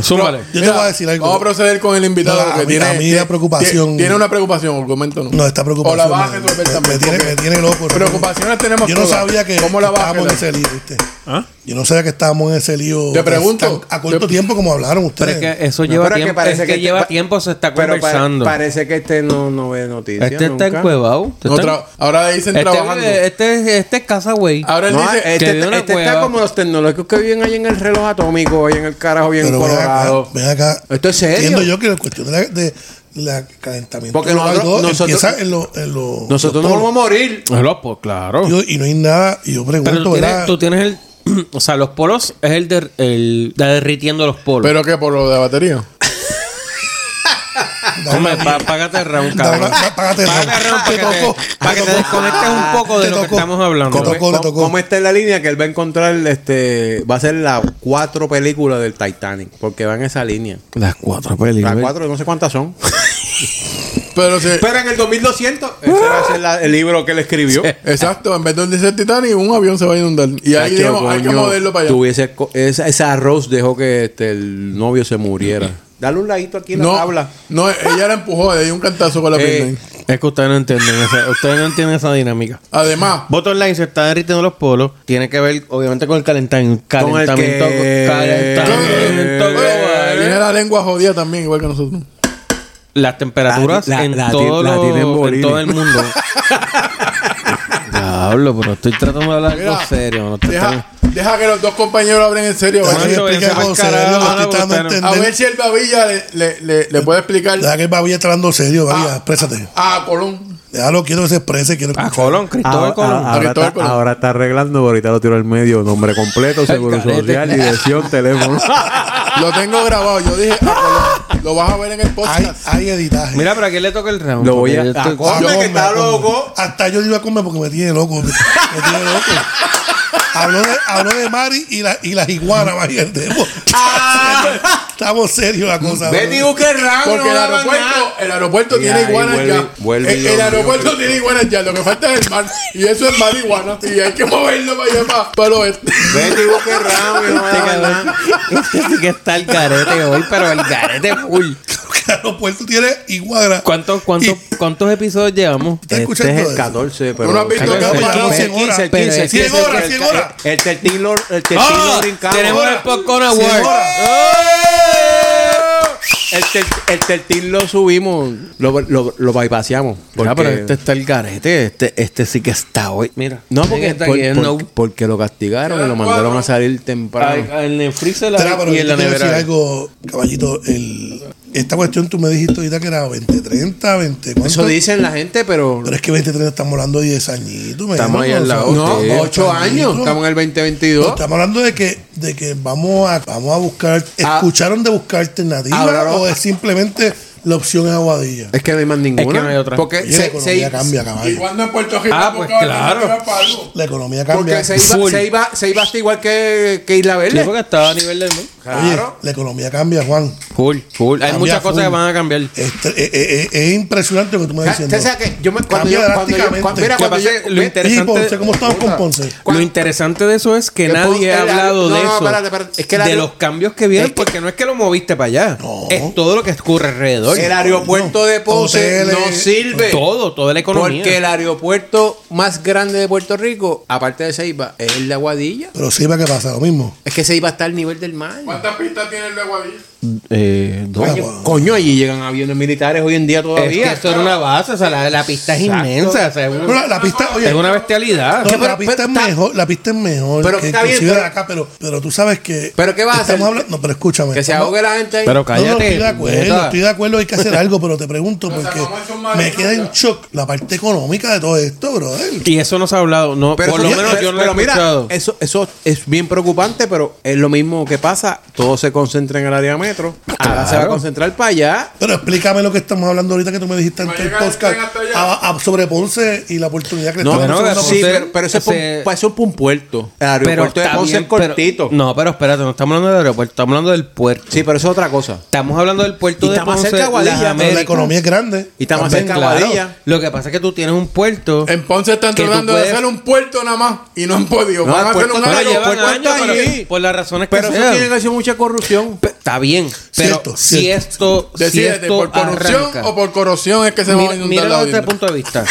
B: Zúmbale.
C: Yo te voy a decir algo.
D: Vamos a proceder con el invitado.
C: No, a
D: porque
C: mí- a mí la
D: tiene-
C: preocupación-
D: Tiene una preocupación, argumento no.
C: No, esta preocupación.
D: O la vas a
C: me-
D: resolver
C: me-
D: también.
C: Me tiene,
D: porque
C: me tiene loco.
D: Preocupaciones tenemos
C: Yo no
D: todas.
C: sabía que,
D: ¿Cómo
C: que
D: la
C: estábamos en
D: bajas?
C: ese lío, ¿viste?
B: ¿Ah?
C: Yo no sabía que estábamos en ese lío.
D: Te pregunto.
C: tan- a corto
D: Te-
C: tiempo como hablaron
B: Pero
C: ustedes.
B: es que eso
A: No,
B: lleva
A: pero es que
B: tiempo.
A: parece
B: es que
A: que- este
B: lleva
A: pa-
B: tiempo se está
A: Pero pa-
B: conversando.
A: parece que este no, no ve noticias.
B: este está
A: nunca.
B: encuevado. Este
D: No,
B: está-
D: tra- ahora le dicen
B: este,
D: trabajando.
B: vive- este, este es casa, güey.
D: Ahora él
A: No,
D: dice.
B: que
A: este
B: de una
A: este
B: cueva.
A: está como los tecnológicos que viven ahí en el reloj atómico, ahí en el carajo bien
C: Pero ven acá,
A: colorado.
C: ven acá.
A: Esto es serio.
C: Entiendo yo que la cuestión de la, de la calentamiento
A: Porque
C: global
A: nosotros-
C: todo
A: nosotros-
C: empieza en los en lo,
A: Nosotros no
C: los polos.
A: vamos a morir.
B: Bueno, pues, claro.
C: Yo- y no hay nada. Y yo
B: Pero
C: pregunto,
B: tú
C: ¿verdad?
B: tienes, tú tienes el. O sea, los polos es el de, el de derritiendo los polos.
D: ¿Pero qué? ¿Por lo de la batería?
C: Da una-
B: Hombre, pa- págate el round,
C: da
B: cabrón.
C: una- pa- págate el
B: Págate el round para
C: round. Te
B: que te-
C: tocó,
B: para que te
C: tocó.
B: desconectes un poco de
C: Te
B: lo que
C: tocó,
B: estamos hablando.
C: Te tocó,
A: Pues, ¿Cómo,
C: le tocó.
A: cómo está en la línea que él va a encontrar este va a ser las cuatro películas del Titanic porque va en esa línea
B: Las cuatro
A: las
B: películas.
A: cuatro no sé cuántas son
D: Pero si-
A: pero en el 2200 ese va a ser la- el libro que él escribió
D: Exacto, en vez de dice Titanic, un avión se va a inundar. Y ahí
A: Chacho,
D: digamos, hay que
A: coño,
D: moverlo para allá.
A: tuviese co- esa, esa Rose dejó que este, el novio se muriera dale un ladito aquí en la
D: No,
A: tabla
D: no, ella la empujó, le dio un cantazo con la
A: Eh.
D: pierna. ahí.
B: Es que ustedes no entienden esa, ustedes no entienden esa dinámica.
D: Además,
B: Bottom line se está derritiendo los polos. Tiene que ver, obviamente, con el calentan-
A: Con el
B: calentamiento.
A: que-
B: calentamiento
A: Eh.
D: eh,
B: global.
D: tiene la lengua jodida también, igual que nosotros.
B: Las temperaturas
A: La- la-
B: en,
A: la
B: todo
A: ti- la
B: lo-
A: tienen
B: en
A: Borini.
B: todo el mundo. Diablo, pero estoy tratando de hablar
D: Mira,
B: algo serio. no estoy tratando-
D: Deja, deja que los dos compañeros hablen en serio.
C: Te
D: ¿vale?
C: voy a
B: Macho,
C: explicar
B: ese
C: algo
B: mal
C: serio,
B: carajo,
C: estoy tratando de
B: no me
D: A
C: entender.
D: ver si el Babilla le, le- le- le puede explicar
C: Deja que el babilla está hablando serio, babilla.
D: Ah.
C: Exprésate.
D: a Colón.
C: Déjalo, quiero que se exprese. Quiero
B: A
C: escuchar.
B: Ah, Colón, Cristóbal Colón.
D: ahora está- ahora
A: arreglando ahorita lo tiro al medio nombre completo seguro social dirección teléfono
D: Lo tengo grabado. Yo dije a Colón. Lo vas a ver en el
C: Hay,
D: podcast.
C: hay editaje.
B: Mira, pero a quién le toca el round.
A: Lo voy a-
B: Porque yo estoy-
A: a Colón.
C: Come,
A: Hombre, que está
C: come.
A: loco.
C: Hasta yo iba a comer porque me tiene loco. Me tiene loco. Habló de, habló de Mari y, la, y las iguanas, imagínate. Estamos serios la cosa.
A: ven y
C: bro.
A: busca Ah. el rango
D: Porque el aeropuerto, el aeropuerto
A: Y
D: tiene
A: ahí
D: iguanas
A: vuelve-
D: ya.
A: vuelve
D: el,
A: y
D: el
A: lo-
D: aeropuerto tiene iguanas ya. Lo que falta es el mar. Y eso es mar iguana. Y hay que moverlo para allá, para, para el oeste.
A: ven y busca el rango y no me
B: Este
A: da nada.
B: cabrón- este sí que está el carete hoy, pero el carete full.
C: El aeropuerto tiene iguanas.
B: ¿Cuántos, cuántos, cuántos episodios llevamos?
C: ¿Estás
A: Este
C: escuchando
A: es el
C: eso?
A: 14, pero.
D: ¿No lo has visto
A: Pero
D: acá?
A: el
D: Pues,
A: 15, el
C: vamos,
A: 15, el
B: pero
A: 15,
B: es-
A: el 15,
C: 100 horas,
A: el-
C: 100 horas.
A: El tertín lo el tertín
B: Ah,
A: lo brincamos.
B: Tenemos el Popcorn ¡Ah! Award.
A: El, ter- el tertín lo subimos, lo, lo, lo bypaseamos.
B: Mira,
A: porque-
B: pero este está el carete. Este, este sí que está hoy. Mira.
A: no, porque,
B: está
A: por-
B: aquí en
A: por- porque lo castigaron y lo
D: Quedan
A: mandaron
D: cuatro.
A: a salir temprano.
B: En el freezer
C: Espera, pero
B: y
C: yo
B: en
C: te
B: la
C: quiero decir
B: nevera.
C: algo, caballito. El, esta cuestión tú me dijiste ahorita que era 2030, 20. ¿cuánto?
A: Eso dicen la gente, pero.
C: Pero es que 2030 estamos hablando de 10 añitos. me
B: Estamos
C: llamo,
B: ahí al
C: o sea,
B: lado.
A: No,
B: usted,
A: 8 años. Estamos en el
C: No,
A: 2022.
C: estamos hablando de que, de que vamos a vamos a buscar.
A: Ah.
C: ¿Escucharon de buscar alternativas
A: Ahora no.
C: o es simplemente la opción es aguadilla?
A: Es que no hay más ninguna.
B: no hay otra.
A: Porque
C: Oye, la
A: Eh, se,
C: economía
A: se-
C: cambia,
D: Y
C: caballo.
D: cuando en Puerto Rico.
B: Ah, pues,
D: tocaba,
B: claro.
D: iba para algo.
C: La economía
A: porque
C: cambia.
A: se iba,
B: Full.
A: se, iba, se iba hasta igual que, que Isla
B: Sí,
A: Verde.
B: porque estaba a nivel del mundo.
C: Oye, la economía cambia, Juan.
B: Full, full. Hay
C: Cambia
B: muchas cosas
C: full.
B: que van a cambiar.
C: Es, tre- eh, eh, eh, es impresionante lo que tú me
A: Ah,
C: estás diciendo.
A: usted sabe que yo me- cuando
C: Cambia
A: yo- cuando yo-
C: drásticamente.
A: cuando- mira,
B: Lo que
A: cuando
B: pasa
A: yo-
B: es que lo
A: ve-
C: Y
B: interesante.
C: Ponce, ¿cómo estamos con Ponce?
B: Lo interesante de eso es que
A: Que
B: nadie
A: Ponce-
B: ha hablado
A: no,
B: de
A: no,
B: eso.
A: espérate, espérate. Es que la-
B: de los cambios que vienen,
A: es que-
B: porque no es que lo moviste para allá.
C: No.
B: Es todo lo que ocurre alrededor.
A: El aeropuerto de Ponce
C: Hoteles,
A: no sirve.
B: todo, toda la economía.
A: Porque el aeropuerto más grande de Puerto Rico, aparte de Ceiba, es el de Aguadilla.
C: Pero sí, va que pasa lo mismo.
A: Es que Ceiba está al nivel del mar.
D: ¿Cuántas pistas tiene el de Aguadilla?
B: Eh, dos.
C: Oye,
A: Coño, allí llegan aviones militares hoy en día
B: Es que
A: todavía.
B: eso era una base, o sea, la, la pista es
A: Exacto.
B: inmensa. o sea, es, un-
C: Pero la, la pista, oye,
B: es una bestialidad.
C: no,
A: pero-
C: la pista
A: pero
C: es
A: está-
C: mejor, la pista es mejor.
A: Pero
C: que
A: está bien,
C: inclusive
A: pero-
C: acá, pero, pero tú sabes que.
A: ¿Pero qué vas a
C: estamos
A: hacer?
C: hablando- no, pero escúchame.
A: que se
C: estamos-
A: ahogue la gente ahí.
B: Pero
C: No, no,
B: cállate.
C: estoy de acuerdo,
B: puñeta.
C: estoy de acuerdo, hay que hacer algo, pero te pregunto
D: sea,
C: porque
D: como es un
C: me
D: marino,
C: queda en
D: ya.
C: shock la parte económica de todo esto, brother.
B: Y eso no se ha hablado. No,
A: Pero
B: por
A: eso-
B: lo menos
A: pero-
B: yo no lo he
A: pero mira,
B: escuchado.
A: eso, eso es bien preocupante, pero es lo mismo que pasa. Todo se concentra en el área metro. Ahora se va a
B: Claro.
A: concentrar para allá.
C: Pero explícame lo que estamos hablando ahorita que tú me dijiste en
D: Va a
C: el
D: llegar el
C: podcast
D: tren hasta allá.
C: a- a- sobre Ponce y la oportunidad que le
A: No,
C: estamos
A: pero,
B: bueno,
C: dando a
A: sí,
B: Ponce-
A: pero, pero eso es
B: ese-
A: pa un- eso es pa' un puerto. El aeropuerto de
B: está
A: Ponce
B: bien,
A: es cortito.
B: pero- no, pero espérate, no estamos hablando del aeropuerto, estamos hablando del puerto.
A: Sí, pero eso es otra cosa.
B: Estamos hablando del puerto
A: Y
B: de
A: está más
B: Ponce,
A: cerca de Guadilla,
B: las
A: pero la
C: Ponce. La
B: Américas.
C: economía es grande.
A: Y está más
C: También.
A: cerca de
B: Claro.
A: Guadilla.
B: Lo que pasa es que tú tienes un puerto.
D: En Ponce están
B: Que tú
D: tratando
B: puedes-
D: de hacer un puerto nada más y no han podido.
A: No,
D: Van
A: el
D: a hacer
A: puerto
D: un
A: no
B: Bueno,
A: pero
D: aeropuerto.
B: llevan
A: el puerto
B: años,
A: está
B: pero
A: ahí.
B: por las razones que
A: Pero eso
B: sean.
A: tiene que hacer mucha corrupción.
B: Pe- Está bien, pero
C: Cierto,
B: si
C: cierto.
B: esto, si
D: Decídete,
B: esto
D: por corrupción
B: arranca-
D: o por corrupción es que se va a
B: mira,
D: inundar
B: míralo
D: la
B: desde
D: vivienda.
B: el punto de vista.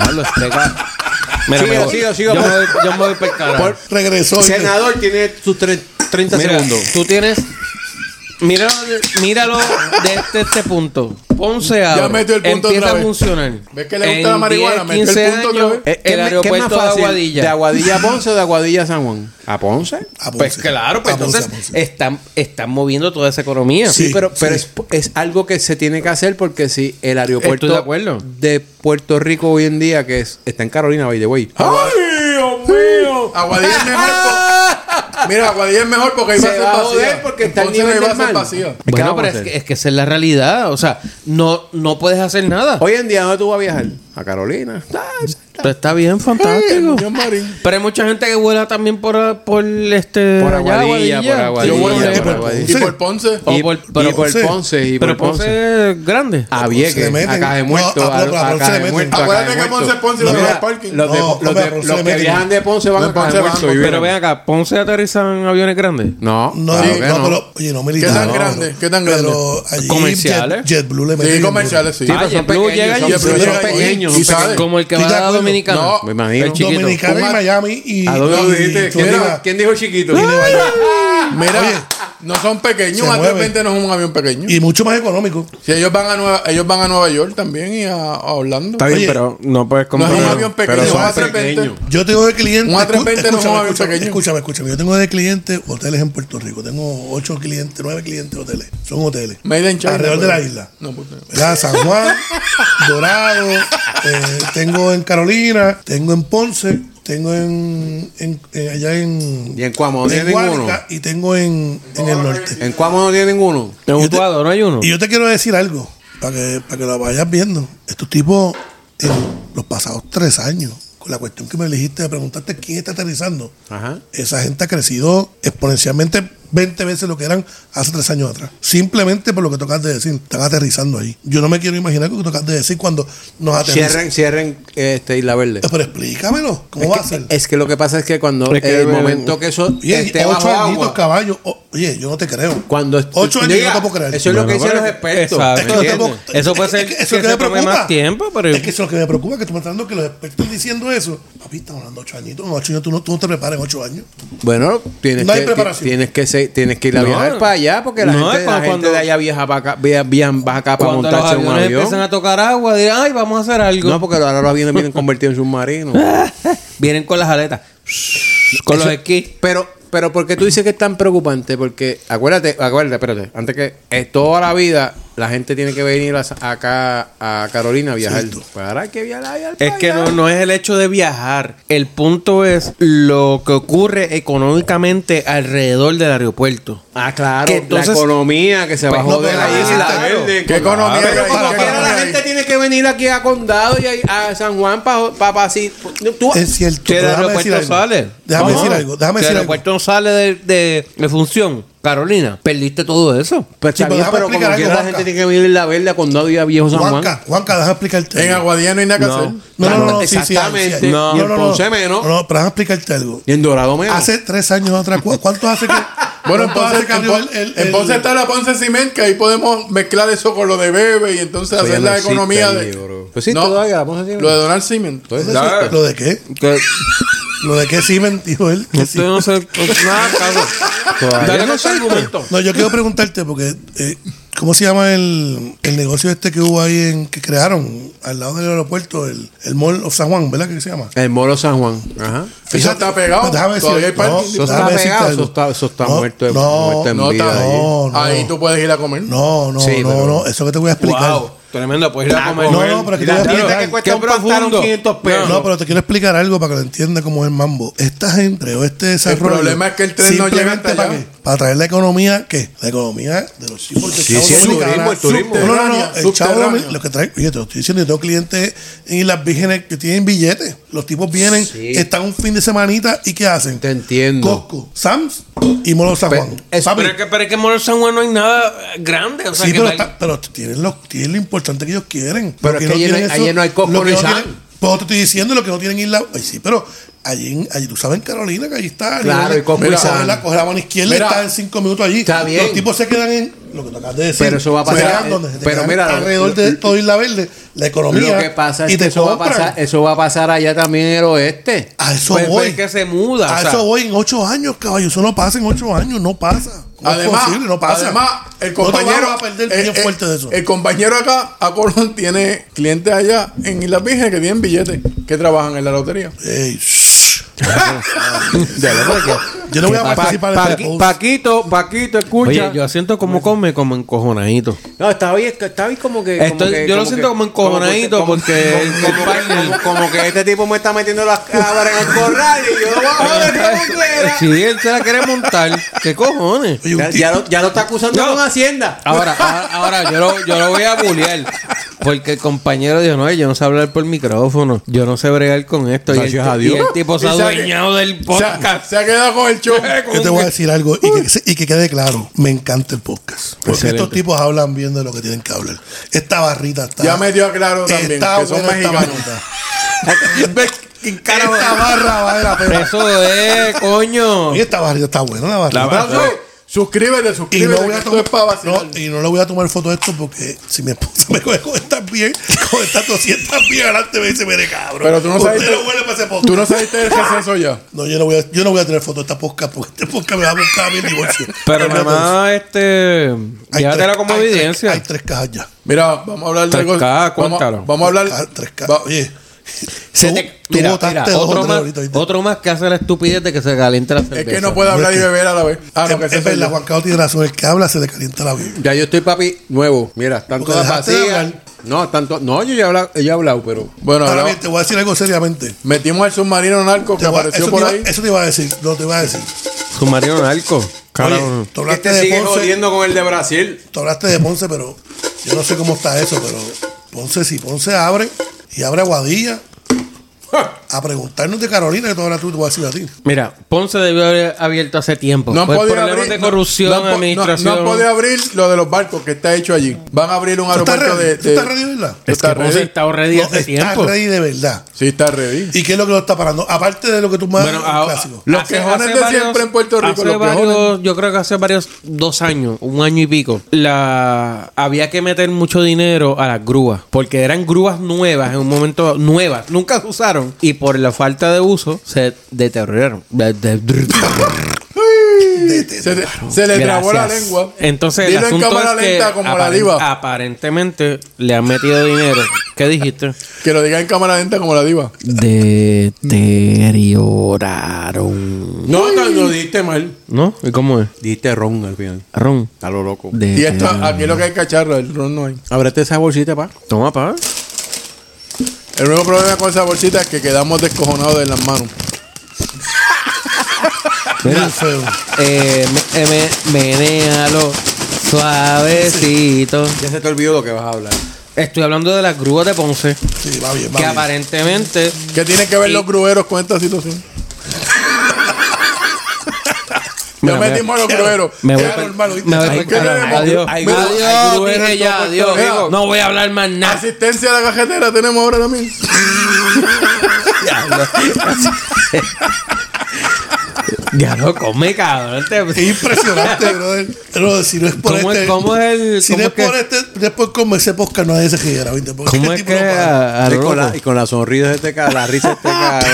B: Hablo, explica. Mira,
A: Siga,
B: me voy.
A: siga, siga,
B: Yo,
A: por-
B: me voy, yo me voy para el carajo.
A: Por-
C: Regresó. y-
A: Senador tiene sus tre-
D: este
A: 30
B: Mira,
A: segundos.
B: Tú tienes. Míralo, de- míralo desde este punto. Ponce abre,
D: metió el punto
B: empieza
D: otra
B: a
D: vez.
B: funcionar.
D: ¿Ves que le gusta la marihuana? Metió el
B: 15
D: punto otra
B: años,
D: vez.
A: Eh, ¿qué
B: el
A: me- qué es más
B: aeropuerto de
A: fácil,
B: Aguadilla.
A: ¿De Aguadilla a Ponce o de Aguadilla a San Juan? ¿A Ponce?
C: A Ponce.
B: Pues claro, pues
C: A Ponce,
B: entonces
C: a Ponce.
B: Están, están moviendo toda esa economía.
A: Sí,
C: Sí,
A: pero, pero
C: sí.
A: es, es algo que se tiene que hacer porque si el aeropuerto
B: Estoy de acuerdo.
A: de Puerto Rico hoy en día, que es- está en Carolina, by the way.
D: ¡Ay, Dios mío! Aguadilla es mejor.
A: Ah.
D: po- Mira, Aguadilla es mejor porque iba
A: Se
D: a ser
A: va a joder
D: vacía.
A: porque
D: En
A: está el
D: Ponce no
A: nivel
D: iba
A: del
D: a ser
A: mar.
D: vacía.
A: ¿Qué
B: Bueno,
A: vamos a
B: pero es
A: hacer?
B: que, es que esa es la realidad. O sea, no, no puedes hacer nada.
A: Hoy en día, ¿dónde tú vas a viajar? A Carolina.
B: Pero está bien, fantástico.
D: Yo, Marín.
B: Pero hay mucha gente que vuela también por, por este.
A: Por
B: allá,
A: Aguadilla, por Aguadilla,
D: Yo
B: Sí,
D: voy
B: por
D: a-
C: Y
B: allá.
C: por
D: Y
C: Ponce.
D: por Ponce.
B: O
A: Y-
B: por-
A: y
B: pero-
A: por
C: Ponce.
A: Ponce. Y por
B: Pero
A: Ponce. Ah,
B: Ponce es grande.
A: A
C: Ponce
A: Vieques,
C: le meten.
A: a Caje
C: No,
A: Muerto,
C: a-
A: a,
C: a- a
A: a
C: Ponce le
A: Caje
C: meten.
A: Muerto, a
D: Acuérdate
A: Caje
D: que
A: Muerto.
D: Ponce es Ponce y
A: No,
D: no
A: mira,
D: es parking.
A: Los de,
C: No,
A: los
C: no,
A: de-
C: a Ponce
A: los
C: le
A: que
C: meten.
A: viajan de Ponce van
D: No,
A: a
D: Ponce
A: Caje
D: van,
A: Muerto.
D: Ponce
A: y
B: Pero
A: vienen.
B: ven acá, Ponce aterrizan aviones grandes.
A: No,
C: No,
A: claro
C: sí,
A: que
C: no,
A: no.
C: pero, oye, no militar.
D: ¿Qué tan
C: no,
D: grande?
C: no.
D: ¿Qué tan grande?
C: Pero allí
B: Comerciales.
C: Jet- JetBlue le meten
D: Sí,
C: bien
D: comerciales, sí.
B: Ah,
A: pero son
B: JetBlue llega
A: pequeños,
B: y-
A: son
D: JetBlue
A: pequeños,
D: llega y-
A: son
D: y sale.
A: pequeños.
B: Como el que
C: ¿Estoy
B: va
C: de
B: a
C: acuerdo?
B: Dominicana.
D: No,
A: me imagino.
B: El
C: duro.
B: chiquito.
C: Dominicana y Miami y.
A: ¿A dónde
C: y-
A: lo dijiste?
C: y-
A: ¿Quién
C: Mira,
A: dijo- ¿Quién dijo chiquito?
C: y Nueva York.
D: Mira,
C: Oye,
D: no son pequeños.
C: se
D: Un
C: mueve.
D: A320 no es un avión pequeño.
C: Y mucho más económico.
D: Si ellos van a Nueva, ellos van a Nueva York también y a, a Orlando.
B: Está bien,
C: Oye,
B: pero no puedes
D: No es
B: comparar.
D: un avión pequeño, ¿eh?
A: pero
D: es un
A: son
D: A320.
A: pequeños.
C: Yo tengo de cliente.
D: Un A320 no
C: escúchame,
D: es un avión
C: escúchame,
D: pequeño.
C: escúchame, escúchame. Yo tengo de cliente hoteles en Puerto Rico. Tengo ocho clientes, nueve clientes hoteles. Son hoteles.
D: Made in China,
C: Alrededor de
D: pero-
C: la isla.
D: No, pues,
C: ¿verdad? San Juan, Dorado, eh, tengo en Carolina, tengo en Ponce, tengo en, en- en- allá en,
A: Y en Cuamo, ¿no
C: en
A: tiene ninguno?
C: Guánica y tengo en, en el norte.
A: ¿En Cuamo no tiene ninguno?
B: En
C: Yo te-
B: Utuado, no hay uno.
C: Y yo te quiero decir algo, para que, para que lo vayas viendo. Estos tipos, en los pasados tres años, con la cuestión que me elegiste de preguntarte quién está aterrizando,
A: Ajá.
C: esa gente ha crecido exponencialmente 20 veces lo que eran hace tres años atrás. Simplemente por lo que tocas de decir, están aterrizando ahí. Yo no me quiero imaginar lo que tocas de decir cuando nos aterrizan.
A: Cierren, cierren este, Isla Verde.
C: Eh, Pero explícamelo, ¿cómo va a ser?
A: Es que lo que pasa es que cuando
B: Es que
A: el
B: me-
A: momento que eso
C: Oye,
A: esté bajo
C: ocho añitos,
A: agua,
C: caballo. O- oye, yo no te creo.
A: cuando
C: ocho años,
A: Diga,
C: yo no te puedo creer.
A: Eso es lo que dicen los expertos.
B: Exacto.
A: ¿me
C: Es que no te
A: entiendes?
C: puedo-
B: Eso puede ser
C: es es
B: que
C: lo
B: se
C: me
B: tome
C: preocupa.
B: más tiempo, pero-
C: Es que eso es lo que me preocupa, que tú me estás dando que los expertos diciendo eso. Papi, estamos hablando de ocho añitos. En ocho años tú no, tú no te preparas en ocho años.
A: Bueno, tienes,
C: No hay
A: que, ti-
C: preparación.
A: tienes, que se- tienes que ir a
B: No.
A: viajar para allá porque la,
B: No,
A: gente,
B: es
A: la
B: cuando-
A: gente de allá viaja para acá, via- viajan para acá Ah, para
B: Cuando los
A: montarse en un
B: aviones
A: avión.
B: empiezan a tocar agua, dirán, ay, vamos a hacer algo.
A: No, porque ahora los aviones vienen convertidos en submarinos.
B: Vienen con las aletas. con los
A: Eso-
B: esquís.
A: Pero, pero porque tú dices que es tan preocupante, porque acuérdate, acuérdate, espérate, antes que eh, toda la vida la gente tiene que venir a Sa- acá a Carolina a viajar.
C: Cierto.
A: Pues ahora hay que viajar allá al
B: Es que
A: país.
B: no, no es el hecho de viajar. El punto es lo que ocurre económicamente alrededor del aeropuerto.
A: Ah, claro,
B: Que entonces-
A: la economía que se va a
B: Pues, no,
A: joder
C: pero
A: ahí
C: ahí
A: en la
C: está,
A: verde.
D: ¿Qué economía?
A: Pero
D: hay?
A: como
D: ¿Qué
A: quiera la
D: economía hay?
A: gente tiene que venir aquí a Condado y a, a San Juan para pa, pa, así. Tú-
C: Es cierto.
B: Que el
C: pero déjame decir
B: aeropuerto
C: algo.
B: sale.
C: Déjame
B: Ajá.
C: decir algo. Déjame
B: Que
C: decir
B: el
C: algo.
B: aeropuerto no sale de, de- de función. Carolina, perdiste todo eso.
A: Pues
C: Sí,
A: está
C: pero
A: bien,
C: déjame
A: pero como
C: explicar algo,
A: quiera la
C: Juanca.
A: gente tiene que venir en la verde a Condado y a Viejo San Juan.
C: Juanca, Juanca, déjame explicarte.
D: En
C: algo.
D: Aguadilla no hay nada que hacer.
C: No, no, no, sí, sí, hay, sí,
A: Exactamente.
C: hay.
A: No, en Ponce menos.
C: No, no, pero déjame explicarte algo.
A: Y en Dorado menos.
C: Hace tres años atrás, ¿cu- ¿cuántos hace que.?
D: Bueno,
C: ¿cuántos hace
D: entonces,
C: que
D: en,
C: abrió
D: Pon- en Ponce está la Ponce Cement, que ahí podemos mezclar eso con lo de Bebe y entonces
A: ya
D: hacer
A: no
D: la
A: existe
D: economía
A: ahí,
D: de.
A: bro. Pues sí, todavía la Ponce Cement.
D: Lo de donar Cement.
A: Ah.
C: ¿Lo de qué?
B: Que-
C: ¿Lo de qué Siemens dijo él? Que
A: Este-
B: Usted
C: sí.
B: no se. Nada, caso. Dale con su argumento.
C: No, yo quiero preguntarte porque eh, ¿cómo se llama el, el negocio este que hubo ahí en que crearon al lado del aeropuerto, el, el Mall of San Juan, ¿verdad que se llama? pues
A: El Moro San Juan. Ajá.
D: Eso está pegado.
C: déjame decir-
D: Todavía hay
C: no,
D: parking.
A: Eso está
C: déjame decirte
A: pegado,
C: algo.
A: eso está- eso está
C: No,
A: muerto en-
C: no,
A: muerto en
D: No,
A: vida
D: está-
A: allí.
C: No, no.
D: Ahí tú puedes ir a comer.
C: No, no,
A: Sí,
C: no,
A: pero-
C: no, eso que te voy a explicar.
B: Wow. Tremendo, pues ir a comer.
C: No, no, pero que te voy a explicar.
B: Qué profundo.
A: 500 pesos.
C: No, pero te quiero explicar algo para que lo entienda cómo es el mambo. Esta gente o este desarrollo.
D: problema es que el tren no llega
C: simplemente
D: hasta allá.
C: para qué? para traer la economía, ¿qué? La economía de los chicos del
A: Sí, sí, el turismo, el turismo.
C: No, no, no, el chavo
D: Subterráneo.
C: domin- lo que trae, oye, te lo estoy diciendo, yo tengo clientes en Islas Vírgenes que tienen billetes. Los tipos vienen, están un fin de semanita y ¿qué hacen?
A: Te entiendo.
C: Costco, Sams y Molo San Juan. Papi,
B: Pero es que, pero es que en Mall San Juan no hay nada grande. O sea,
C: sí,
B: que
C: pero,
B: val-
C: está- pero tienen, lo, tienen lo importante que ellos quieren.
A: Pero
C: Lo
A: es que allí no
C: tienen
A: hay- allí no hay Costco
C: lo que
A: ni Sam.
C: tienen- Pues te estoy diciendo lo que no tienen isla. Ay, sí, pero allí, en- allí tú sabes en Carolina que allí está.
A: Claro,
C: Mira,
A: y Costco y
C: mira,
A: Sam.
C: coge la, coge la mano izquierda
D: Mira,
C: y está en cinco minutos allí.
A: está bien.
C: Los tipos se quedan en lo que tú acabas de decir.
A: Pero eso va a
C: se
A: pasar,
C: quedan
A: eh,
C: donde se
A: pero
C: quedan
A: mira, lo-
C: alrededor de
A: lo-
C: toda Isla Verde, la economía.
A: Lo que pasa es
C: y
A: que
C: te
A: eso va, a
C: compran.
A: pasar, eso va a pasar allá también en el oeste.
C: A eso
B: pues, pues
C: voy.
B: es que se muda.
C: a
B: o sea,
C: eso voy en ocho años, caballo. Eso no pasa en ocho años, no pasa. ¿Cómo Ah, es
D: Además,
C: posible? No pasa.
D: además, el compañero. eh,
C: va a perder
D: el-
C: bien
D: el-
C: fuerte de eso.
D: El compañero acá, a Colón, tiene clientes allá en Islas Vírgenes que tienen billetes que trabajan en la lotería.
C: Ey, shh. Yo no voy a participar en este
A: Paqui-
C: post.
A: Paquito, Paquito, escucha.
B: Oye, yo siento como come, como encojonadito.
A: pues, No, está hoy, está hoy como que.
B: Estoy- yo lo siento como encojonadito porque-
A: Como, como- como que este tipo me está metiendo las cámaras en el corral y yo lo voy a joder como quiera.
B: Sí, él se la quiere montar. ¿Qué cojones?
C: Oye, un
A: Ya,
C: tipo-
A: ya lo, ya lo está acusando
B: No.
A: con Hacienda.
B: Ahora, ahora, ahora, yo, lo, yo lo voy a bullear. Porque el compañero dijo, no, yo no sé hablar por micrófono. Yo no sé bregar con esto. Y el,
A: Gracias a
B: y
A: Dios.
B: el tipo se ha
D: Y saque-
B: adueñado del
D: Se ha-
B: podcast.
D: se ha quedado con el show.
C: yo te voy a decir algo y que, se- y que quede claro. Me encanta el podcast. Porque
B: Excelente.
C: estos tipos hablan bien de lo que tienen que hablar. Esta barrita está.
D: Ya me dio claro también
C: está
D: que son
C: buena esta
D: mexicanos.
C: barrita.
D: Carajo.
C: Esta barra vale la pena.
B: Eso es, coño.
C: Y esta barrita está buena, la barrita.
D: Abrazo. Suscríbete,
C: Y
D: suscríbete.
C: no, voy
D: que
C: a
D: esto
C: tomar,
D: es pa' vacilar.
C: no, y no le voy a tomar foto de esto porque si mi esposa me coge con estas bien, con estas 200 bien adelante me dice, mire cabrón.
D: Pero tú no
C: usted
D: sabes-
C: no vuelve para ese podcast.
D: Tú no saliste del receso ya.
C: No, yo no voy a, yo no voy a tener foto de esta podcast porque este podcast me va a buscar a mi divorcio.
B: Pero
C: Hablando de eso.
B: mamá, este.
C: Hay
B: Llévatela
C: tres-
B: como
C: hay tres-
B: evidencia.
C: Hay tres cajas ya.
D: Mira, vamos a hablar de
B: Tres
D: algo-
B: K,
D: vamos,
B: cuéntalo.
D: vamos a hablar.
C: Ca- Tres cajas.
D: va-
C: Oye,
B: Se
C: tú,
B: te-
C: tú
B: mira,
C: votaste
B: mira,
C: dos o
B: otro,
C: tres
B: más,
C: ahorita, ¿viste?
B: otro más que hace la estupidez de que se caliente la
D: Es
B: cerveza.
D: que no puede hablar y
C: Vete.
D: beber a la vez. Ah, no, que
C: es,
D: ese
C: es
D: soy
C: verdad,
D: yo.
C: Juan Carlos tiene razón. El que habla se le calienta la vida.
A: Ya yo estoy papi nuevo. Mira, están
C: Porque
A: todas
C: dejaste de
A: vacías.
C: hablar.
A: No, tanto, no, yo ya he hablado, ya he hablado, pero.
D: Bueno,
C: Ahora
D: ahora
C: bien, te voy a decir algo seriamente.
D: metimos al submarino narco que
C: Te voy a-
D: apareció
C: eso,
D: por
C: te
D: ahí.
C: iba, eso te iba a decir. No te iba a decir.
B: Submarino narco.
C: Oye,
B: Cabrón.
C: tú hablaste de Ponce.
A: con el de Brasil.
C: Tú hablaste de Ponce, pero yo no sé cómo está eso. Pero Ponce, si Ponce abre y abre Aguadilla a preguntarnos de Carolina, que tú hablas tú, te voy a decir a ti.
B: Mira, Ponce debió haber abierto hace tiempo.
D: No han
B: Por
D: podido
B: problemas
D: abrir.
B: de
D: no-
B: corrupción,
D: no han po- no-
B: administración.
D: No, han podido abrir lo de los barcos que está hecho allí. Van a abrir un
C: ¿Tú estás
D: aeropuerto de.
C: ready? ¿Tú
D: de
C: estás ready, verdad?
D: ¿Tú
B: es que
D: estás
B: Ponce
D: ready?
B: está ready
C: No,
B: hace
C: estás
B: tiempo.
C: ready de verdad.
D: Sí, está ready.
C: ¿Y qué es lo que lo está parando? Aparte de lo que tú me
B: Bueno, ah,
C: das, el
B: ahora-
C: clásico.
D: ah, Los
B: hace-
D: quejones
B: hace
D: de siempre en Puerto Rico,
B: hace
D: los quejones.
B: varios- yo creo que hace varios dos años, un año y pico, la había que meter mucho dinero a las grúas, porque eran grúas nuevas en un momento nuevas, nunca se usaron y por la falta de uso se deterioraron. De- de-
D: Se, le- se le trabó la
B: Gracias.
D: lengua.
B: Entonces,
D: Dilo
B: el asunto
D: en cámara
B: es que
D: lenta como la
B: aparen-
D: diva.
B: aparentemente le han metido dinero. ¿Qué dijiste?
D: Que lo diga en cámara lenta como la diva.
B: Deterioraron.
A: No, no, no, diste mal.
B: ¿No? ¿Y cómo es?
A: Diste ron al final.
B: Ron.
A: A lo loco.
D: Y esto, aquí lo que hay cacharro, el ron no hay.
A: Abrete esa bolsita, pa.
B: Toma, pa.
D: El único problema con esa bolsita es que quedamos descojonados de las manos.
C: Bien feo.
B: Eh, me, eh, me- menéalo suavecito.
A: Ya se te olvidó lo que vas a hablar.
B: Estoy hablando de las grúas de Ponce,
C: Sí, va bien, va
B: que
C: bien.
B: aparentemente
D: ¿Qué tienen que ver los grueros con esta situación?
B: Mira,
D: ya
B: mira.
D: metimos a los grueros.
B: me voy
D: Era
B: pa-
D: normal, ¿oíste?
B: me voy
D: ¿Por
B: pa-
D: qué
B: carajo.
D: tenemos-
B: Adiós,
A: hay
D: Mira,
A: grúas-
B: adiós,
A: grúas en
B: dije
A: todo
B: ya,
A: Puerto
B: adiós.
D: Rico.
B: No voy a hablar más nada.
D: Asistencia a la cajetera tenemos ahora también.
B: Ya no come, cabrón.
C: Es
B: Te-
C: impresionante, brother. Pero si no es por
B: ¿Cómo es-
C: este.
B: cómo es el-
C: Si
B: cómo
C: no es
B: es que-
C: por este, después como ese podcast nadie se gira, ¿viste? Porque
B: ¿Cómo
C: este
B: es
C: tipo
B: que
C: no para.
B: a, a
A: y, con
B: Rocco?
A: la, y con la sonrisa de este cabrón, la risa de este cabrón.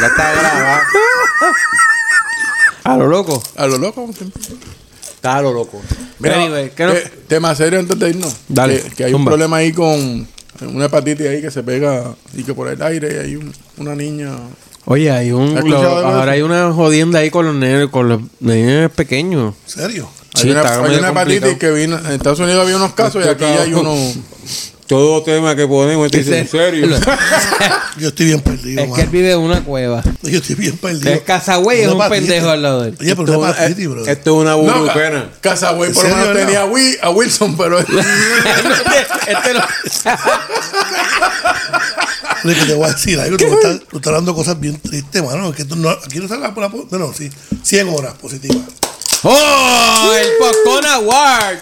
A: Ya está grabada.
B: A lo loco.
D: A lo loco. siempre.
A: Está a lo loco.
D: Mira,
B: Anyway, ¿qué no-
D: eh, tema serio antes de irnos.
B: Dale,
D: Que, que hay un
B: zumba.
D: problema ahí con una hepatitis ahí que se pega y que por el aire hay un- una niña.
B: Oye, hay un,
D: ¿Has escuchado
B: lo-
D: algo de
B: ahora
D: eso?
B: hay una jodienda ahí con los negros, con los niños pequeños.
C: ¿En serio?
D: Hay
B: Sí,
D: una,
B: está
D: hay
B: medio
D: una hepatitis
B: complicado.
D: que vino. En Estados Unidos había unos casos y aquí ya hay uno.
A: Todo tema que ponemos, este dice, en serio.
C: Yo estoy bien perdido,
H: Es que él
C: mano.
H: vive en una cueva.
C: Yo estoy bien perdido.
H: Es Casagüey, es
C: Una
H: un
C: patita.
H: pendejo al lado de él.
C: Oye, pero
A: Esto
C: una
A: es una-
C: hepatitis, bro.
A: Esto es una
D: No,
A: burucena.
D: Ca- Casaway por lo
C: ¿En
D: menos
C: serio, no?
D: tenía a, Wi- a Wilson, pero
H: Este no-
C: Oye, que te voy a decir algo. Tú me estás, tú estás hablando cosas bien tristes, mano. Que tú no, aquí no sale la... la- No, no, sí. 100 horas positivas.
H: ¡Oh! El Popcorn Award.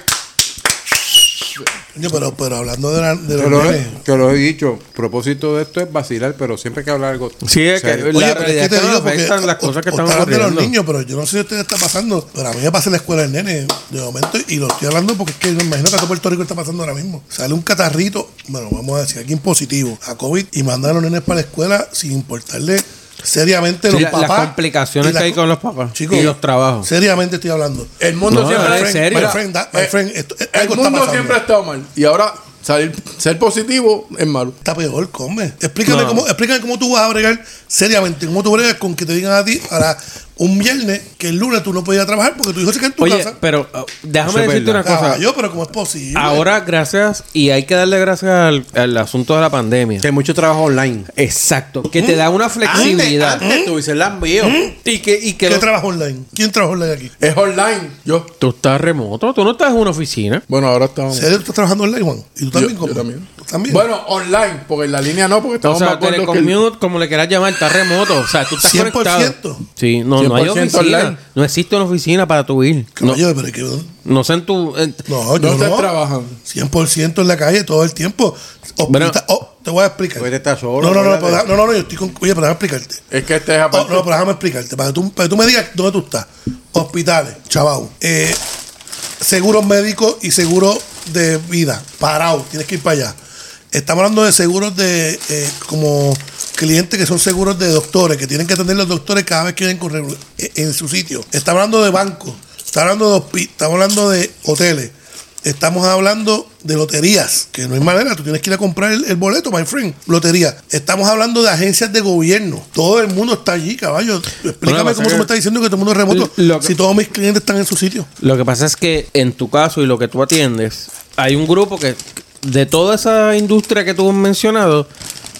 C: Coño, pero, pero hablando de, la, de los
A: Te lo,
C: nenes.
A: te lo he dicho. Propósito de esto es vacilar, pero siempre hay que hablar algo.
B: Sí, es que
A: serio.
B: la
C: Oye, pero
B: realidad
C: es que te
B: que nos
C: digo porque
B: afectan las
C: o-
B: cosas que
C: o-
B: están
C: estaba hablando de los
B: ocurriendo.
C: niños, pero yo no sé si a ustedes está pasando, pero a mí me pasa en la escuela del nene de momento y lo estoy hablando porque es que me imagino que a todo Puerto Rico está pasando ahora mismo. Sale un catarrito, bueno, vamos a decir aquí impositivo, a COVID y mandar a los nenes para la escuela sin importarle seriamente
B: Sí,
C: los
B: la- las
C: papás.
B: complicaciones
C: y las
B: que hay
C: co-
B: con los papás
C: Chicos,
B: y los trabajos.
C: Seriamente estoy hablando.
D: el mundo
B: No,
D: siempre.
B: no, en
D: my friend,
B: serio.
D: mira,
C: My friend, da- my
D: eh,
C: friend, esto- eh,
D: el
C: algo está
D: mundo
C: pasando.
D: siempre ha estado mal. Y ahora salir, ser positivo es malo.
C: Está peor, come. Explícame,
B: No.
C: cómo, explícame cómo tú vas a bregar seriamente, cómo tú bregas con que te digan a ti ahora un viernes que el lunes tú no podías trabajar porque tu hijo se queda en tu
B: Oye,
C: casa. Ah,
B: pero ah, déjame
A: Eso es
B: decirte una
A: verdad.
B: cosa. Ah,
C: Caballo, pero ¿cómo es posible?
B: Ahora, gracias, y hay que darle gracias al, al asunto de la pandemia.
A: Que hay mucho trabajo online.
B: Exacto, que
C: ¿Mm?
B: te da una flexibilidad.
C: ¿Eh?
A: Antes tú dices, la envío.
B: Y que, y que
C: ¿Qué
B: lo-
C: trabajo online? ¿Quién trabaja online aquí?
D: Es online. Yo.
B: tú estás remoto, tú no estás en una oficina.
D: Bueno, ahora estamos.
C: ¿Serio tú estás trabajando online, Juan? ¿Y tú también,
D: yo
C: come?
D: también.
C: ¿Tú también?
D: Bueno, online, porque en la línea no, porque
B: O
D: estamos
B: sea,
D: más gordos que el-
B: telecommute, como le quieras llamar, está remoto. O sea, tú estás
C: 100%.
B: conectado. Sí, no, no hay
D: 100%
B: oficina.
D: online.
B: No existe una oficina para tu ir. No,
C: Caballo, pero es que-
B: no sé en tu... en-
C: No, yo
D: ¿Dónde
C: no.
D: trabajan?
C: 100% en la calle todo el tiempo. Hospital- oh, te voy a explicar.
A: Pues te estás solo, Ah, pues,
C: No, no, no,
A: acuérdate.
C: pero da- no, no, no, yo estoy con. Oye, pero déjame explicarte.
D: Es que este es
C: Oh,
D: aparte.
C: no, pero déjame explicarte. Para que tú, para que tú me digas dónde tú estás. Hospitales, chaval. Eh, seguros médicos y seguros de vida. Parado, tienes que ir para allá. Estamos hablando de seguros de eh, como clientes que son seguros de doctores, que tienen que atender los doctores cada vez que vienen con regul- eh, en su sitio. Estamos hablando de bancos, estamos hablando de hospi- estamos hablando de hoteles, estamos hablando de loterías, que no hay manera, tú tienes que ir a comprar el, el boleto, my friend. Lotería. Estamos hablando de agencias de gobierno. Todo el mundo está allí, caballo. Explícame
B: pasa
C: cómo tú
B: que-
C: me estás diciendo que todo el mundo es remoto.
B: Lo que-
C: Si todos mis clientes están en su sitio.
B: Lo que pasa es que en tu caso y lo que tú atiendes, hay un grupo que de toda esa industria que tú has mencionado,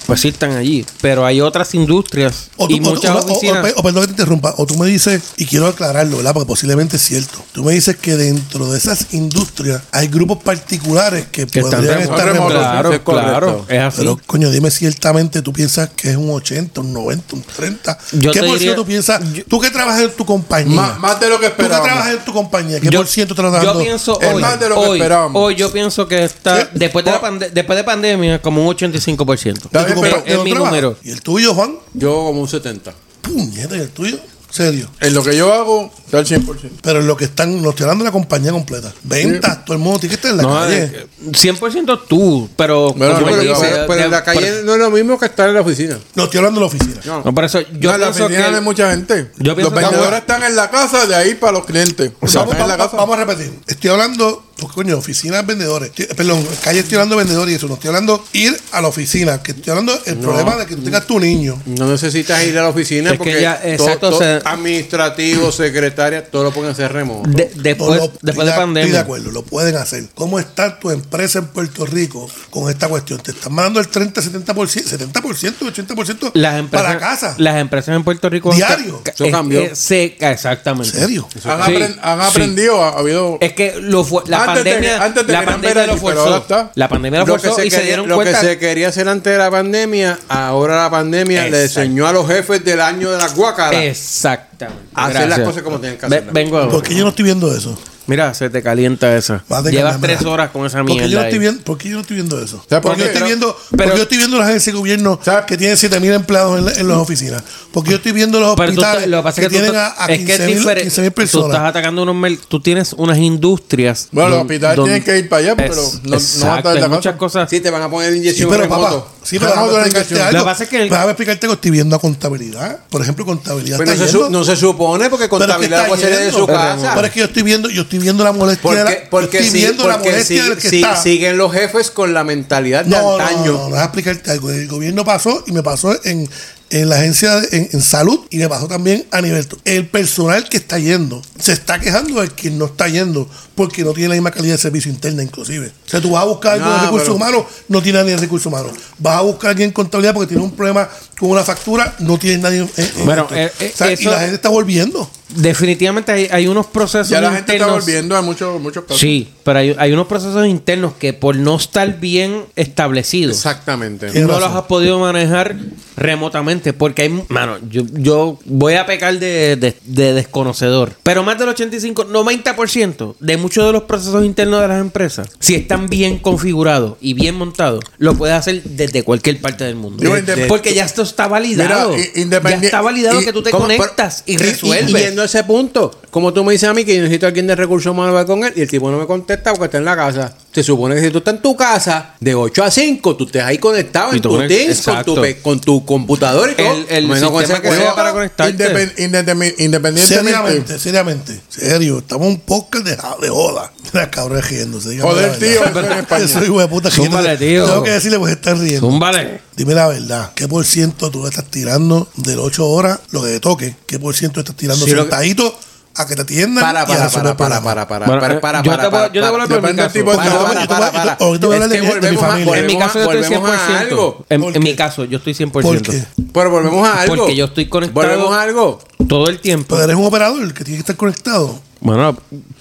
B: pues sí están allí, pero hay otras industrias
C: O, tú-
B: y
C: o-
B: muchas
C: o- o-
B: oficinas.
C: o- o- perdón que te interrumpa. O tú me dices, y quiero aclararlo, ¿verdad? Porque posiblemente es cierto. Tú me dices que dentro de esas industrias hay grupos particulares que,
B: que están
C: podrían
B: remotos.
C: estar remotos.
B: Claro,
A: eso es correcto.
B: claro, es así.
C: Pero, coño, dime ciertamente, tú piensas que es un 80, un 90, un 30.
B: Yo
C: ¿Qué
B: te
C: por
B: diría-
C: ciento tú piensas? tú que trabajas en tu compañía.
D: Más- más de lo que
C: Tú
D: esperábamos.
C: que trabajas en tu compañía. ¿Qué por ciento estás
B: yo
C: dando?
B: pienso
D: Es
B: hoy,
D: más de lo que
B: hoy,
D: esperábamos.
B: hoy yo pienso que está
C: ¿Qué?
B: después de, la
D: Oh.
B: pande- después de pandemia como un 85%.
C: de tu
D: bien, pero-
C: compañía
B: es
C: donde
B: mi
C: trabajas.
B: número.
C: ¿Y el tuyo, Juan?
A: Yo como un 70.
C: Puñeta, ¿y el tuyo? Serio.
D: En lo que yo hago, está al 100%.
C: Pero en lo que están, no estoy hablando de la compañía completa. Ventas, todo el mundo tiene que estar en la
B: No,
C: calle.
B: eh, 100% tú, pero
D: Bueno,
B: como
D: pero-
B: él dice,
A: Pero, pero en la
B: de-
A: calle no es lo mismo que estar en la oficina.
C: No, estoy hablando de la oficina.
B: no, por eso yo
D: no, en la
B: pienso
D: oficina
B: que
D: de mucha gente.
B: Yo pienso
D: los
B: que-
D: vendedores están en la casa, de ahí para los clientes. O sea,
C: vamos,
D: están en la
C: vamos-
D: casa.
C: vamos a repetir. Estoy hablando, pues, coño, oficinas, vendedores. Estoy- perdón, calle estoy hablando de vendedores y eso. No estoy hablando ir a la oficina. Que estoy hablando el problema de que tú tengas tu niño.
A: No necesitas ir a la oficina
B: Es que
A: porque
B: ya,
A: to-
B: exacto,
A: to-
B: o sea-
A: administrativo, secretaria, todo lo pueden hacer remoto.
B: de-
C: No,
B: después,
C: lo- estoy
B: después de
C: Estoy de
B: pandemia.
C: acuerdo, lo pueden hacer. ¿Cómo está tu empresa en Puerto Rico con esta cuestión? Te están mandando el 30, 70%, 70%, 80%
B: Las empresas,
C: para casa.
B: las empresas en Puerto Rico.
C: Diario.
B: ca-
A: Eso
B: es-
A: cambió.
B: es- se- exactamente.
C: ¿En serio?
D: Han,
B: Sí,
D: apren- han
B: sí.
D: aprendido, ha ha habido.
B: Es que lo fu- la
D: Antes te-
B: pandemia,
D: antes te
B: la
D: querían
B: pandemia
D: ver
B: lo
D: allí, pero ahora
B: forzó.
D: está.
B: La pandemia lo
A: Lo, que
B: forzó
A: se,
B: y se
A: quería,
B: dieron
A: lo que
B: cuenta.
A: se quería hacer antes de la pandemia, ahora la pandemia le
B: Exacto.
A: enseñó a los jefes del año de la guacara
B: Exactamente.
A: a hacer
B: Gracias.
A: las cosas como tienen que
B: Ve-
A: hacerlas.
B: vengo ahora.
C: ¿Por qué yo no estoy viendo eso?
B: Mira, se te calienta esa.
C: Vas de
B: Llevas
C: cambiar,
B: tres
C: mira.
B: horas con esa
C: ¿Por
B: mierda.
C: qué, yo no estoy
B: ahí.
C: viendo, por qué yo no estoy viendo eso?
D: ¿Sabes por
C: porque, yo
D: qué?
C: estoy
D: Pero-
C: viendo,
B: pero-
C: porque yo estoy viendo las agencias de gobierno
D: ¿Sabes?
C: que tienen 7000 empleados en, la- en las oficinas. Porque yo estoy viendo los
B: Pero tú,
C: hospitales
B: estás- lo que pasa
C: que,
B: es que tú
C: tienen
B: estás-
C: a,
B: es
C: a
B: que es
C: 15,000
B: diferente.
C: 15,000
B: Tú estás
C: personas.
B: atacando unos mer- tú tienes unas industrias.
D: Bueno, los
B: don-
D: hospitales
B: don-
D: tienen que ir para allá, pero
B: Es-
D: no- no van a estar en
B: exacto,
D: la
B: hay
D: casa.
B: muchas cosas.
A: Sí, te van a poner
C: Sí,
A: inyección
C: pero
A: remoto.
C: papá, sí, pero déjame
D: Remoto de
C: explicarte
D: inyección.
C: algo.
B: Lo que pasa es que-
C: Déjame explicarte que estoy viendo a contabilidad. Por ejemplo, contabilidad
A: Pero no
C: está
A: se,
C: yendo.
A: su- no se supone porque
C: Pero es que
A: contabilidad
C: está
A: puede ser de
C: yendo.
A: su casa.
C: Pero es que yo estoy viendo, yo estoy viendo la molestia. de la-
A: Porque,
C: yo
A: porque,
C: estoy
A: sí,
C: viendo la
A: porque
C: molestia
A: sí-
C: del que
A: sí-
C: está.
A: siguen los jefes con la mentalidad de
C: No, no,
A: antaño.
C: no, no, no, explicarte algo. El gobierno pasó y me pasó en, en la agencia de- en, en salud y me pasó también a nivel. El personal que está yendo se está quejando del que no está yendo. porque no tiene la misma calidad de servicio interna, inclusive. O sea, tú vas a buscar alguien
A: Ah,
C: de recursos
A: pero-
C: humanos, no tiene nadie de recursos humanos. Vas a buscar alguien en contabilidad porque tiene un problema con una factura, no tiene nadie. en- en-
B: Bueno,
C: en-
B: eh, eh,
C: o sea, y
B: eso-
C: la gente está volviendo.
B: Definitivamente hay, hay unos procesos
D: Ya la gente está
B: internos-
D: volviendo a muchos, muchos pasos.
B: Sí, pero hay, hay unos procesos internos que por no estar bien establecidos,
A: Exactamente.
C: Tienes
B: no los
C: razón.
B: has podido manejar remotamente porque hay mano yo, yo voy a pecar de, de- de desconocedor pero más del 85 90% de muchos de los procesos internos de las empresas si están bien configurados y bien montados lo puedes hacer desde cualquier parte del mundo
D: Digo, inde-
B: porque ya esto está validado
D: Mira, i- independi-
B: ya está validado
D: y-
B: que tú te
A: ¿Cómo? Pero-
B: conectas y
A: Y,
B: resuelves
A: yendo a ese punto, como tú me dices a mí que yo necesito a alguien de recursos humanos para con él y el tipo no me contesta porque está en la casa. Se supone que si tú estás en tu casa, de 8 a 5, tú estés ahí conectado
B: Y
A: en
B: tú
A: tu
B: conect-
A: Teams, con tu,
B: exacto.
A: pe- con tu computador y todo.
B: El- el
A: Menos con ese
B: sistema que sea
A: huevo.
B: para conectarte.
D: Indepen- independ- independientemente.
C: Seriamente, seriamente. Serio, estamos un podcast de, de joda. Mira, cabrón, riéndose. dígame
D: Joder,
C: la
D: tío,
C: verdad.
D: eso en España.
C: Yo soy hijo de puta
B: Zúmbale,
C: riéndose.
B: tío.
C: Tengo que decirle, pues están riendo.
B: Zúmbale.
C: Dime la verdad, ¿qué por ciento tú estás tirando del 8 horas lo que te toque? ¿Qué por ciento estás tirando
A: Sí, lo que-
C: sentadito a que te atiendan?
A: Para,
C: y a
A: para,
C: resolver
A: para, para,
C: problemas?
A: para, para,
B: Bueno,
A: para,
B: eh,
A: para,
B: yo
A: para,
B: te voy-
A: para,
B: yo te voy a
A: para.
B: hablar por mi
D: Depende del
B: caso.
D: tipo de
A: Para,
D: trabajo.
A: para, para, para.
C: Ahorita voy a hablar de
A: Es que
C: mi- de mi
A: volvemos a-
C: familia.
B: en mi
A: volvemos a-
B: caso yo estoy
A: volvemos a
B: 100%
A: algo.
B: En,
C: ¿Por
B: en
C: qué?
B: mi caso yo estoy 100%
C: ¿Por qué?
A: Pero volvemos a algo.
B: Porque yo estoy conectado.
A: Volvemos a algo.
B: todo el tiempo
C: Pero eres un operador que tiene que estar conectado.
B: Bueno,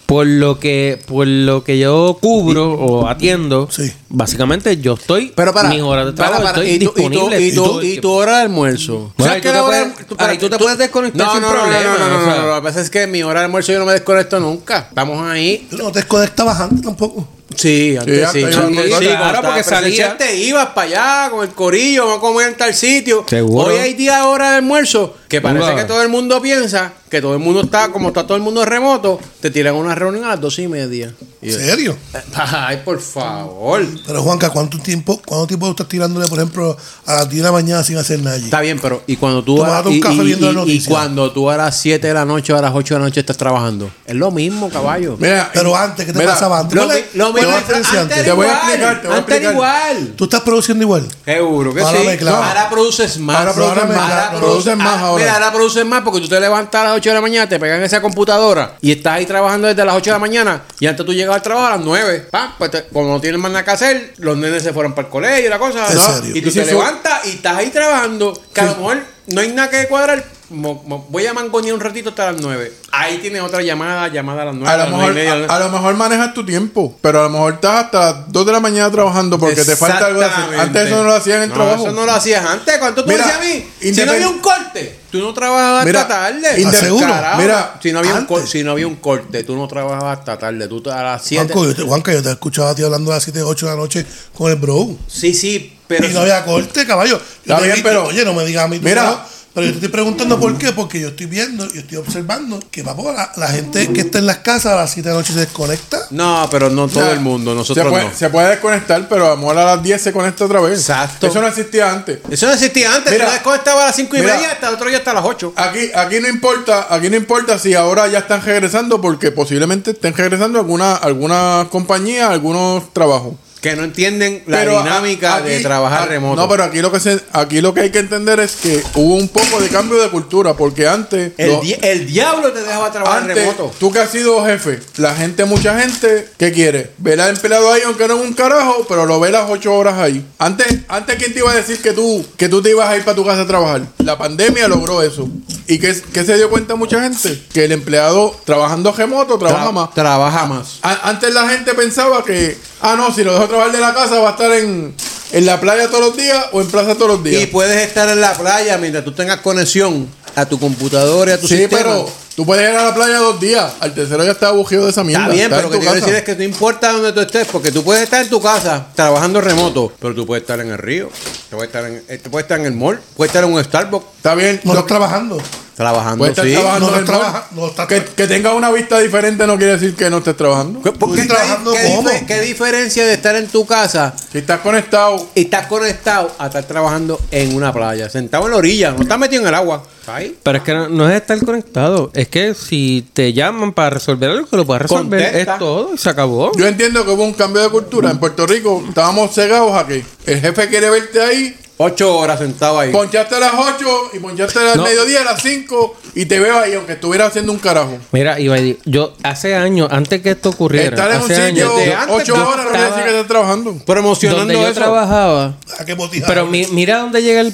B: por lo que por lo que yo cubro o atiendo,
C: Sí.
B: básicamente yo estoy
A: Pero para,
B: mis horas de
A: para,
B: trabajo
A: para,
B: estoy
A: y, tu, y, tu,
B: disponible
A: y,
B: todo
A: tu,
B: el
A: y
B: tiempo.
A: tu hora de almuerzo.
B: Bueno,
A: ¿Sabes
B: ahí
A: que
B: tú
A: la
B: te
A: hora de-
B: puedes-
A: para-
B: ahí tú te puedes desconectar
A: no,
B: sin
A: no, no,
B: problema,
A: No, no, no,
B: o sea.
A: no, no, Lo que pasa es que mi hora de almuerzo yo no me desconecto nunca. Estamos ahí.
C: Tú no te desconectabas antes tampoco.
A: Sí, antes
D: hasta
A: sí.
D: yo
A: antes
D: me
A: sí,
D: acordaba.
A: cuando
B: Claro,
A: estaba
B: porque
A: presencial
B: salía.
A: te ibas para allá con el corillo, vamos a comer en tal sitio.
B: Seguro.
A: Hoy hay día hora de almuerzo que parece
B: Ua.
A: que todo el mundo piensa que todo el mundo está, como está todo el mundo remoto, te tiran a una reunión a las dos y media. Y-
C: ¿Serio?
A: Ay, por favor.
C: Pero Juanca, ¿cuánto tiempo, ¿cuánto tiempo tú estás tirándole, por ejemplo, a las 10 de la mañana sin hacer nada allí?
A: Está bien, pero y cuando tú,
C: Tomándote un
A: y-
C: café
A: y,
C: viendo
A: y-
C: la
A: y
C: noticia.
A: cuando tú a las 7 de la noche o a las 8 de la noche estás trabajando. Es lo mismo, caballo.
D: Mira,
C: Pero antes, ¿qué te
D: mira,
C: pasaba antes?
A: Lo
C: ¿Cuál
A: mi-
C: es-
A: lo
C: cuál es
A: mismo-
C: la diferencia
A: antes
C: antes?
A: era
D: Te voy a
A: igual,
D: explicar, te voy a
A: antes era
D: explicar.
A: igual.
C: ¿Tú estás produciendo igual?
A: Seguro que
C: Ahora
A: sí.
C: me clavo.
A: No, ahora produces más.
C: Ahora produces más,
A: Ahora
C: claro.
A: produces
D: Producen más
A: ah,
D: ahora.
A: Mira, ahora produces más porque tú te levantas a las 8 de la mañana, te pegan esa computadora y estás ahí trabajando desde las 8 de la mañana y antes tú llegas al trabajo a las 9. Pa, pues te- como no tienes más nada que hacer, los nenes se fueron para el colegio y la cosa.
C: ¿En
A: ¿no?
C: serio?
A: Y tú
D: ¿Y si
A: te
D: su-
A: levantas y estás ahí trabajando, que a lo mejor no hay nada que cuadrar. Mo- mo- voy a mangonear un ratito hasta las 9. Ahí tienes otra llamada, llamada a las 9.
D: A lo, mejor, a, a lo mejor manejas tu tiempo, pero a lo mejor estás hasta las 2 de la mañana trabajando porque te falta algo de hacer. Antes eso no lo hacían en el trabajo.
A: Eso no lo hacías antes. ¿Cuánto tú
D: Mira,
A: decías a mí? Si
D: independ-
A: no había un corte, tú no trabajabas
D: Mira,
A: hasta tarde.
D: inde-
A: Seguro. Carajo,
D: Mira,
A: si no, había un
C: antes.
A: corte, si no había un corte, tú no trabajabas hasta tarde. Tú a las 7.
C: Juanco, yo te, Juanca, yo te escuchaba a ti hablando a las 7, 8 de la noche con el bro.
A: Sí, sí, pero.
C: Y no había corte, caballo. Yo
D: Está
C: te
D: bien,
C: vi-
D: pero-
C: Oye, no me digas a mí. tú
D: Mira.
C: no. Pero yo te estoy preguntando por qué. Porque yo estoy viendo, yo estoy observando que, papá, la, la gente que está en las casas a las 7 de la noche se desconecta.
A: No, pero no todo
D: O sea,
A: el mundo, nosotros
D: se puede,
A: no.
D: Se puede desconectar, pero a lo mejor a las 10 se conecta otra vez.
A: Exacto.
D: Eso no existía antes.
A: Eso no existía antes.
D: Mira,
A: tú desconectabas a las 5 y
D: mira.
A: media hasta el otro día hasta las 8.
D: Aquí, aquí no importa, aquí no importa si ahora ya están regresando, porque posiblemente estén regresando alguna, alguna compañía, algunos trabajos.
A: Que no entienden la
D: Pero a-
A: dinámica de
D: aquí-
A: trabajar
D: a-
A: remoto.
D: No, pero aquí lo que se, aquí lo que hay que entender es que hubo un poco de cambio de cultura, porque antes
A: el,
D: lo-
A: di- el diablo te dejaba trabajar
D: Antes,
A: remoto.
D: tú que has sido jefe, la gente, mucha gente, ¿qué quiere? Ver al empleado ahí, aunque no es un carajo, pero lo ve las ocho horas ahí. Antes, antes ¿quién te iba a decir que tú, que tú te ibas a ir para tu casa a trabajar? La pandemia logró eso. ¿Y qué, qué se dio cuenta mucha gente? Que el empleado trabajando remoto trabaja
A: Tra-
D: más.
A: Trabaja más.
D: A- antes la gente pensaba que, ah, no, si lo dejo trabajar de la casa va a estar en, en la playa todos los días o en plaza todos los días.
A: Y puedes estar en la playa mientras tú tengas conexión a tu computadora y a tu
D: sí,
A: sistema.
D: pero tú puedes ir a la playa dos días. Al tercero ya está aburrido de esa mierda.
A: Está bien, pero
D: en
A: lo que te
D: tu
A: quiero
D: casa.
A: decir es que no importa donde tú estés, porque tú puedes estar en tu casa trabajando remoto, pero tú puedes estar en el río, tú puedes estar en, eh, tú puedes estar en el mall, puedes estar en un Starbucks
D: Está bien.
C: No
D: lo-
C: estás trabajando.
A: trabajando.
D: Puede estar
A: sí.
D: trabajando
C: no
D: en el
C: está
D: mall.
C: trabaja- no está
D: que,
C: tra-
D: que tenga una vista diferente no quiere decir que no estés trabajando.
A: ¿Qué, por qué-
C: Estoy
A: qué di-
C: trabajando
A: qué
C: como.
A: dife- qué diferencia de estar en tu casa
D: Si estás conectado,
A: y estar conectado a estar trabajando en una playa, sentado en la orilla, no estás metido en el agua? Está ahí.
B: Pero es que no, no es estar conectado, es que si te llaman para resolver algo que lo puedas resolver
A: Contesta.
B: es todo y se acabó.
D: yo entiendo que hubo un cambio de cultura. En Puerto Rico estábamos cegados a que el jefe quiere verte ahí
A: Ocho horas sentado ahí.
D: Ponchaste a las 8 y ponchaste al
B: No.
D: mediodía a las 5 y te veo ahí, aunque estuviera haciendo un carajo.
B: Mira, Ibai, yo hace años, antes que esto ocurriera,
D: Estar en un
B: hace años,
D: sitio
B: yo-
A: antes
D: 8
B: yo
D: horas no quiere decir
B: estaba-
D: que estás trabajando.
A: Promocionando
B: donde yo
A: eso.
B: trabajaba,
C: Ah, qué botijable.
B: pero mi- mira dónde llega el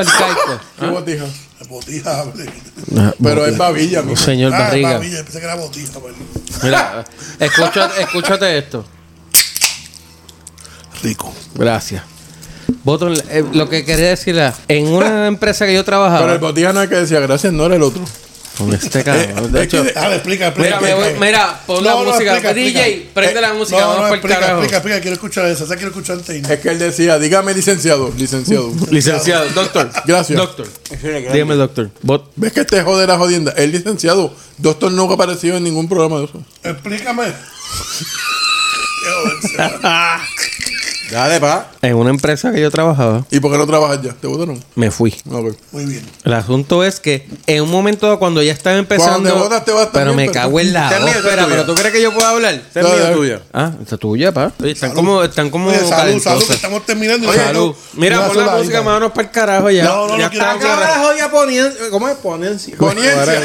B: arcaico.
D: Qué botija.
C: Qué botijable.
D: Pero es babilla, mijo.
B: Ah, Señor
C: Ah,
B: Barriga.
C: papi, yo pensé que era botija, pues. perdón.
B: Mira, escúchate, escúchate esto.
C: Rico.
B: Gracias. Voto en la- eh, lo que quería decir era, en una empresa que yo
D: Pero el
B: trabajaba,
D: botija no es que decía gracias, no era el otro.
B: con este cabrón, de
C: Es que-
B: hecho,
C: ah, explica, explica.
B: Mira, me voy-
C: explica.
B: mira, pon la música. DJ, prende la música,
C: Eh, No,
B: vamos
C: no,
B: por el
C: explica,
B: carajo.
C: explica, explica, quiero escuchar esa, esa quiero escuchar antes. de irnos.
D: Es que él decía, dígame licenciado, licenciado.
B: licenciado, doctor,
D: Gracias.
B: doctor, dígame doctor, Vot-
D: ¿Ves que este joder la jodienda? El licenciado, doctor nunca ha aparecido en ningún programa de eso.
C: Explícame.
A: Dale, pa.
B: en una empresa que yo trabajaba,
D: ¿Y por qué no trabajas ya? ¿Te votaron?
B: me fui.
D: A ver.
C: Muy bien.
B: El asunto es que en un momento dado, cuando ya estaba empezando,
D: Cuando te botas, te vas
B: pero
D: también,
B: me
D: pero-
B: cago en la
A: Esta es mía, esta es
B: ópera,
A: tuya.
B: pero tú crees que yo puedo hablar?
A: Esta es mía
D: Dale.
A: tuya.
B: Ah, esta tuya, pa. Oye, están como, están como
C: Oye, salud,
B: calentosas.
C: salud, que estamos terminando.
D: Oye,
B: Salud.
C: no,
B: Mira,
C: una
B: pon la
C: sola
B: música,
C: ahí,
B: manos para el carajo ya.
C: No, no,
B: Ya
C: no quiero-
B: está.
A: Carajo, ya poniencia. ¿Cómo es poniencia?
D: Poniencia.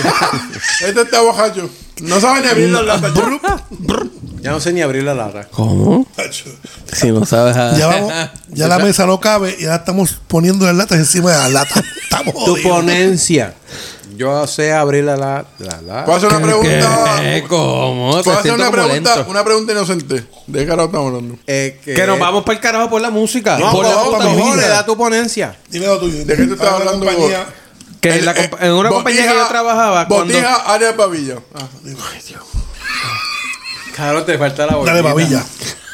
D: este está bojacho. No sabe ni abrir la lata.
A: Ya no sé ni abrir la lata.
B: ¿Cómo?
C: macho.
B: Si no sabes. ah.
C: Ya vamos, ya la mesa no cabe y ahora estamos poniendo las latas encima de las latas. Estamos
A: Tu
C: jodidos.
A: ponencia. Yo sé abrir la lata. La, la-
D: Puedo hacer una
B: ¿Qué?
D: pregunta.
B: Eh, ¿Cómo? Te
D: Puedo hacer
B: siento
D: una
B: como
D: pregunta,
B: lento.
D: una pregunta inocente. ¿De qué carajo estamos hablando?
A: Eh,
B: Que nos vamos para el carajo por la música.
A: No, por
B: por la
A: favor,
B: puta
A: cojones,
B: música.
A: da tu ponencia.
C: Dime lo tuyo.
D: ¿De qué tú estás
C: Habla de
D: hablando,
C: compañía.
B: Que en, la compa- en una compañía que yo trabajaba, cuando,
D: eh, Botija, área de Ah. pavilla.
A: Claro, te falta la boinita.
C: Dale, babilla.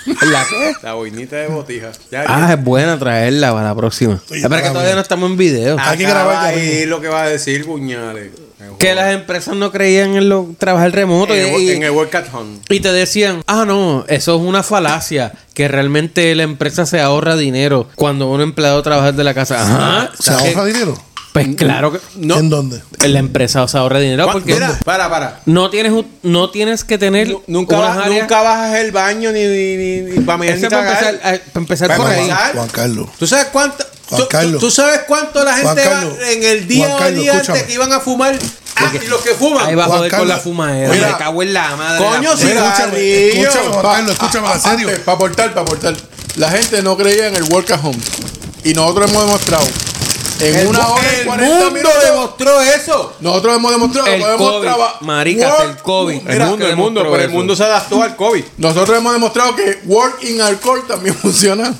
B: ¿La qué?
A: La boinita de botija.
B: Ah, es buena traerla para la próxima.
C: Oye,
B: Es para que
C: para
B: todavía
C: mí.
B: no estamos en video.
A: Ah,
C: hay que grabar ya
A: ahí
C: mismo.
A: lo que va a decir, puñales.
B: Que las empresas no creían en lo, trabajar remoto.
A: En el,
B: y,
A: Eh, en el work at home.
B: y te decían, ah, no, eso es una falacia. Que realmente la empresa se ahorra dinero cuando un empleado trabaja desde la casa. Ajá.
C: ¿Se
B: O sea,
C: ahorra
B: que-
C: dinero?
B: Pues claro que
A: No.
C: ¿En dónde?
B: la empresa se ahorra dinero porque
A: Mira, para, para.
B: no tienes un- no tienes que tener
A: Nu- Nunca,
B: unas
A: bajas,
B: áreas-
A: nunca bajas el baño ni, ni, ni, ni para medir
B: Ese
A: ni
B: para
A: cagar.
B: empezar, eh, para empezar
A: Para
B: por ahí.
A: empezar.
C: Juan, Juan Carlos.
A: ¿Tú sabes cuánto?
C: Juan
A: tú-
C: Carlos.
A: tú, tú sabes cuánto la
C: Juan
A: gente
C: Carlos.
A: va en el día
C: Juan
A: o el
C: Carlos,
A: día antes
C: escúchame.
A: que iban a fumar? Ah, y los que fuman.
B: Ahí va a
C: Juan
B: joder con
C: Carlos,
B: la fumadera.
D: mira,
B: me cago en la madre.
A: coño,
B: la-
A: sí.
C: Escúchame,
A: Cigarrillo.
C: escúchame, Juan Carlos, escúchame, en serio.
D: Para eh, aportar, para aportar. La gente no creía en el work at home. Y nosotros hemos demostrado. En
A: El,
D: una hora y
A: el
D: 40
A: mundo
D: minutos.
A: demostró eso.
D: Nosotros hemos demostrado.
B: El
D: podemos
B: COVID,
D: traba-
B: maricas, el COVID.
D: Mira,
B: El mundo, el mundo, pero el mundo
A: se adaptó al COVID.
D: Nosotros hemos demostrado que work in alcohol también funciona.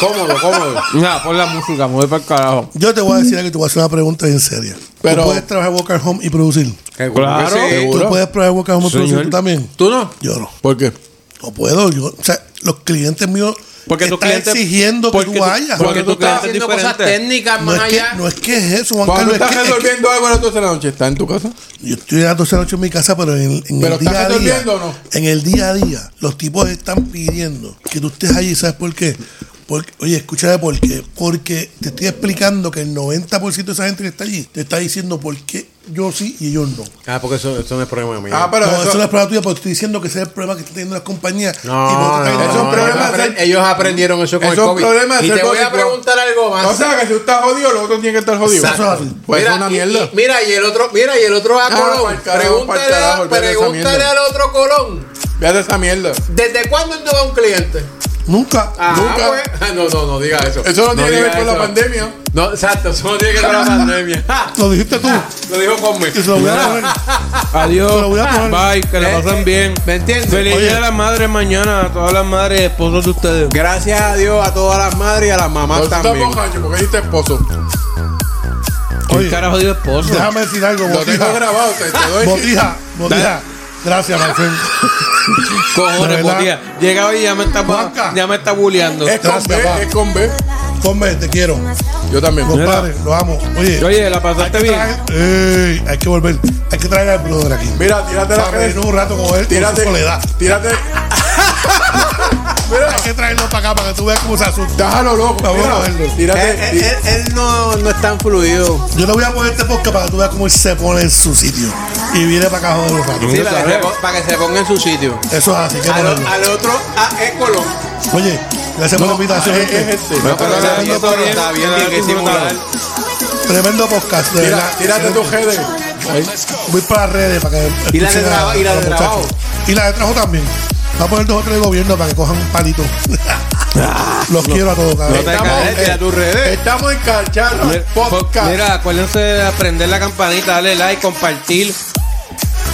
A: Cómodo, cómodo.
B: Mira, pon la música, mueve para el carajo.
C: Yo te voy a decir algo y te voy a hacer una pregunta en serio.
D: Pero-
C: ¿Tú puedes trabajar Walk at Home y producir?
B: Claro.
C: ¿Tú puedes trabajar Walk at Home y producir tú también?
A: ¿Tú no?
C: Yo no.
D: ¿Por qué?
C: No puedo. Yo, o sea, los clientes míos
B: Porque tus
C: están
B: clientes-
C: exigiendo que
B: porque
C: tú
B: tu-
C: vayas.
B: porque
A: Porque tú
B: tu cliente
A: estás
B: es
A: haciendo
B: diferente.
A: cosas técnicas
C: No
A: más
C: es, que,
A: allá.
C: no es que es eso, Juan
D: Cuando
C: Carlos.
D: estás
C: es que- es que-
D: resolviendo algo a las 12 de la noche, ¿está en tu casa?
C: Yo estoy a las 12 de la noche en mi casa, pero en, en
D: ¿Pero
C: el día a
D: estás
C: día.
D: resolviendo o no?
C: En el día a día, los tipos están pidiendo que tú estés allí, ¿sabes por qué? Porque, oye, escúchame por qué. Porque te estoy explicando que el 90% de esa gente que está allí te está diciendo por qué yo sí y ellos no.
A: Ah, porque eso, eso no es problema mío.
D: Ah, pero
C: no,
D: eso,
C: eso no es problema tuyo, porque estoy diciendo que ese es el problema que están teniendo las compañías.
A: No,
C: y
A: no,
C: te estás
A: no,
D: es
C: diciendo-
D: un
A: no,
D: problema
A: ellos
D: de ser-
A: apren- ellos aprendieron eso con
D: Eso
A: el
D: es un
A: COVID.
D: problema de
A: y
D: ser
A: te voy a
D: COVID,
A: preguntar algo más.
D: O sea, que si tú estás jodido, los otros tienen que estar jodidos.
C: Exacto. Eso es así.
D: Pues
A: mira,
D: es una
A: y-
D: mierda.
A: y- mira, y el otro, mira, y el otro a
D: Ah,
A: Colón.
D: pa'l carajo,
A: pregúntale
D: pa'l carajo,
A: a-
D: olvídate de esa
A: pregúntale
D: mierda.
A: al otro Colón.
D: Fíjate esa mierda.
A: ¿Desde cuándo él no va a un cliente?
C: Nunca.
A: Ah,
D: Nunca.
A: pues. Ah, no, no, no diga eso.
D: Eso no tiene que ver
A: diga
D: con la
A: eso.
D: pandemia.
A: No, exacto, eso no tiene que ver con la pandemia. Ja,
C: Lo dijiste tú.
A: Lo dijo conmigo.
C: Que se lo voy a coger.
B: Adiós.
C: Te lo voy a poner. Eh,
B: Bye, que la pasen bien.
A: ¿Me entiendes?
B: Feliz
C: Oye.
B: día de la madre mañana a todas las madres y esposos de ustedes.
A: Gracias a Dios, a todas las madres y a las mamás
D: Pero tú estás
A: también.
D: bojacho porque dijiste esposo.
B: ¿Qué carajo de esposo?
C: Déjame decir algo,
D: Lo tengo
C: botija.
D: grabado, te, te doy.
C: Botija, botija. Gracias, Marcel.
B: Cojones,
C: De verdad.
B: botía. Llega hoy y ya me está,
C: Juanca. Eh,
B: ya me está bulleando.
D: Es con
C: Gracias, papá.
D: B, es con B.
C: Come, te quiero.
D: Yo también.
C: Compadre, lo amo. Oye,
B: Oye, ¿la
C: hay
B: pasaste
C: que,
B: bien?
C: traer- Ey, hay que volver. Hay que traer al brother aquí.
D: Mira, tírate la
C: Para reír
D: cabeza.
C: un rato con él, con su
D: Tírate.
C: soledad.
D: Tírate.
C: Hay que traerlo para acá para que tú veas cómo se asusta.
D: Déjalo loco.
C: Vamos a
D: Mira.
C: cogerlo.
A: Él,
D: Eh,
A: él-
D: Tírate.
A: él- eh, él no, no es tan fluido.
C: Yo le voy a poner este podcast para que tú veas cómo él se pone en su sitio. Y viene para acá a joder un rato.
A: Sí, para, que se, ponga en su sitio.
C: Eso es así. hay que
A: Al,
C: ponerlo.
A: al otro a es Colón.
C: Oye, Gracias por la invitación.
D: es- es
C: gente.
D: este.
A: No, pero está bien,
C: Tremendo,
A: pero está bien, tiene que simular.
C: tremendo podcast. De
D: Tira-
C: verdad.
D: Tírate tu header.
C: Voy para las redes para que.
A: Y la de
C: escuchen
A: traba- y la de
C: los
A: trabajo.
C: muchachos. Y la de trabajo también. Va a poner dos o tres de gobierno para que cojan un palito. Los quiero a todos, cabrón.
B: caes,
A: tira tus redes.
D: Estamos en Cacharro
B: Mira, po-
D: Podcast.
B: Mira, acuérdense de prender la campanita, darle like, compartir.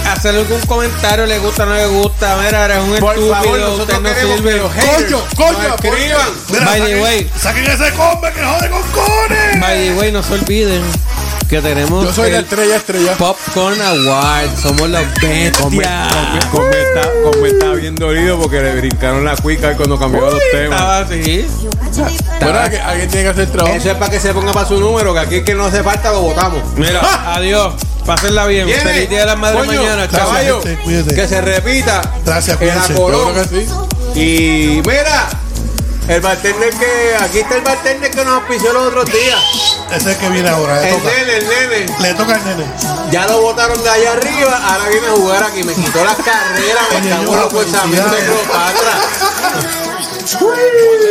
B: Hacerle algún comentario, le gusta, no le gusta. Mira, eres un
A: Por
B: estúpido,
A: favor,
B: usted
A: nosotros
B: no
A: queremos
B: sirve.
A: que los haters
D: Coño, coño,
A: nos escriban.
C: Mira,
B: By the
C: saquen-
B: way.
C: Saquen ese combe que jode con cones.
B: By the way, no se olviden que tenemos
D: Yo soy la
B: el
D: estrella estrella.
B: Popcorn Award. Somos los
A: Come,
B: bestias.
A: come, come está, come está bien dolido porque le brincaron la cuica cuando cambió los temas.
B: Estaba así.
D: ¿Verdad que alguien tiene que hacer trabajo?
A: Eso es para que se ponga para su número, que aquí el que no hace falta lo votamos.
B: Mira, adiós. Pásenla bien.
A: Viene.
B: Feliz día de las madres
A: Coño,
B: mañana.
C: Gracias,
B: Chao.
A: Caballo,
C: gente, cuídate.
A: que se repita.
C: Gracias,
A: en la
C: cuídense.
A: Colón.
D: Yo creo que sí.
A: Y mira, el bartender que. Aquí está el bartender que nos auspició los otros días.
C: Ese es el que viene ahora. Le
A: El
C: toca,
A: nene, el nene.
C: le toca al nene.
A: Ya lo botaron de allá arriba, ahora viene a jugar aquí. Me quitó las carreras, me
C: Oye,
A: cagó
C: yo,
A: los pensamientos de
C: felicidades.
A: Cleopatra.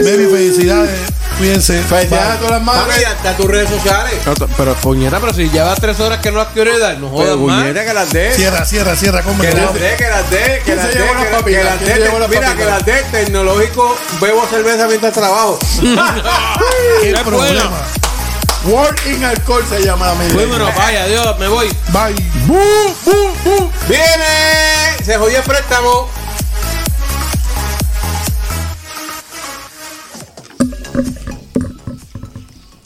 C: Baby, felicidades. Cuídense.
D: Felicidades a
C: Bye.
D: todas las
A: Mami,
D: madres.
A: ya está tus redes sociales.
B: Pero puñeta, pero si ya va tres horas que no has querido dar, no jodas
A: Pero,
B: más.
A: puñeta, Pues que las dé.
C: Cierra, cierra, cierra. Combe.
A: Que
C: nos
A: las
C: vamos.
A: dé, que las dé, que
D: ¿Quién
A: las
D: se
A: dé,
D: llevó las
A: que las-
D: papitas?
A: que las
D: ¿Quién se
A: dé.
D: llevó las
A: Mira, que
D: papitas?
A: las dé. Tecnológico, bebo cerveza mientras trabajo.
C: ¿Qué
B: Es bueno.
C: problema?
D: Word in Alcohol se llama la medida.
B: Bueno, vaya, adiós, me voy.
C: Bye.
A: ¡Viene! Se jodió el préstamo.